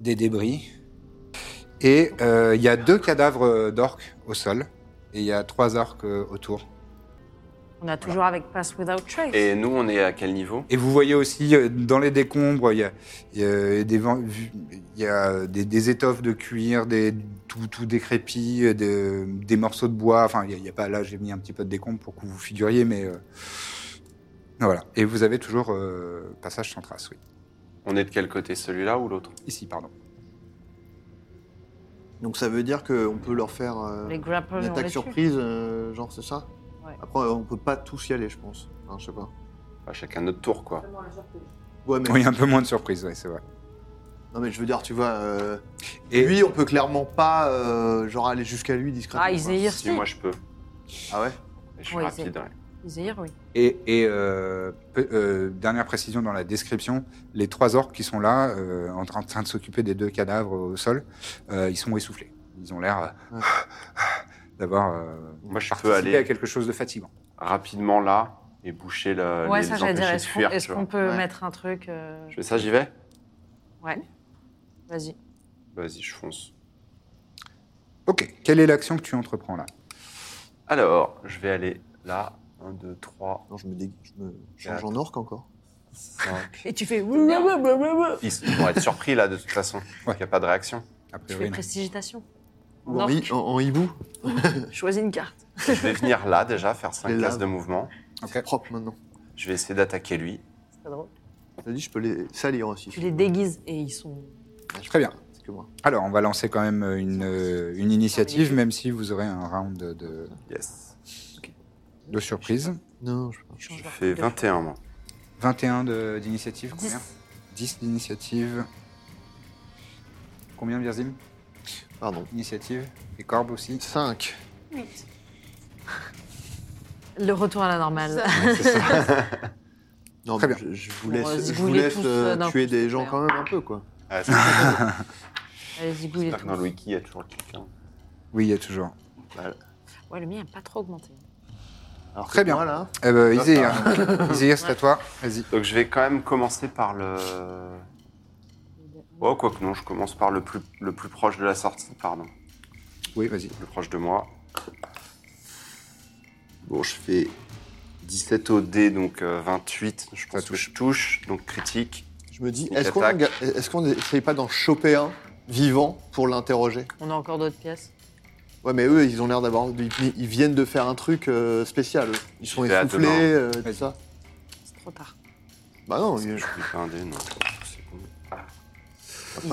des débris. Et euh, il y a deux cadavres euh, d'orques au sol et il y a trois orques euh, autour.
On a toujours avec Pass Without Trace.
Et nous, on est à quel niveau
Et vous voyez aussi euh, dans les décombres, il y a, il y a des, vent- il y a des- des étoffes de cuir, des, tout, tout décrépit, euh, des- des morceaux de bois. Enfin, il y a- il y a pas là, j'ai mis un petit peu de décombres pour que vous figuriez, mais euh, voilà. Et vous avez toujours euh, passage sans trace, oui.
On est de quel côté Celui-là ou l'autre
Ici, pardon.
Donc ça veut dire qu'on peut leur faire euh,
Les grapples,
une
on les
attaque
tue.
surprise, euh, genre, c'est ça
Ouais.
Après, euh, on peut pas tous y aller, je pense. Enfin, je sais pas.
Bah, Chacun notre tour, quoi.
Ouais, mais,
Oui, hein. un peu moins de surprise, oui, c'est vrai.
non, mais je veux dire, tu vois, euh,
Et
lui, on peut clairement pas, euh, genre, aller jusqu'à lui discrètement.
Ah,
quoi.
Iséir,
Si
si.
moi je peux.
Ah ouais
Je suis
Oui,
rapide.
c'est-
ouais.
Iséir, oui.
Et, et, euh, peu- euh, dernière précision dans la description, les trois orques qui sont là, euh, en train en train de s'occuper des deux cadavres au sol, euh, ils sont essoufflés. Ils ont l'air euh,
Ouais.
d'avoir euh,
Moi je peux
participé
aller
à quelque chose de fatigant.
rapidement là et boucher
Euh,
la,
Ouais,
les
ça, j'allais dire,
empêcher de
est-ce qu'on
fuir.
est-ce
tu
qu'on
vois.
peut
Ouais.
mettre un truc euh,
Je fais ça, j'y vais
Ouais. Vas-y.
Vas-y, je fonce.
Ok, quelle est l'action que tu entreprends là
Alors, je vais aller là. 1, 2, 3,
Non, je me, dé- je me change
Ah.
Quatre.
en orc encore.
5.
Et tu fais.
Ils vont être surpris là de toute façon. Il n'y a pas de réaction.
A
Je
priori,
fais
non.
prestigitation.
Ou
En
en, hi- en- en hibou
Choisis une carte.
Je vais venir là déjà, faire 5
Les
cases
laves.
de mouvement.
Ok.
Propre maintenant.
Je vais essayer d'attaquer lui.
C'est pas drôle.
T'as dit, je peux les salir aussi.
Tu les déguises et ils sont.
Ah,
Très bien.
C'est que moi.
Alors, on va lancer quand même une, euh, une initiative, même si vous aurez un round de,
Yes.
de surprise.
Non, je peux pas.
Je fais 21 moi.
21 de- d'initiative, combien
10.
10 d'initiative. Combien, Birzim
Pardon.
Initiative et Corbe aussi.
5.
Le retour à la normale.
Non,
Très
mais
bien.
je, je vous
Bon,
laisse,
euh,
je vous
zigouiller
laisse
tous,
euh,
euh, d'un
tuer
coup,
des
c'est
gens
clair.
quand même un peu, quoi.
Ouais, c'est bon.
Allez-y, gouillez
J'espère que
tout.
dans le wiki, il y a toujours quelqu'un.
Oui, il y a toujours.
Ouais, le mien n'a pas trop augmenté.
Alors,
Très
que
bien.
Moi, là,
Eh ben, Izir, Izir, c'est à toi. Vas-y.
Donc je vais quand même commencer par le. Oh, quoi que non, je commence par le plus, le plus proche de la sortie, pardon.
Oui, vas-y.
Le plus proche de moi. Bon, je fais 17 au dé, donc euh, 28. Je pense que je touche, donc critique.
je me dis,
Sneak
est-ce qu'on
attack.
ga- est-ce qu'on essaye pas d'en choper un vivant pour l'interroger
On a encore d'autres pièces.
Ouais, mais eux, ils ont l'air d'avoir. Ils, ils viennent de faire un truc euh, spécial. eux. Ils sont
J'ai hâte
essoufflés,
demain.
euh, tout
Vas-y.
ça.
C'est trop tard.
Bah non,
Je
il,
fais pas un dé, non. c'est bon.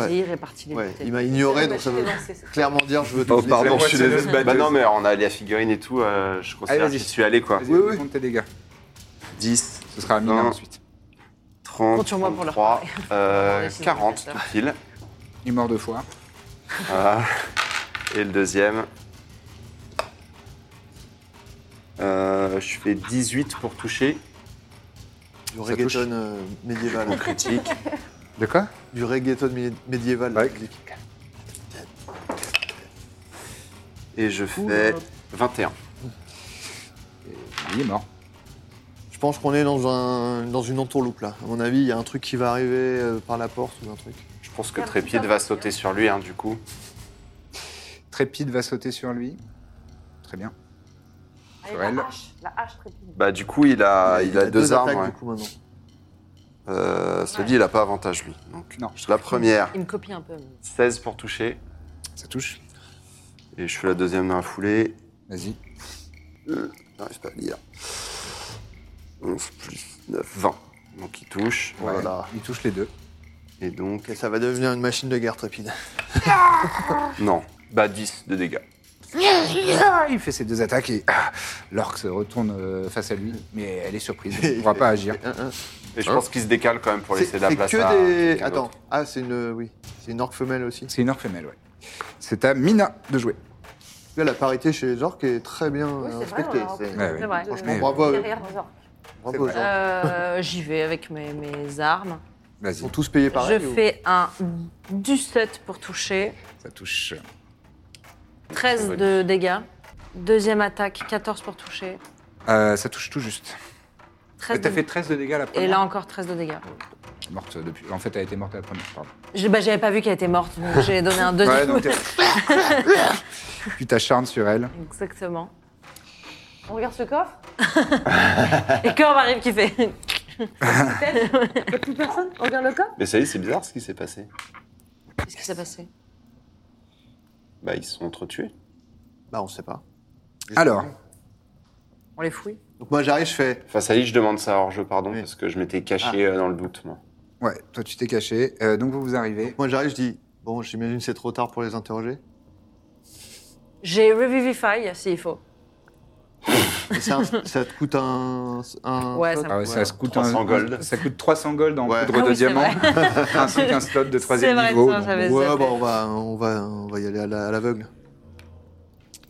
Ouais.
Iséir est parti les
ouais,
buter.
il m'a
Ah,
ignoré,
bah,
donc ça veut clairement dire je veux
Oh,
tous les-
pardon, je suis désolé.
Bah non, mais on a la figurine et tout, euh, je considère
Allez,
que
vas-y.
je suis allé, quoi.
Vas-y,
oui.
compte tes dégâts.
10,
Ce sera à Mina
Non.
ensuite.
30,
Compte sur moi pour leur
33,
Pour
euh,
les six
40 tout
ordinateurs.
pile.
Il est mort deux fois.
Voilà. Et le deuxième. Euh, je fais 18 pour toucher.
du
touche.
reggaeton euh, médiéval.
Mon critique.
De quoi
Du reggaeton mé- médiéval.
Ouais.
Et je fais 21.
Il est mort.
Je pense qu'on est dans, un, dans une entourloupe là. À mon avis, il y a un truc qui va arriver euh, par la porte ou un truc.
Je pense que Trépide va sauter sur lui, hein, du coup.
Trépide va sauter sur lui. Très bien. Sur
la
elle.
hache, la hache trépide.
Bah, du coup, il a, il a deux, armes.
attaques,
ouais.
du coup, maintenant.
Euh, cela dit, il a pas avantage, lui. Donc,
Non.
La première,
Il me copie un peu. mais-
16 pour toucher.
Ça touche.
Et je fais la deuxième dans la foulée.
Vas-y.
Euh, J'arrive pas à lire. 11 plus 9, 20. Donc, il touche.
Ouais,
Voilà.
Il touche les deux.
Et donc,
Ok, ça va devenir une machine de guerre trépide.
non. Bah, 10 de dégâts.
Ah, il fait ses deux attaques et ah, l'orque se retourne euh, face à lui, mais elle est surprise. Elle ne pourra pas agir.
Un, un.
Et je pense qu'il se décale quand même pour
C'est
laisser de la
c'est
place à.
que des.
quelqu'un
Attends,
d'autre.
ah, c'est une. Oui, c'est une orque femelle aussi.
C'est une orque femelle, ouais. C'est à Mina de jouer.
Là, la parité chez les orques est très bien euh,
Oui, c'est vrai,
respectée.
on l'a
c'est-
Ouais, ouais.
C'est vrai.
Franchement,
Mais-
bravo à eux.
Derrière nos orques.
Bravo,
C'est
Jean.
Euh, J'y vais avec mes, mes armes.
Ils sont
Vas-y,
tous payés pareil.
je
ou-
fais un du 7 pour toucher,
ça touche.
13 de dégâts. Deuxième attaque, 14 pour toucher.
Euh, ça touche tout juste.
13
T'as
de-
fait 13 de dégâts la
Et
première.
là encore 13 de dégâts.
Morte depuis. En fait, elle était morte la première, pardon.
Je- bah, J'avais pas vu qu'elle était morte, donc j'ai donné un deuxième.
Ouais, donc t'es- tu t'acharnes sur elle.
Exactement.
On regarde ce coffre
Et quand on arrive qui fait
Il n'y a plus personne On regarde le coffre
Mais ça y est, c'est bizarre ce qui s'est passé.
Qu'est-ce qui s'est passé
Bah, ils se sont entretués.
Bah, on sait pas.
Alors,
On les fouille.
Donc moi, j'arrive, je fais.
Enfin, Sally, je demande ça hors jeu, pardon,
Oui.
parce que je m'étais caché euh, dans le doute, moi.
ouais, toi tu t'es caché. Euh, donc vous vous arrivez.
Moi, j'arrive, je dis. Bon, j'imagine c'est trop tard pour les interroger.
J'ai Revivify s'il faut.
Et c'est un- ça te coûte un. un
Ouais,
slot
ça
Ah ouais, ça se coûte
300 gold.
Ça coûte 300 gold en
Ouais.
poudre
Ah oui,
de
c'est
diamant, ainsi qu'un slot de troisième niveau.
ça,
donc
j'avais-
bon.
Ouais,
fait-
bah, on va, on va, on va y aller à la- à l'aveugle.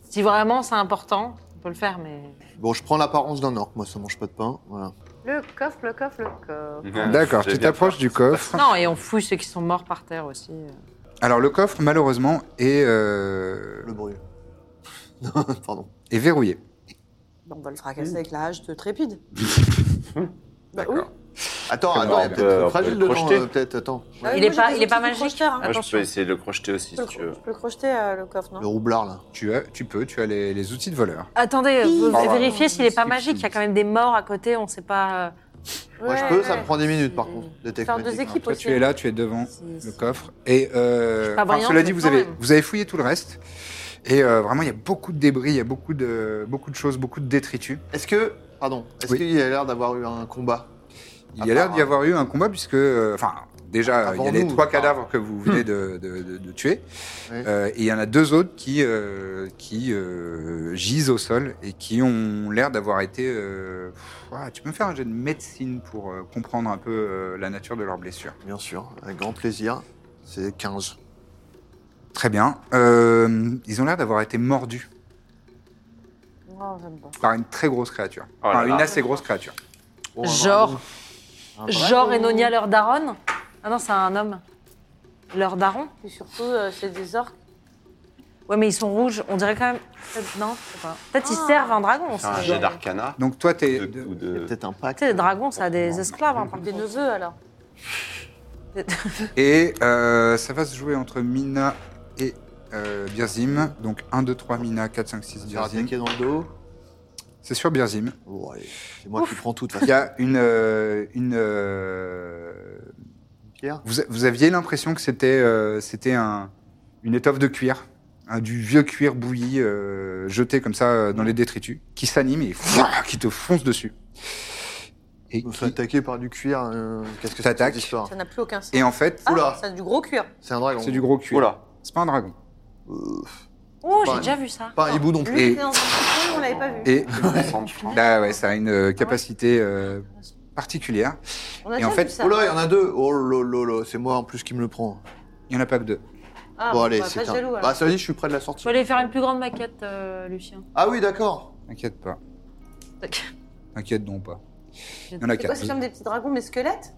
Si vraiment c'est important, on peut le faire, mais.
Bon, je prends l'apparence d'un orc, moi, ça mange pas de pain. Voilà.
Le coffre, le coffre, le coffre.
D'accord,
J'ai
tu
bien
t'approches
peur.
du coffre.
Non, et on fouille ceux qui sont morts par terre aussi.
Alors le coffre, malheureusement, est, euh,
Le bruit. Non, Pardon.
est verrouillé.
Bon, on va le fracasser avec la hache de Trépide. bah oui.
D'accord.
Attends, attends,
Très
il y
bien.
a
On peut- on
peut-être
peut
fragile
le
dedans,
projeter.
euh, peut-être. Attends.
Ah oui,
Il
moi,
est pas-
j'ai
il est pas
des outils
magique.
de crocheteur, hein.
Moi, je
Attention.
peux essayer de le crocheter aussi,
Tu peux
si
le
tu
cro-
veux.
tu peux le crocheter, euh, le coffre,
Le
non
roublard, là.
Tu, as, tu peux, tu as les, les outils de voleur.
Attendez,
Oh
vous
Voilà.
vérifiez s'il est pas magique. Il y a quand même des morts à côté, on sait pas. euh,
Moi, je
Ouais,
peux,
ouais.
ça me prend des minutes, par contre, de
Faire deux
technique.
Alors,
équipes
toi,
aussi.
tu es là, tu es devant
si-
le coffre. Et euh,
Je suis pas
enfin,
brillante,
cela dit,
mais
vous
quand
avez,
même.
vous avez fouillé tout le reste. Et euh, vraiment, il y a beaucoup de débris, il y a beaucoup de, beaucoup de choses, beaucoup de détritus.
Est-ce que. Pardon. Est-ce
Oui.
qu'il y a l'air d'avoir eu un combat
Il
À
y a l'air
part,
Ah,
d'y
euh,
avoir eu un combat, puisque. euh, Enfin, déjà, euh, il y
Avant
a les
nous,
trois
enfin.
cadavres que vous venez de,
Hmm.
de- de- de tuer.
Oui.
Euh, et il y en a deux autres qui, euh, qui euh, gisent au sol et qui ont l'air d'avoir été. euh, pff, ouah, tu peux me faire un jeu de médecine pour euh, comprendre un peu euh, la nature de leurs blessures.
Bien sûr, avec grand plaisir. C'est 15.
Très bien. Euh, ils ont l'air d'avoir été mordus
Non, j'aime pas.
par une très grosse créature.
Oh là
Enfin,
là.
une assez grosse créature.
Bon,
Genre,
un- un-
genre Enonia, leur daronne Ah non, c'est un homme. Leur daron
Puis surtout, euh, c'est des orques.
Ouais, mais ils sont rouges. On dirait quand même. Peut-être- Non, je sais pas. Peut-être qu'ils
Ah.
servent un dragon. on
Faire un
sait
jet
jamais.
d'arcana.
Donc toi, t'es...
de-
de-
Il
ou
y a
de-
peut-être un euh,
Tu
pacte.
sais, les dragons, ça a des esclaves. hein, par
Des
contre.
neveux, alors.
Et euh, ça va se jouer entre Mina et euh, Birzim. Donc 1, 2, 3, Mina, 4, 5, 6,
Se faire
Birzim.
attaquer dans le dos.
C'est sur Birzim.
Bon, Oh, allez, c'est moi qui prends tout, de toute
Il y
façon.
a une... euh, une euh,
Pierre.
vous, a- vous aviez l'impression que c'était euh, c'était un, une étoffe de cuir. hein, du vieux cuir bouilli euh, jeté comme ça euh, dans les détritus. Qui s'anime et qui te fonce dessus. Et
Je me fais
qui-
attaquer par du cuir. euh, Qu'est-ce que c'est que
T'attaques.
cette histoire
Ça n'a plus aucun sens.
Et en fait,
Ah,
Oula.
ça a du gros cuir.
C'est un dragon.
c'est du gros cuir.
Oula.
C'est pas un dragon.
Euh,
Oh,
Pas-
j'ai déjà vu ça.
pas un hibou non plus.
Lui,
Et-
il était dans un petit coin, on l'avait pas vu.
Et
Sans francs.
là, ouais, ça a une euh, capacité euh, particulière.
On a
Et
déjà
en fait-
vu ça.
Oh là, il y en a deux. Oh là là là, c'est moi en plus qui me le prend.
Il n'y en a pas que deux.
Ah,
bon, allez,
bah,
c'est
pas
un.
jaloux, alors.
Bah, ça veut dire que je suis près de la
Je
sortie.
vais aller faire une plus grande maquette, euh, Lucien.
Ah oui, d'accord.
T'inquiète pas.
Tac.
T'inquiète donc pas. Il y en a
C'est quoi,
quatre.
c'est comme des petits dragons, mais squelettes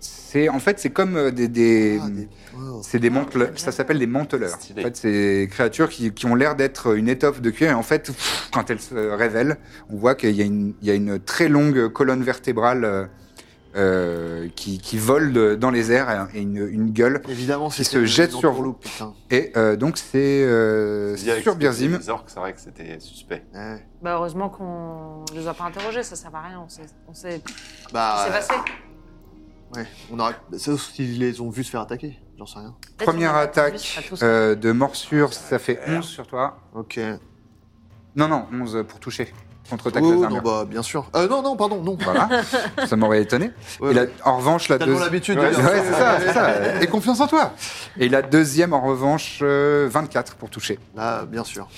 C'est en fait c'est comme euh, des, des-
Ah, des- wow.
c'est des manteleurs. Ça s'appelle des manteleurs. En
Stylé.
fait, c'est des créatures qui, qui ont l'air d'être une étoffe de cuir et en fait, pff, quand elles se révèlent, on voit qu'il y a une, il y a une très longue colonne vertébrale euh, euh, qui, qui vole de- dans les airs et une, une gueule
Évidemment, c'est
Qui se jette sur vous.
l'eau, putain.
Et euh, donc c'est euh,
Dis avec
sur
ces-
Birzim.
Les orques, c'est vrai que c'était suspect.
Ouais.
Bah, heureusement qu'on ne les a pas interrogés, ça sert à rien. On sait, on sait ce qui
Bah,
Ah,
s'est passé.
ouais. On aurait. Sauf s'ils les ont vus se faire attaquer. J'en sais rien.
Peut-être
Première
qu'on a-
attaque
à tous.
euh, de morsure, ça fait 11 sur toi.
Ok.
Non, non, 11 pour toucher. Contre ta
Oui,
classe
oui, non,
d'armure.
bah, bien sûr. Euh, non, non, pardon, non.
Voilà, ça m'aurait étonné.
Ouais,
Et la-
ouais.
en revanche, la
Tellement
deuxième.
l'habitude de
Ouais,
dire
ouais,
ça.
c'est ça, c'est ça. Et confiance en toi. Et la deuxième, en revanche, euh, 24 pour toucher.
Là, bien sûr.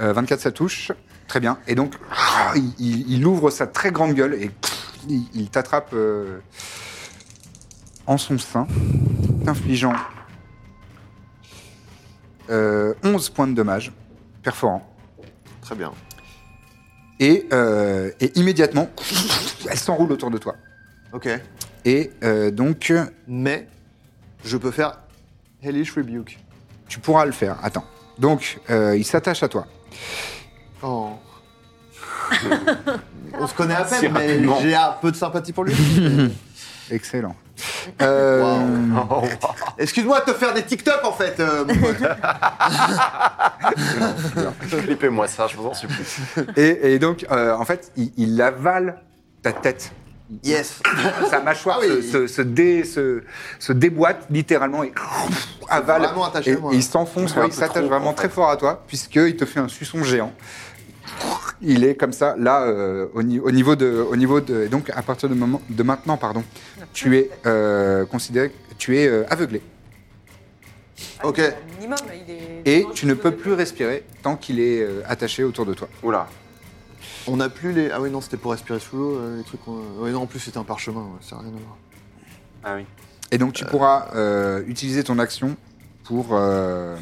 Euh, 24, ça touche. Très bien. Et donc, ah, il, il- il ouvre sa très grande gueule et pff, il, il t'attrape euh, en son sein, t'infligeant euh, 11 points de dommage, perforant.
Très bien.
et, euh, et immédiatement, elle s'enroule autour de toi.
Ok.
Et euh, donc,
Mais je peux faire Hellish Rebuke.
tu pourras le faire. Attends. Donc, euh, il s'attache à toi.
Oh. On se connaît à peine,
Si
mais
rapidement.
j'ai un peu de sympathie pour lui.
Excellent. Euh,
Excuse-moi de te faire des TikTok en fait. euh, mon pote.
Clippez-moi ça, je vous en supplie.
et, et donc, euh, en fait, il, il avale ta tête.
yes.
Sa mâchoire
Ah oui.
se, se- se dé- se- se déboîte littéralement et avale.
Vraiment attaché,
Et-
moi. Ah
et il s'enfonce,
Ouais,
ouais,
un
il
peu
s'attache
trop,
vraiment
en fait.
très fort à toi, puisqu'il te fait un suçon géant. Il est comme ça, là, euh, au, ni- au niveau de, au niveau de, et donc à partir de, moment, de maintenant, pardon, tu es euh, considéré, tu es euh, aveuglé
Ok.
Minimum, il est.
et tu ne peux plus respirer tant qu'il est euh, attaché autour de toi.
Oula.
On n'a plus les. Ah oui, non, c'était pour respirer sous l'eau, euh, les trucs. qu'on- Ouais, non, en plus, c'était un parchemin, ouais, ça n'a rien à voir.
Ah oui.
Et donc tu pourras euh, utiliser ton action pour euh,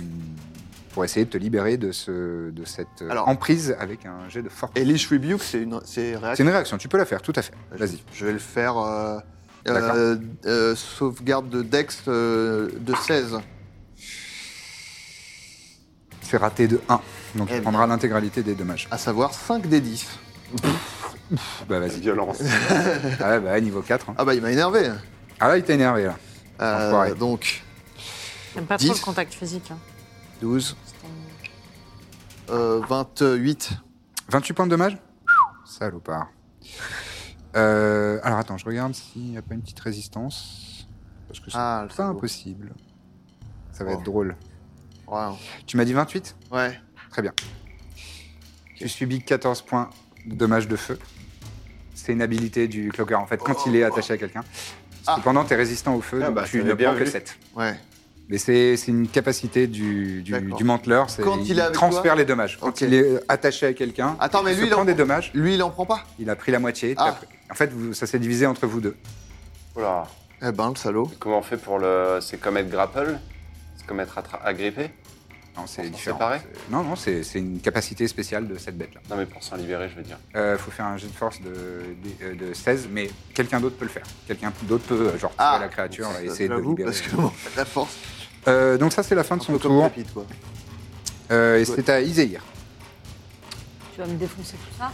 pour essayer de te libérer de ce, de cette euh,
Alors-
emprise avec un jet de force.
Hellish Rebuke, c'est une c'est
C'est
réaction.
une réaction, tu peux la faire, tout à fait. Vas-y.
Bah, Je vais le faire. euh,
D'accord.
euh, euh, sauvegarde de Dex euh, de 16.
C'est raté de 1, donc
Eh
tu prendras l'intégralité des dommages.
À savoir 5 des 10.
Bah
La
vas-y.
violence.
Ah ouais, bah niveau 4. hein.
Ah bah, il m'a énervé.
Ah là, il t'a énervé là.
Euh,
Enfoiré.
donc,
J'aime pas trop
Dix.
le contact physique. hein.
12.
euh, 28.
28 points de dommage Salopard. Euh, alors attends, je regarde s'il n'y a pas une petite résistance. Parce que c'est
Ah, le
pas
salaud.
impossible. Ça va
Oh.
être drôle.
Wow.
Tu m'as dit 28
Ah, Ouais.
Très bien. Tu subis 14 points de dommages de feu. C'est une habilité du cloqueur en fait, quand il est attaché à quelqu'un.
Ah.
Cependant, tu es résistant au feu,
Ah
donc
bah,
tu
ça
ne
l'a bien
prends que
vu.
7.
Ouais.
Mais c'est c'est une capacité du, du,
D'accord.
du manteleur, c'est
Quand
il,
il est avec
transfère
toi
les dommages. Quand
Ok.
il est euh, attaché à quelqu'un,
Attends, mais
il se
lui, il
prend
en,
des dommages,
lui, il en prend pas
il a pris la moitié. t'as
Ah.
pris- En fait, vous- ça s'est divisé entre vous deux.
Oula.
Eh ben, le salaud.
Comment on fait pour le. C'est comme être grapple C'est comme être attra- agrippé
Non, c'est
s'en
différent.
séparait
C'est- Non, non, c'est c'est une capacité spéciale de cette bête-là.
Non, mais pour s'en libérer, je veux dire.
Il Euh, faut faire un jet de force de, de- euh, de 16, mais quelqu'un d'autre peut le faire. Quelqu'un d'autre peut, euh, genre, tirer
Ah.
la créature et
Euh,
essayer de le
j'avoue,
libérer.
parce que bon, la force,
Euh, donc ça, c'est la fin de
un
son
peu comme
tour.
Tapit, quoi.
Euh, et c'est à Iséir.
Tu vas me défoncer tout ça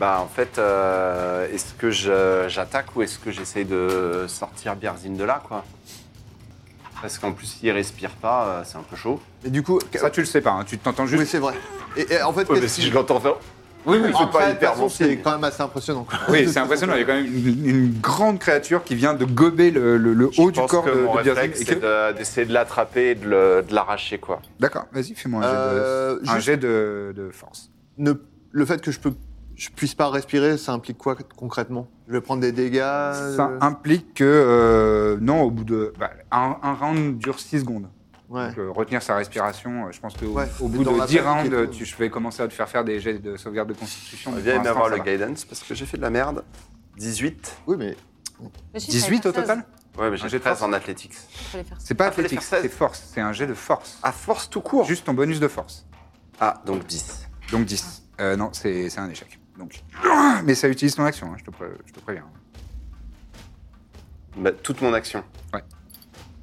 Bah, en fait, euh, est-ce que je- j'attaque ou est-ce que j'essaye de sortir Biarzine de là, quoi Parce qu'en plus, s'il respire pas, euh, c'est un peu chaud.
Et du coup,
Ça, tu le sais pas, hein, tu t'entends
oui,
juste...
c'est vrai. Et, et en fait, qu'est-ce qui-
l'entends faire.
Oui,
oui, c'est
Après,
pas
de toute
hyper
façon,
bon
C'est
signe.
quand même assez impressionnant. quoi.
Oui, c'est impressionnant. Il y a quand même une, une grande créature qui vient de gober le, le- le haut
Je
du
pense
corps
que
de,
mon
de Birzim
réflexe,
et que-
c'est de- d'essayer de l'attraper et de le- de l'arracher, quoi.
D'accord, vas-y, fais-moi un jet,
Euh,
de... un
juste-
jet de, de force.
Ne- le fait que je peux, je puisse pas respirer, ça implique quoi concrètement Je vais prendre des dégâts.
Ça
euh,
implique que, euh, non, au bout de. bah, un, un round dure 6 secondes.
ouais.
Donc, euh, retenir sa respiration, euh, je pense qu'au
Ouais,
au
mais
bout
dans
de
la
10
panique
rounds,
et tout.
tu- je vais commencer à te faire faire des jets de sauvegarde de constitution. mais
Viens
pour
bien
l'instant,
avoir
ça
le
va.
guidance parce que j'ai fait de la merde. 18.
Oui, mais
Mais si, fallait
18 au
faire
total
Ouais, mais
Un
j'ai
jet de
13
force.
en athlétiques.
seize, fallait faire seize.
C'est pas
Ah, fallait
athlétique,
faire
c'est
16.
force, c'est un jet de force.
À force tout court
Juste ton bonus de force.
Ah, donc 10.
Donc 10. Euh, non, c'est c'est un échec. Donc. Mais ça utilise ton action, hein, je, te pré- je te préviens.
Bah, toute mon action.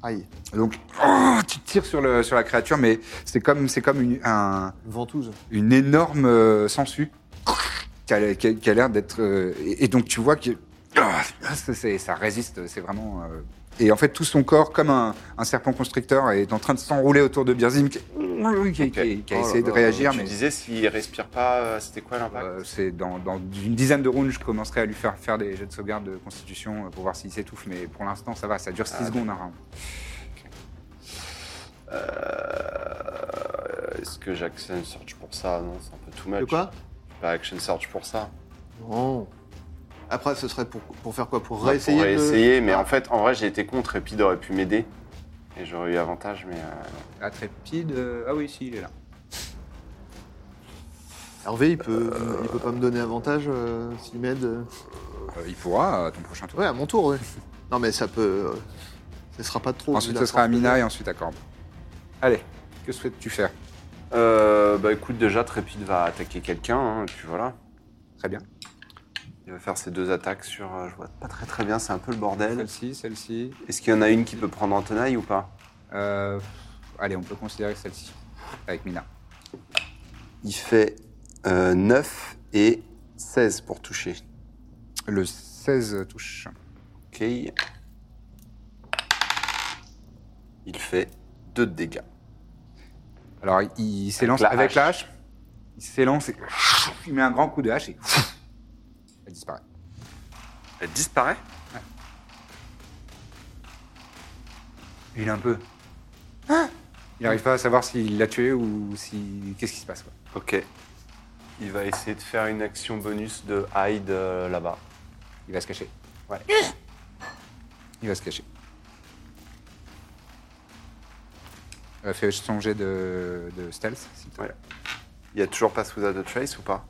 aïe,
Donc, oh, tu tires sur, le, sur la créature, mais c'est comme, c'est comme une, un-
une ventouse.
une énorme euh, sangsue qui a, qui a- qui a l'air d'être. euh, et, et donc, tu vois que ah, ça, c'est- ça résiste, c'est vraiment. euh, et en fait, tout son corps, comme un, un serpent constricteur, est en train de s'enrouler autour de Birzim, qui, qui- qui- qui a
Oh là
essayé de
là,
réagir,
Tu
mais
disais s'il respire pas, euh, c'était quoi l'impact
euh, c'est dans, dans une dizaine de rounds, je commencerai à lui faire faire des jets de sauvegarde de constitution euh, pour voir s'il s'étouffe, mais pour l'instant, ça va, ça dure 6
Ah,
secondes un round.
Euh, Est-ce que j'ai action search pour ça Non, c'est un peu too much.
De quoi
J'ai Pas action search pour ça.
Non. Après, ce serait pour, pour faire quoi Pour
Ouais,
réessayer.
Bah, pour
de-
réessayer,
Ah.
mais en fait, en vrai, j'ai été contre et Pid aurait pu m'aider. Et j'aurais eu avantage, mais. euh,
Atrépide, hein. euh, ah oui, si, il est là.
Hervé, il peut, il peut pas me donner avantage euh, s'il m'aide. euh.
Euh, il pourra à ton prochain tour.
Ouais, à mon tour, oui. non, mais ça peut. euh, Ce sera Oh, pas trop.
ensuite,
vu
ce
la
sera à
force
Mina
que
et ensuite à Corbe. Allez, que souhaites-tu faire
euh, bah écoute, déjà, Trépide va attaquer quelqu'un, hein, et puis voilà.
Très bien.
Il va faire ses deux attaques sur. euh, je vois pas très très bien, c'est un peu le bordel.
Celle-ci, celle-ci.
Est-ce qu'il y en a une qui peut prendre en tenaille ou pas
Euh, allez, on peut considérer celle-ci. Avec Mina.
Il fait euh, 9 et 16 pour toucher.
Le 16 touche.
Ok. Il fait 2 de dégâts.
Alors, il s'élance
Avec la
avec la hache. Il s'élance et. Il met un grand coup de hache et. Elle disparaît.
Elle disparaît
Il est un peu. Hein Il n'arrive pas à savoir s'il l'a tué ou si. Qu'est-ce qui se passe quoi.
Ok. Il va essayer de faire une action bonus de hide euh, là-bas.
Il va se cacher. Ouais. Il va se cacher. Euh, fais son jet de, de stealth, s'il te plaît.
Il y a toujours pas sous de trace ou pas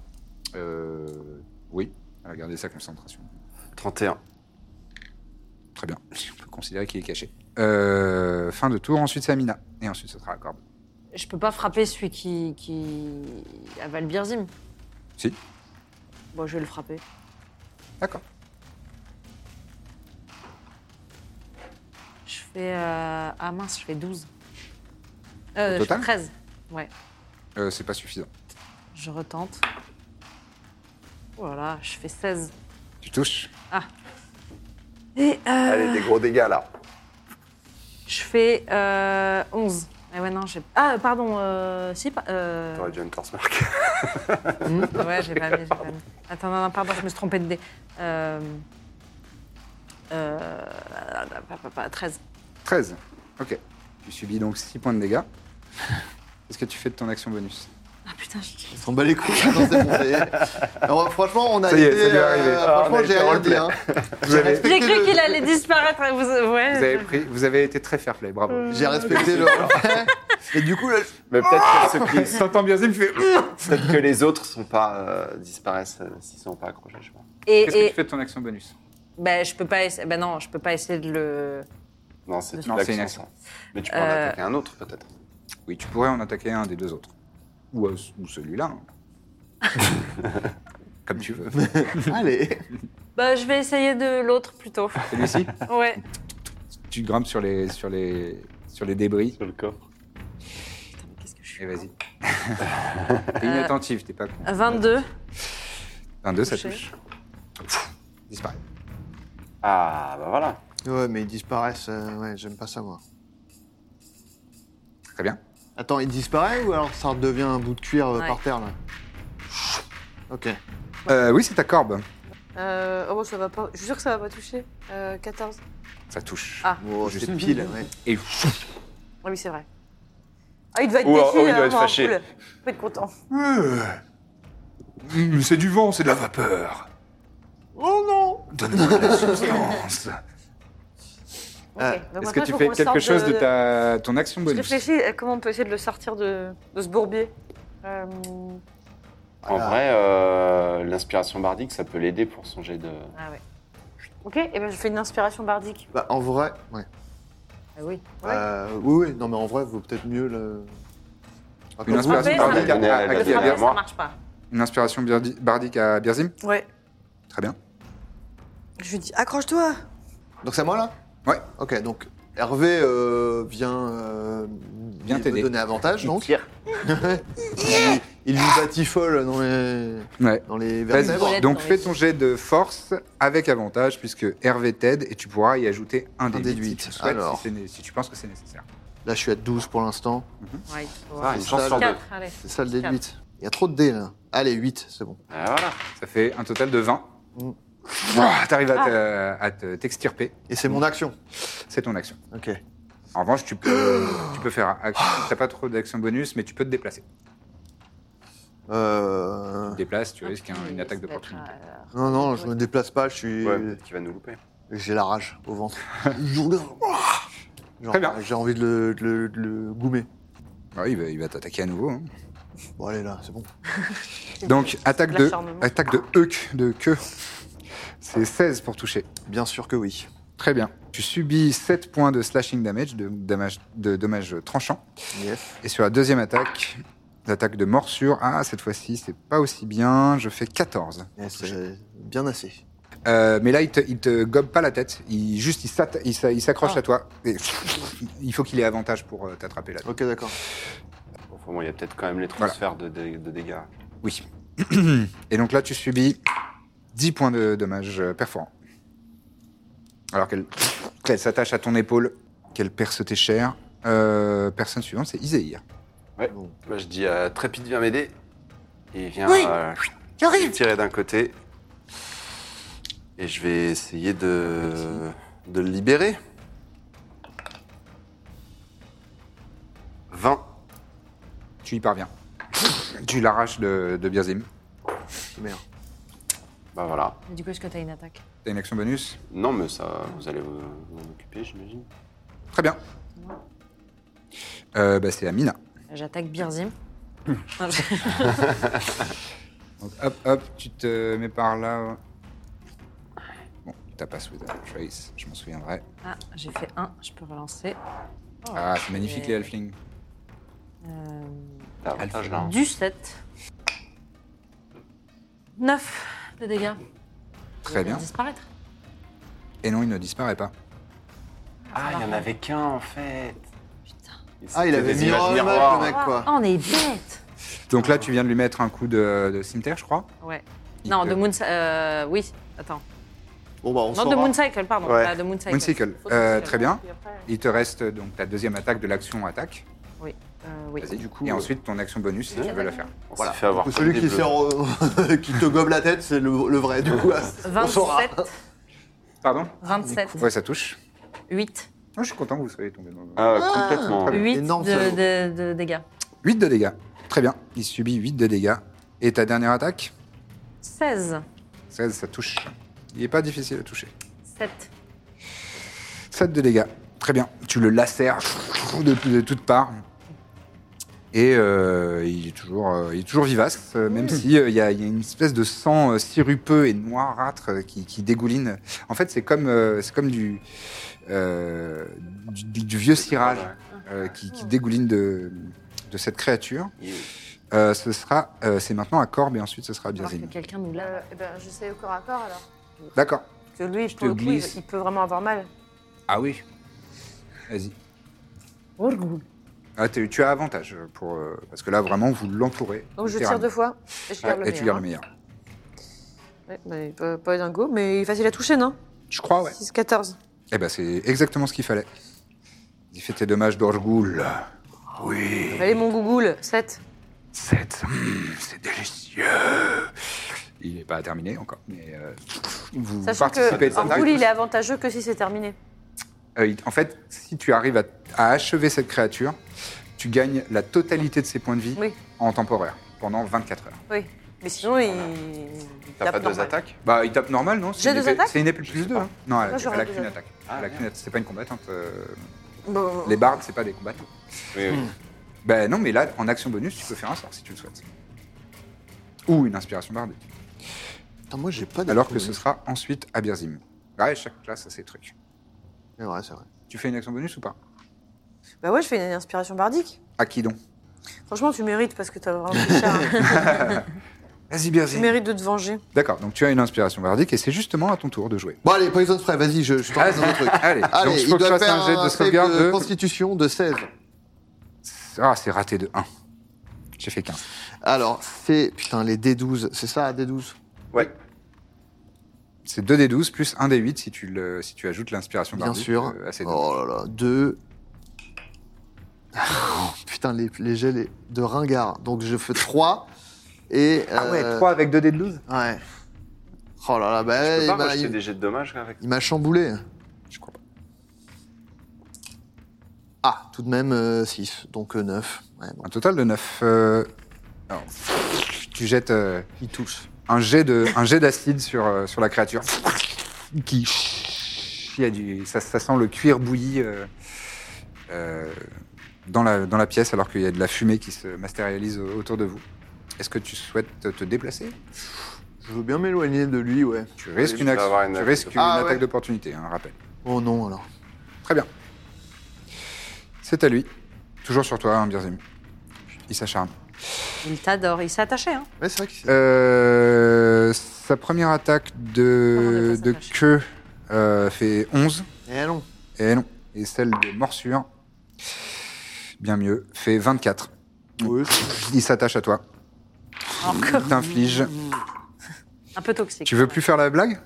Euh, oui, elle a gardé sa concentration.
31.
Très bien. On peut considérer qu'il est caché. Euh, fin de tour, ensuite c'est à Mina. Et ensuite ce sera à Corbe.
Je peux pas frapper celui qui, qui avale Birzim.
Si.
Bon, je vais le frapper.
D'accord.
Je fais. euh, Ah mince, je fais 12. Euh, je
Au
fais
total
13.
Euh, c'est pas suffisant.
Je retente. Voilà, je fais 16.
Tu touches.
Et euh,
Allez, des gros dégâts là.
je fais euh, 11. Ah ouais, non, j'ai. Ah, pardon, euh, si, pas. euh,
T'aurais dû une torse marque.
Ouais, j'ai pas mis, j'ai pas mis. Attends, non, non, pardon, je me suis trompée de dé. Euh... Euh... pa- pa- pa- 13.
13. Ok. Tu subis donc 6 points de dégâts. Qu'est-ce que tu fais de ton action bonus
Ah putain, je...
Ils s'en bat les couilles. hein, non, c'est bon, ça y est. Alors, franchement, on a
Ça y est,
été, euh,
ça lui est arrivé. Ah, on a
franchement,
été
j'ai rien
roleplay.
dit. Hein.
vous avez,
j'ai cru
le-
qu'il allait disparaître. et Vous... Ouais.
vous avez pris- vous avez été très fair play, bravo.
J'ai respecté le roleplay. Et du coup, là,
Mais peut-être que, ceux qui-
T'entends bien, il fait.
peut-être que les autres sont pas, euh, disparaissent euh, s'ils sont pas accrochés, je sais pas.
Et,
Qu'est-ce que
et...
tu fais de ton action bonus
Bah, je peux pas essayer... Bah non, je peux pas essayer de le...
Non, c'est
Non,
une
c'est une
action. ça. Mais tu peux en
Euh,
attaquer un autre peut-être.
Oui, tu pourrais en attaquer un des deux autres. Ou, euh, ou celui-là. hein. Comme tu veux.
allez.
Bah, je vais essayer de l'autre plutôt.
Celui-ci
Ouais.
Tu grimpes sur les, sur les, sur les débris.
Sur le coffre.
Putain, mais qu'est-ce que je suis...
Et vas-y. t'es inattentif, t'es pas con.
22.
22, ça
Touché.
touche. Disparaît.
Ah, bah voilà.
Ouais, mais ils disparaissent. euh, ouais, j'aime pas ça, moi.
Très bien.
Attends, il disparaît ou alors ça redevient un bout de cuir euh,
Ouais.
par terre, là Ok.
Euh, oui, c'est ta corbe.
Euh, oh, ça va pas. Je suis sûre que ça va pas toucher. Euh, 14.
Ça touche.
Ah.
Oh,
Juste.
c'est pile, ouais.
Et
Ah oui, c'est vrai. Ah, il doit être
Ou-
déçu.
ou il doit
hein,
être
moi,
fâché.
cool. Il doit être content.
Hum, Euh, c'est du vent, c'est de la vapeur. Oh non Donne-moi de la substance.
Ah,
Ok, donc
Est-ce que
maintenant,
tu
faut
fais
qu'on
quelque
sorte
chose de,
de-
ta, ton action
Je
bonus
réfléchis à comment on peut essayer de le sortir de, de ce bourbier. Euh,
En vrai, euh, l'inspiration bardique, ça peut l'aider pour son jet de.
Ah ouais.
ok, et ben je fais une inspiration bardique.
Bah, en vrai, ouais.
Ah oui.
Euh, oui, oui, non, mais en vrai, vaut peut-être mieux le. Enfin,
Une
comme vous,
inspiration
Vous savez,
bardique
ça
à-
me-
à
Le
Ah, il y a
Birzim.
derrière
frapper, ça
moi.
marche pas.
Une inspiration birdi- bardique à Birzim
Ouais.
Très bien.
Je lui dis accroche-toi.
Donc c'est à moi là
Ouais.
Ok, donc Hervé euh, vient, euh, il
Vient
veut
t'aider.
donner avantage, donc.
tire.
il, il lui batifole dans les,
Ouais.
dans les vertèbres.
Vas-y,
Arbalète
donc
dans les
fais
yeux.
ton jet de force avec avantage, puisque Hervé t'aide et tu pourras y ajouter un des
des
8
huit,
si tu, souhaites,
alors.
si c'est né- si tu penses que c'est nécessaire.
Là, je suis à 12 pour l'instant.
Ouais.
Ah, une
C'est
chance
ça,
sur deux.
4, allez.
C'est ça le dé de
Quatre.
8. Il y a trop de dés là. Allez, 8, c'est bon.
Ah, voilà.
Ça fait un total de 20.
Mm.
Ouah, T'arrives à te- à te- t'extirper,
Et c'est mon action.
c'est ton action.
Ok.
En revanche, tu peux, tu peux faire action. T'as pas trop d'action bonus, mais tu peux te déplacer.
Euh...
Tu te déplaces, tu risques un- hein, une attaque d'opportunité.
Non, non, je me déplace pas, je suis.
Ouais, peut-être qu'il va nous louper.
J'ai la rage au ventre. Genre,
Très bien.
J'ai envie de le, de le- de le goumer.
Ouais, Bah, il va, il va t'attaquer à nouveau. hein.
Bon, allez là, c'est bon.
Donc, attaque de,
l'acharnement.
attaque de huck, de queue. C'est 16 pour toucher.
Bien sûr que oui.
Très bien. Tu subis 7 points de slashing damage, de, damage, de dommages tranchants.
Yes.
Et sur la deuxième attaque, L'attaque de morsure. Ah, cette fois-ci, c'est pas aussi bien. Je fais 14.
Mais C'est bien assez.
Euh, mais là, il te, il te gobe pas la tête. Il juste, il s'atta- il s'a- il s'accroche à toi. Et il faut qu'il ait avantage pour euh, t'attraper là.
Ok, d'accord.
Enfin, bon, il y a peut-être quand même les
Voilà.
transferts de, dé- de dégâts.
Oui. Et donc là, tu subis 10 points de dommages euh, perforants. Alors qu'elle qu'elle s'attache à ton épaule, qu'elle perce tes chairs. Euh, personne suivante, c'est Iséir.
Moi, Bah, je dis à Trépide, viens m'aider. Et il vient
Oui,
euh,
J'arrive
tirer d'un côté. Et je vais essayer de, de le libérer. 20.
Tu y parviens. Tu l'arraches de, de Birzim.
Merde.
Bah voilà.
Mais Du coup, est-ce que t'as une attaque
T'as une action bonus
Non, mais ça, vous allez vous, vous en occuper, j'imagine.
Très bien. Euh, bah, c'est Amina.
J'attaque Birzim.
Donc, hop, hop, tu te mets par là. Bon, tu t'as pas Without a Trace, je m'en souviendrai.
Ah, j'ai fait un, je peux relancer. Oh,
Ah, c'est magnifique
et-
les halflings.
Euh,
T'as avantage là. hein.
du 7. 9 de dégâts.
Très
Il va
bien.
disparaître.
Et non, il ne disparaît pas.
Ah, il y en avait qu'un en fait.
Putain.
Ah, il
C'était
avait
des
mis
images
en
miroirs.
image, le mec, quoi.
Ah, on est bête.
Donc là, tu viens de lui mettre un coup de, de cimetière, je crois.
Ouais.
Il
Non,
te-
de Moon. Euh, oui, attends.
Bon, bah, on
Non, de
s'en va.
Mooncycle, pardon.
Ouais.
Ah, de Mooncycle.
Mooncycle.
Faut
Euh,
Mooncycle.
très bien. Il te reste donc ta deuxième attaque de l'action attaque.
Euh, oui.
Vas-y.
Du coup,
et
euh,
ensuite, ton action bonus, si tu veux la faire.
On
Voilà.
s'est fait avoir.
Ou
comme
Celui
des
qui,
bleus.
sert au- qui te gobe la tête, c'est le, le vrai, du coup. On saura.
27,
Pardon
27,
Ouais, ça touche.
8.
Oh, je suis content que vous soyez tombé dans le...
Ah, complètement.
8
Énorme
de,
salaud.
de- de dégâts.
8 de dégâts. Très bien. Il subit 8 de dégâts. Et ta dernière attaque
16,
16, ça touche. Il est pas difficile à toucher.
7.
7 de dégâts. Très bien. Tu le lacères de, de toutes parts. Et euh, il, est toujours, euh, il est toujours vivace, euh, même si euh, il y, a il y a une espèce de sang euh, sirupeux et noirâtre euh, qui, qui dégouline. En fait, c'est comme, euh, c'est comme du, euh, du, du- du vieux cirage euh, qui, qui dégouline de, de cette créature.
Il-
Euh, ce sera, euh, c'est maintenant à Corbe et ensuite ce sera à
Alors que
Birzim.
quelqu'un nous l'a.
Eh ben, j'essaie au corps à corps alors.
D'accord.
Parce que lui,
te
pour le coup, il,
glisse.
il peut vraiment avoir mal.
Ah oui. Vas-y. Oh, Ah, t'es- tu as avantage pour euh, parce que là vraiment vous l'entourez.
Donc je tire deux fois et je garde le
et tu gardes
meilleur. hein.
le meilleur.
Ouais, bah, pas, pas dingo, mais il est facile à toucher, non
Je crois ouais.
6-14.
Eh ben c'est exactement ce qu'il fallait. Il fait tes dommages d'orgoul. Oui.
Allez, mon gougoule, 7.
7. c'est délicieux. Il n'est pas terminé encore, mais euh, vous
Sachant
participez à
Oh,
que
cette
Orgul,
attaque.
il est avantageux que si c'est terminé.
Euh, il- en fait, si tu arrives à, à achever cette créature, tu gagnes la totalité de ses points de vie
Oui.
en temporaire pendant 24 heures.
Oui. Mais sinon, il. il
T'as
tape
pas deux
normal.
attaques
Bah, il tape normal, non C'est
J'ai
une
deux
épée-
attaques
C'est une épée plus
sais
2.
pas.
Hein. Non, elle,
Moi,
a-
j'aurais
elle a
deux
qu'une
attaques. Oh.
attaque.
Ah,
elle a qu'une attaque. C'est pas une combattante. euh,
Bon.
Les bardes, c'est pas des combattants.
Oui, oui.
Ben non, mais là, en action bonus, tu peux faire un sort si tu le souhaites. Ou une inspiration barde.
Putain, moi, j'ai pas
Alors que ce sera ensuite à Birzim. Ouais, chaque classe a ses trucs.
C'est vrai, c'est vrai.
Tu fais une action bonus ou pas
Bah ouais, je fais une inspiration bardique.
À qui donc
Franchement, tu mérites parce que t'as vraiment fait cher. hein.
Vas-y,
tu
Birzim.
mérites de te venger.
D'accord, donc tu as une inspiration bardique et c'est justement à ton tour de jouer.
Bon, allez, pas les autres prêts, vas-y, je, je
Ah,
t'en passe dans le truc.
Allez,
Allez,
donc il
il
faut que je
doit
fasse
faire
un jet de sauvegarde
de
de.
constitution de 16.
Ah, c'est raté de 1. J'ai fait 15.
Alors, c'est. Putain, les D12, c'est ça, D12
Ouais.
C'est 2 des 12 plus 1 des 8 si tu, le, si tu ajoutes l'inspiration
Bien
bardique
sûr.
euh, à ces deux.
Oh là là, deux. Oh, putain, les, les gels les- de ringard. Donc je fais 3. Et.
Ah ouais,
euh,
3 avec 2 dés de 12
Ouais. Oh là là, bah,
Je peux
il
pas
m'a-
rejeter
il
des jets de dommages avec
il m'a chamboulé.
Je crois pas.
Ah, tout de même 6, donc 9. Ouais, bon,
Un total de 9. tu jettes euh,
il touche.
un jet de- un jet d'acide sur, euh, sur la créature. Qui. il y a du, ça, ça sent le cuir bouilli euh, euh, dans, la, dans la pièce alors qu'il y a de la fumée qui se matérialise au- autour de vous. Est-ce que tu souhaites te déplacer
Je veux bien m'éloigner de lui, ouais.
Tu risques
tu
une,
vas
action-
avoir une
tu
attaque
risques
de-
une
Ah,
attaque
ouais.
d'opportunité, hein, rappel.
Oh non, alors.
Très bien. C'est à lui. Toujours sur toi, hein, Birzim. Il s'acharne.
Il t'adore, il s'est attaché. Hein.
Ouais, c'est vrai que c'est-
Euh, sa première attaque de,
Comment on
de
appelle ça,
queue euh, fait 11.
Eh non.
Et non. Et celle de morsure, bien mieux, fait 24. Il s'attache à toi.
Encore.
T'inflige.
Un peu toxique.
Tu veux plus faire la blague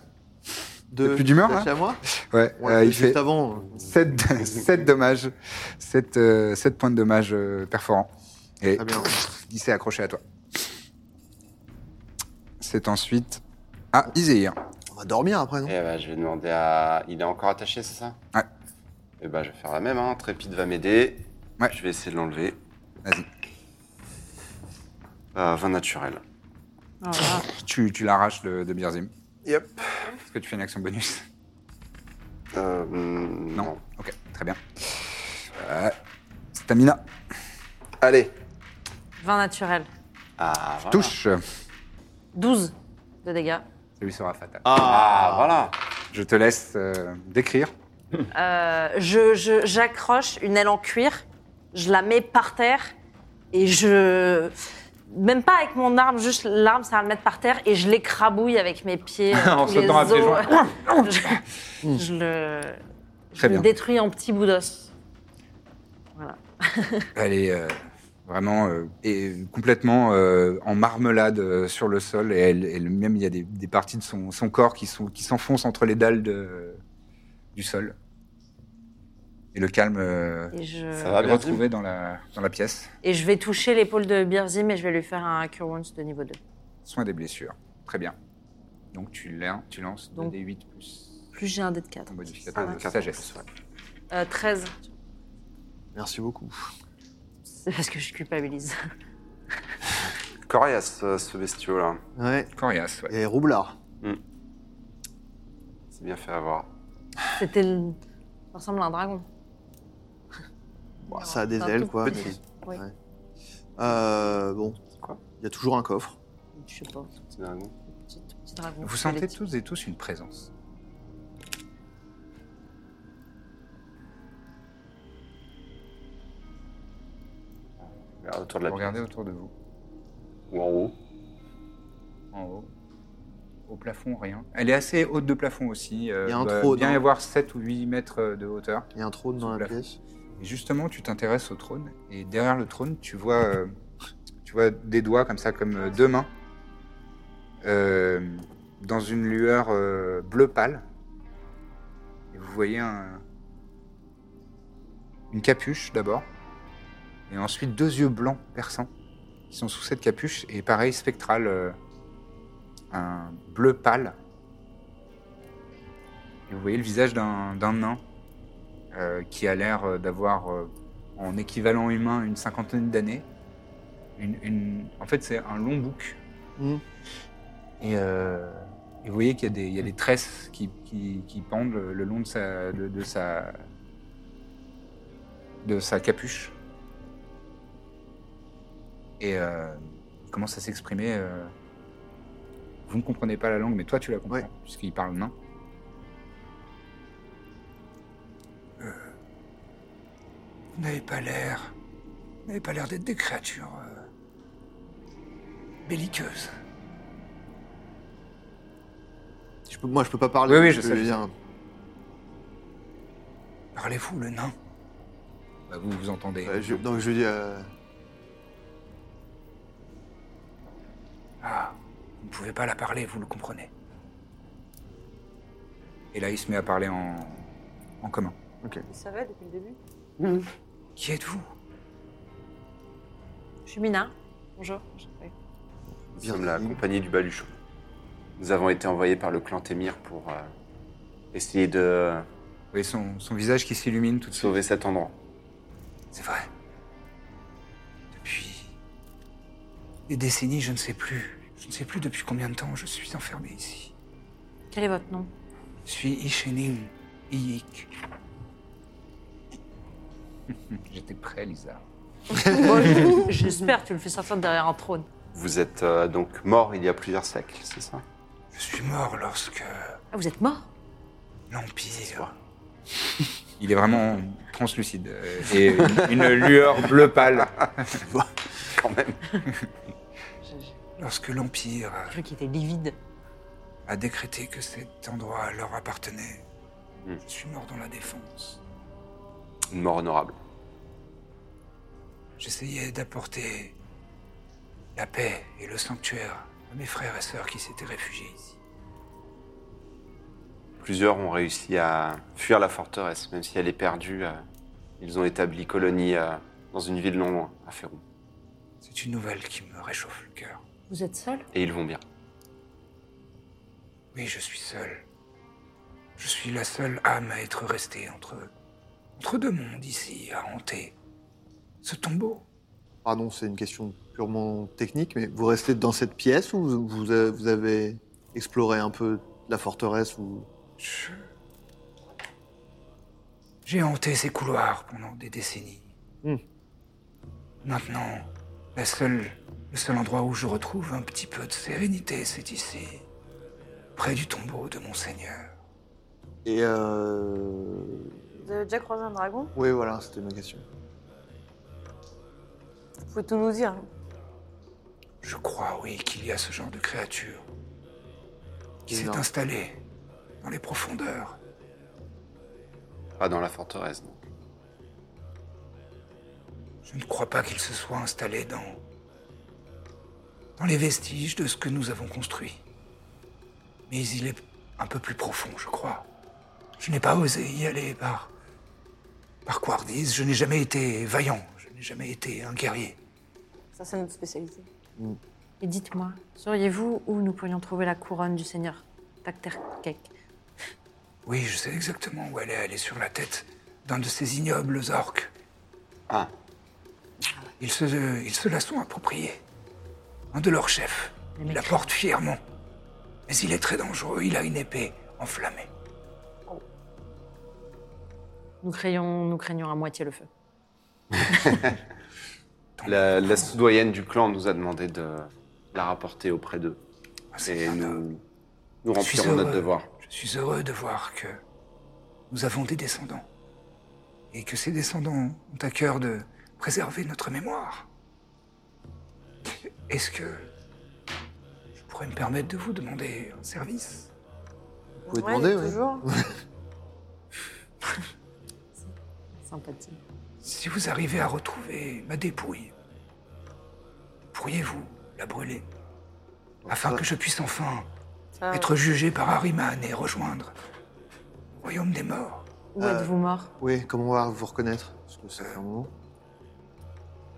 De,
T'as plus d'humeur,
d'attaché
là
à moi
Ouais.
Ouais,
euh, il
Juste
fait
avant.
7, dommages. 7, points de dommages euh, perforants. Et
Très bien.
il s'est accroché à toi. C'est ensuite ah, hein. à Izehir.
On va dormir après, non
Eh ben, je vais demander à. Il est encore attaché, c'est ça
Ouais.
Eh ben, je vais faire la même, hein. Trépide va m'aider.
Ouais.
Je vais essayer de l'enlever.
Vas-y.
Euh, 20 naturel.
Oh là.
Tu, tu l'arraches de, de Birzim.
Yep.
Est-ce que tu fais une action bonus
Euh, mm,
non. Ok, très bien. Euh, stamina.
Allez.
20 naturel.
Ah, voilà.
Touche.
12 de dégâts.
Ça lui sera fatal.
Ah, voilà.
Je te laisse euh, décrire.
Euh, je- je- J'accroche une aile en cuir, je la mets par terre et je. Même pas avec mon arme, juste l'arme, ça va le mettre par terre et je l'écrabouille avec mes pieds. euh,
En
tous
sautant à
os.
pieds joints. Hmm.
je, je le, je
Très
le
bien.
détruis en petits bouts d'os.
Elle est euh, vraiment euh, et complètement euh, en marmelade euh, sur le sol. Et elle, elle- même, il y a des, des parties de son, son corps qui sont- qui s'enfoncent entre les dalles de- du sol. Et le calme euh,
Et je,
Ça va,
est
bien
retrouvé dans la, dans la pièce.
et je vais toucher l'épaule de Birzim et je vais lui faire un Cure Wounds de niveau 2.
Soin des blessures. Très bien. Donc tu, l'as- tu lances
Donc.
2d8 plus
Plus j'ai un dé de 4.
ton modificateur
Ah,
de
quatre en
sagesse.
Euh, 13.
Merci beaucoup.
C'est parce que je culpabilise.
Coriace, ce, ce bestiau-là.
Ouais.
Coriace, ouais.
Et roublard.
C'est bien fait avoir.
C'était le. Ça ressemble à un dragon.
Bon, ça a des
un
ailes,
tout
quoi.
petit.
mais-
Oui.
Ouais. Euh, bon,
C'est quoi
il y a toujours un coffre.
Je sais pas.
C'est dingue.
Petit, petit dragon.
Vous sentez
squelettique.
tous et tous une présence.
Regarde autour de la
Vous regardez autour de vous.
Ou en haut.
en haut. Au plafond, rien. Elle est assez haute de plafond aussi. euh,
Il y a un
doit
trône,
bien
hein.
y avoir 7 ou 8 mètres euh, de hauteur.
Il y a un trône dans
Sous
la
plafond.
pièce.
Et justement, tu t'intéresses au trône. Et derrière le trône, tu vois, euh, tu vois des doigts comme ça, comme euh, deux mains. euh, dans une lueur euh, bleu pâle. Et vous voyez un- une capuche d'abord. Et ensuite deux yeux blancs perçants qui sont sous cette capuche. Et pareil, spectral. euh, un bleu pâle. Et vous voyez le visage d'un d'un nain euh, qui a l'air euh, d'avoir, euh, en équivalent humain, une cinquantaine d'années. Une, une- En fait, c'est un long bouc.
Mm.
Et, euh, et vous voyez qu'il y, a des- il y a des tresses qui, qui- qui pendent le le long de sa, de, de sa, de sa capuche. Et euh, il commence à s'exprimer. euh, Vous ne comprenez pas la langue, mais toi, tu la comprends,
Ouais.
puisqu'il parle nain. Vous n'avez pas l'air. Vous n'avez pas l'air d'être des créatures. euh, belliqueuses.
Je peux- moi, je peux pas parler.
Oui, oui,
mais
je
peux
sais,
lui
je
dire-
Parlez-vous, le nain Bah, Vous vous entendez.
Ouais, je- donc, je lui dis. euh,
Ah, vous ne pouvez pas la parler, vous le comprenez. Et là, il se met à parler en, en commun.
Il savait depuis le début.
Qui êtes-vous
Je suis Mina. Bonjour. Oui.
Nous
Bien
sommes la
dit.
compagnie du Baluchon. Nous avons été envoyés par le clan Témir pour euh, essayer de
Vous voyez son, son visage qui s'illumine tout de suite.
sauver cet endroit.
C'est vrai. Depuis des décennies, je ne sais plus. Je ne sais plus depuis combien de temps je suis enfermé ici.
Quel est votre nom
Je suis Ishenil Iyik. J'étais prêt, Lisa.
Moi, je- J'espère que tu le fais sortir de derrière un trône.
Vous êtes euh, donc mort il y a plusieurs siècles, c'est ça
Je suis mort lorsque
Ah, vous êtes mort
l'Empire. Il est vraiment translucide euh, et une, une lueur bleu pâle
quand même.
Lorsque l'Empire
J'ai cru qu'il était livide.
a décrété que cet endroit leur appartenait,
Hmm.
je suis mort dans la défense.
Une mort honorable.
J'essayais d'apporter la paix et le sanctuaire à mes frères et sœurs qui s'étaient réfugiés ici.
Plusieurs ont réussi à fuir la forteresse, même si elle est perdue. euh, Ils ont établi colonie euh, dans une ville non loin, à Ferron.
C'est une nouvelle qui me réchauffe le cœur.
Vous êtes seul
Et ils vont bien.
Oui, je suis seul. Je suis la seule âme à être restée entre, entre deux mondes ici, à hanter ce tombeau.
Pardon, c'est une question purement technique, mais vous restez dans cette pièce ou vous, vous a- vous avez exploré un peu la forteresse ou...
Je- J'ai hanté ces couloirs pendant des décennies.
Hmm.
Maintenant, la seule, le seul endroit où je retrouve un petit peu de sérénité, c'est ici, près du tombeau de mon Seigneur.
Et euh...
Vous avez déjà croisé un dragon
Oui, voilà, c'était ma question.
Vous pouvez tout nous dire. hein.
Je crois, oui, qu'il y a ce genre de créature qui s'est
Énorme.
installée dans les profondeurs.
Pas dans la forteresse, donc.
Je ne crois pas qu'il se soit installé dans. dans les vestiges de ce que nous avons construit. Mais il est un peu plus profond, je crois. Je n'ai pas osé y aller par. par Quardis. Je n'ai jamais été vaillant. Je n'ai jamais été un guerrier.
Ça, c'est notre spécialité.
Et dites-moi, sauriez-vous où nous pourrions trouver la couronne du seigneur Tactercake
Oui, je sais exactement où elle est. Elle est sur la tête d'un de ces ignobles orques.
Ah,
Ils se, ils se la sont appropriée. Un de leurs chefs
mec.
la porte fièrement. Mais il est très dangereux. Il a une épée enflammée.
nous craignons, nous craignons à moitié le feu.
la, la soudoyenne du clan nous a demandé de la rapporter auprès d'eux.
C'est
Et
Ah,
un
nous, nous
Je suis
remplirons notre
heureux.
devoir.
Je suis heureux de voir que nous avons des descendants. Et que ces descendants ont à cœur de préserver notre mémoire. Est-ce que je pourrais me permettre de vous demander un service
Vous
pouvez demander, oui.
toujours.
Sympathique.
Si vous arrivez à retrouver ma dépouille, pourriez-vous la brûler Afin que je puisse enfin
Ça,
être jugé par Harriman et rejoindre le royaume des morts.
Où
Euh,
êtes-vous mort
Oui, comment on va vous reconnaître Parce que ça fait un moment.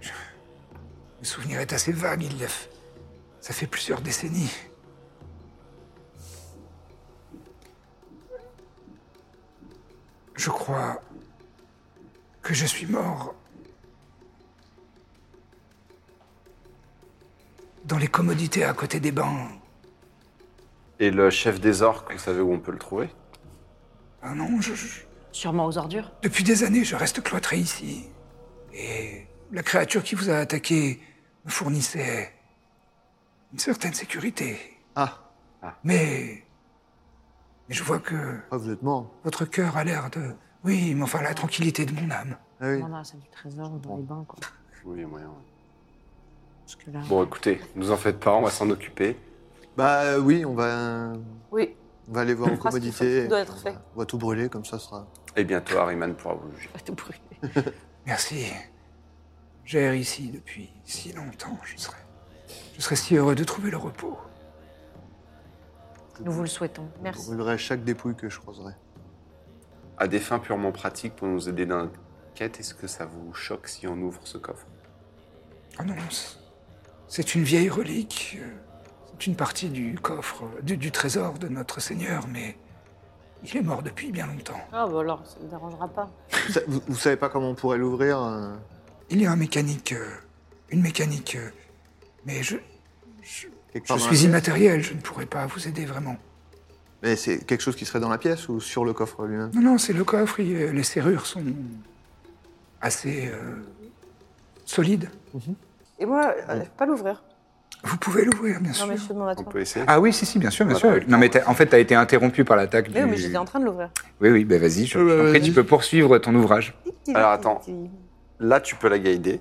Le souvenir est assez vague, il l'a- Ça fait plusieurs décennies. Je crois que je suis mort dans les commodités à côté des bains.
Et le chef des orques, vous savez où on peut le trouver
Ah non, je- je-
Sûrement aux ordures.
depuis des années, je reste cloîtré ici. Et la créature qui vous a attaqué me fournissait une certaine sécurité.
Ah,
Mais. Mais je vois que
ah, vous êtes mort.
votre cœur a l'air de. Oui, mais enfin, la tranquillité de mon âme.
Ah oui.
Non, non, c'est du trésor dans les bains, quoi.
Oui, moyen. ouais.
Parce que là,
Bon, écoutez, nous en faites pas, on va s'en occuper.
Bah euh, oui, on va,
Oui.
on va aller voir en
On fera ce qu'il
commodité.
faut- doit être fait.
On va tout brûler, comme ça ce sera...
Et bientôt, Harryman pourra vous juger.
on va tout brûler.
Merci. J'erre ici depuis si longtemps. Je serais. Je serais si heureux de trouver le repos.
Nous vous le souhaitons.
Je
Merci.
brûlerai chaque dépouille que je croiserai.
À des fins purement pratiques pour nous aider dans notre quête, est-ce que ça vous choque si on ouvre ce coffre
Oh non, c'est- c'est une vieille relique. euh, C'est une partie du coffre, euh, du, du trésor de notre Seigneur, mais. Il est mort depuis bien longtemps.
Ah, bah alors, ça ne dérangera pas.
Vous sa- vous, vous savez pas comment on pourrait l'ouvrir euh,
Il y a un mécanique. euh, Une mécanique. euh, Mais je. Je,
quelque
je
part dans la
suis
pièce
immatériel, je ne pourrais pas vous aider vraiment.
Mais c'est quelque chose qui serait dans la pièce ou sur le coffre lui-même
Non, non, c'est le coffre. il- euh, les serrures sont assez euh, solides.
Et moi, euh, je peux pas l'ouvrir.
Vous pouvez l'ouvrir, bien
Non,
sûr.
mais je te demande à
On
toi.
peut essayer
Ah oui, si, si, bien sûr, bien
On n'a pas eu
sûr.
le
Non, mais t'as- en fait, t'as été interrompu par l'attaque
Mais
du...
oui, mais j'étais en train de l'ouvrir.
Oui, oui, bah
ben,
vas-y, je,
Ouais,
je t'en prie,
vas-y.
tu peux poursuivre ton ouvrage.
Alors, attends. Là, tu peux la guider.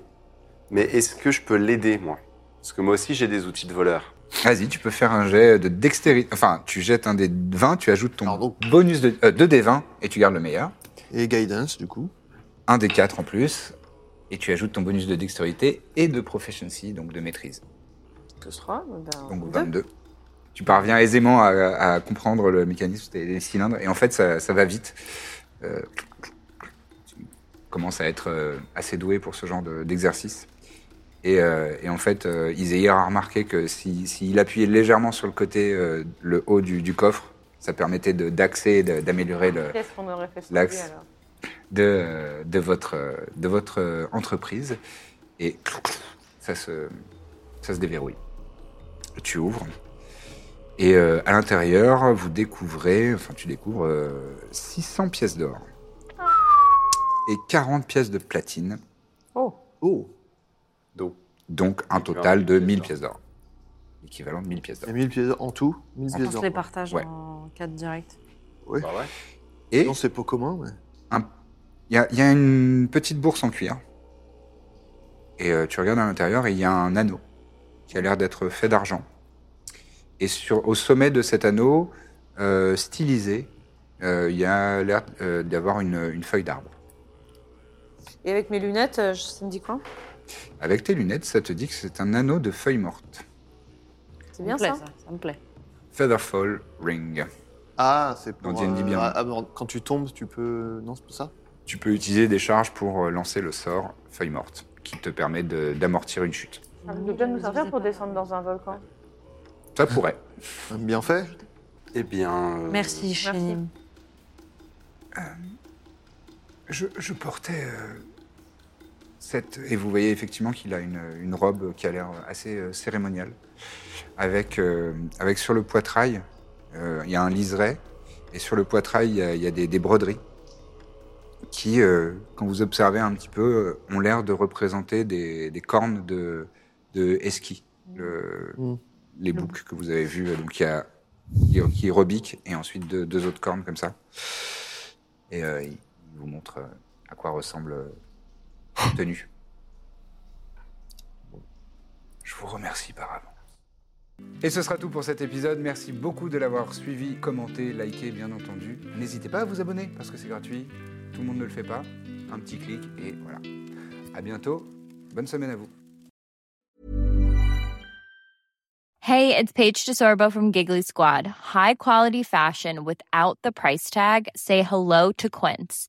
Mais est-ce que je peux l'aider, moi Parce que moi aussi, j'ai des outils de voleur.
Vas-y, tu peux faire un jet de dextérité. Enfin, tu jettes un dé de 20, tu ajoutes ton
Pardon.
bonus de euh, 2 dés 20 et tu gardes le meilleur.
Et guidance, du coup.
Un dé 4 en plus. Et tu ajoutes ton bonus de dextérité et de proficiency, donc de maîtrise.
Plus 3, ben,
Donc
deux.
22. Tu parviens aisément à, à comprendre le mécanisme des, des cylindres et en fait, ça, ça va vite. Euh, tu commences à être euh, assez doué pour ce genre de- d'exercice. et, euh, et en fait, euh, Izehir a remarqué que si- s'il appuyait légèrement sur le côté, euh, le haut du, du coffre, ça permettait de- d'axer et de- d'améliorer le,
Qu'est-ce qu'on aurait fait ce
L'axe.
midi, alors
de, euh, de votre, euh, de votre euh, entreprise. Et ça se, ça se déverrouille. Tu ouvres. Et euh, à l'intérieur, vous découvrez, enfin tu découvres euh, 600 pièces d'or. Et 40 pièces de platine.
Oh
Donc,
Donc un total de 1000 pièces d'or. L'équivalent de 1000 pièces
Il
d'or.
y a 1000 pièces d'or- en tout 1000
On
pièces
se
d'or.
les partage
Ouais.
en 4 directs.
bah ouais.
Et
Non, c'est pas commun, mais.
Il y, a- il y a une petite bourse en cuir. Et euh, tu regardes à l'intérieur et il y a un anneau qui a l'air d'être fait d'argent. Et sur, au sommet de cet anneau, euh, stylisé, euh, il y a l'air euh, d'avoir une, une feuille d'arbre.
Et avec mes lunettes, euh, je- ça me dit quoi
Avec tes lunettes, ça te dit que c'est un anneau de feuilles mortes.
C'est
Ça me
bien
plaît,
ça
Ça me plaît.
Featherfall Ring.
Ah, c'est pour.
Dans D&D bien.
ah, bon, quand tu tombes, tu peux. Non, c'est pour ça
Tu peux utiliser des charges pour euh, lancer le sort feuille morte, qui te permet de- d'amortir une chute.
Ça peut bien nous servir pour descendre dans un volcan.
Ça pourrait.
Bien fait.
Eh bien. euh,
Merci, Chénim.
Je, je portais euh, cette. Et vous voyez effectivement qu'il a une, une robe qui a l'air assez euh, cérémoniale. Avec, euh, avec sur le poitrail, euh, il y a un liseré. Et sur le poitrail, il y a, il y a des, des broderies qui, euh, quand vous observez un petit peu, euh, ont l'air de représenter des, des cornes de, de esquis. Le-
Mm.
Les boucs que vous avez vus. euh, Donc il y a. qui- qui rebique et ensuite deux, deux autres cornes comme ça. Et euh, il il vous montre euh, à quoi ressemble euh, la tenue. Je vous remercie par avance. Et ce sera tout pour cet épisode. Merci beaucoup de l'avoir suivi, commenté, liké, bien entendu. N'hésitez pas à vous abonner parce que c'est gratuit. Tout le monde ne le fait pas. Un petit clic et voilà. À bientôt. Bonne semaine à vous.
Hey, it's Paige DeSorbo from Giggly Squad. High quality fashion without the price tag. Say hello to Quince.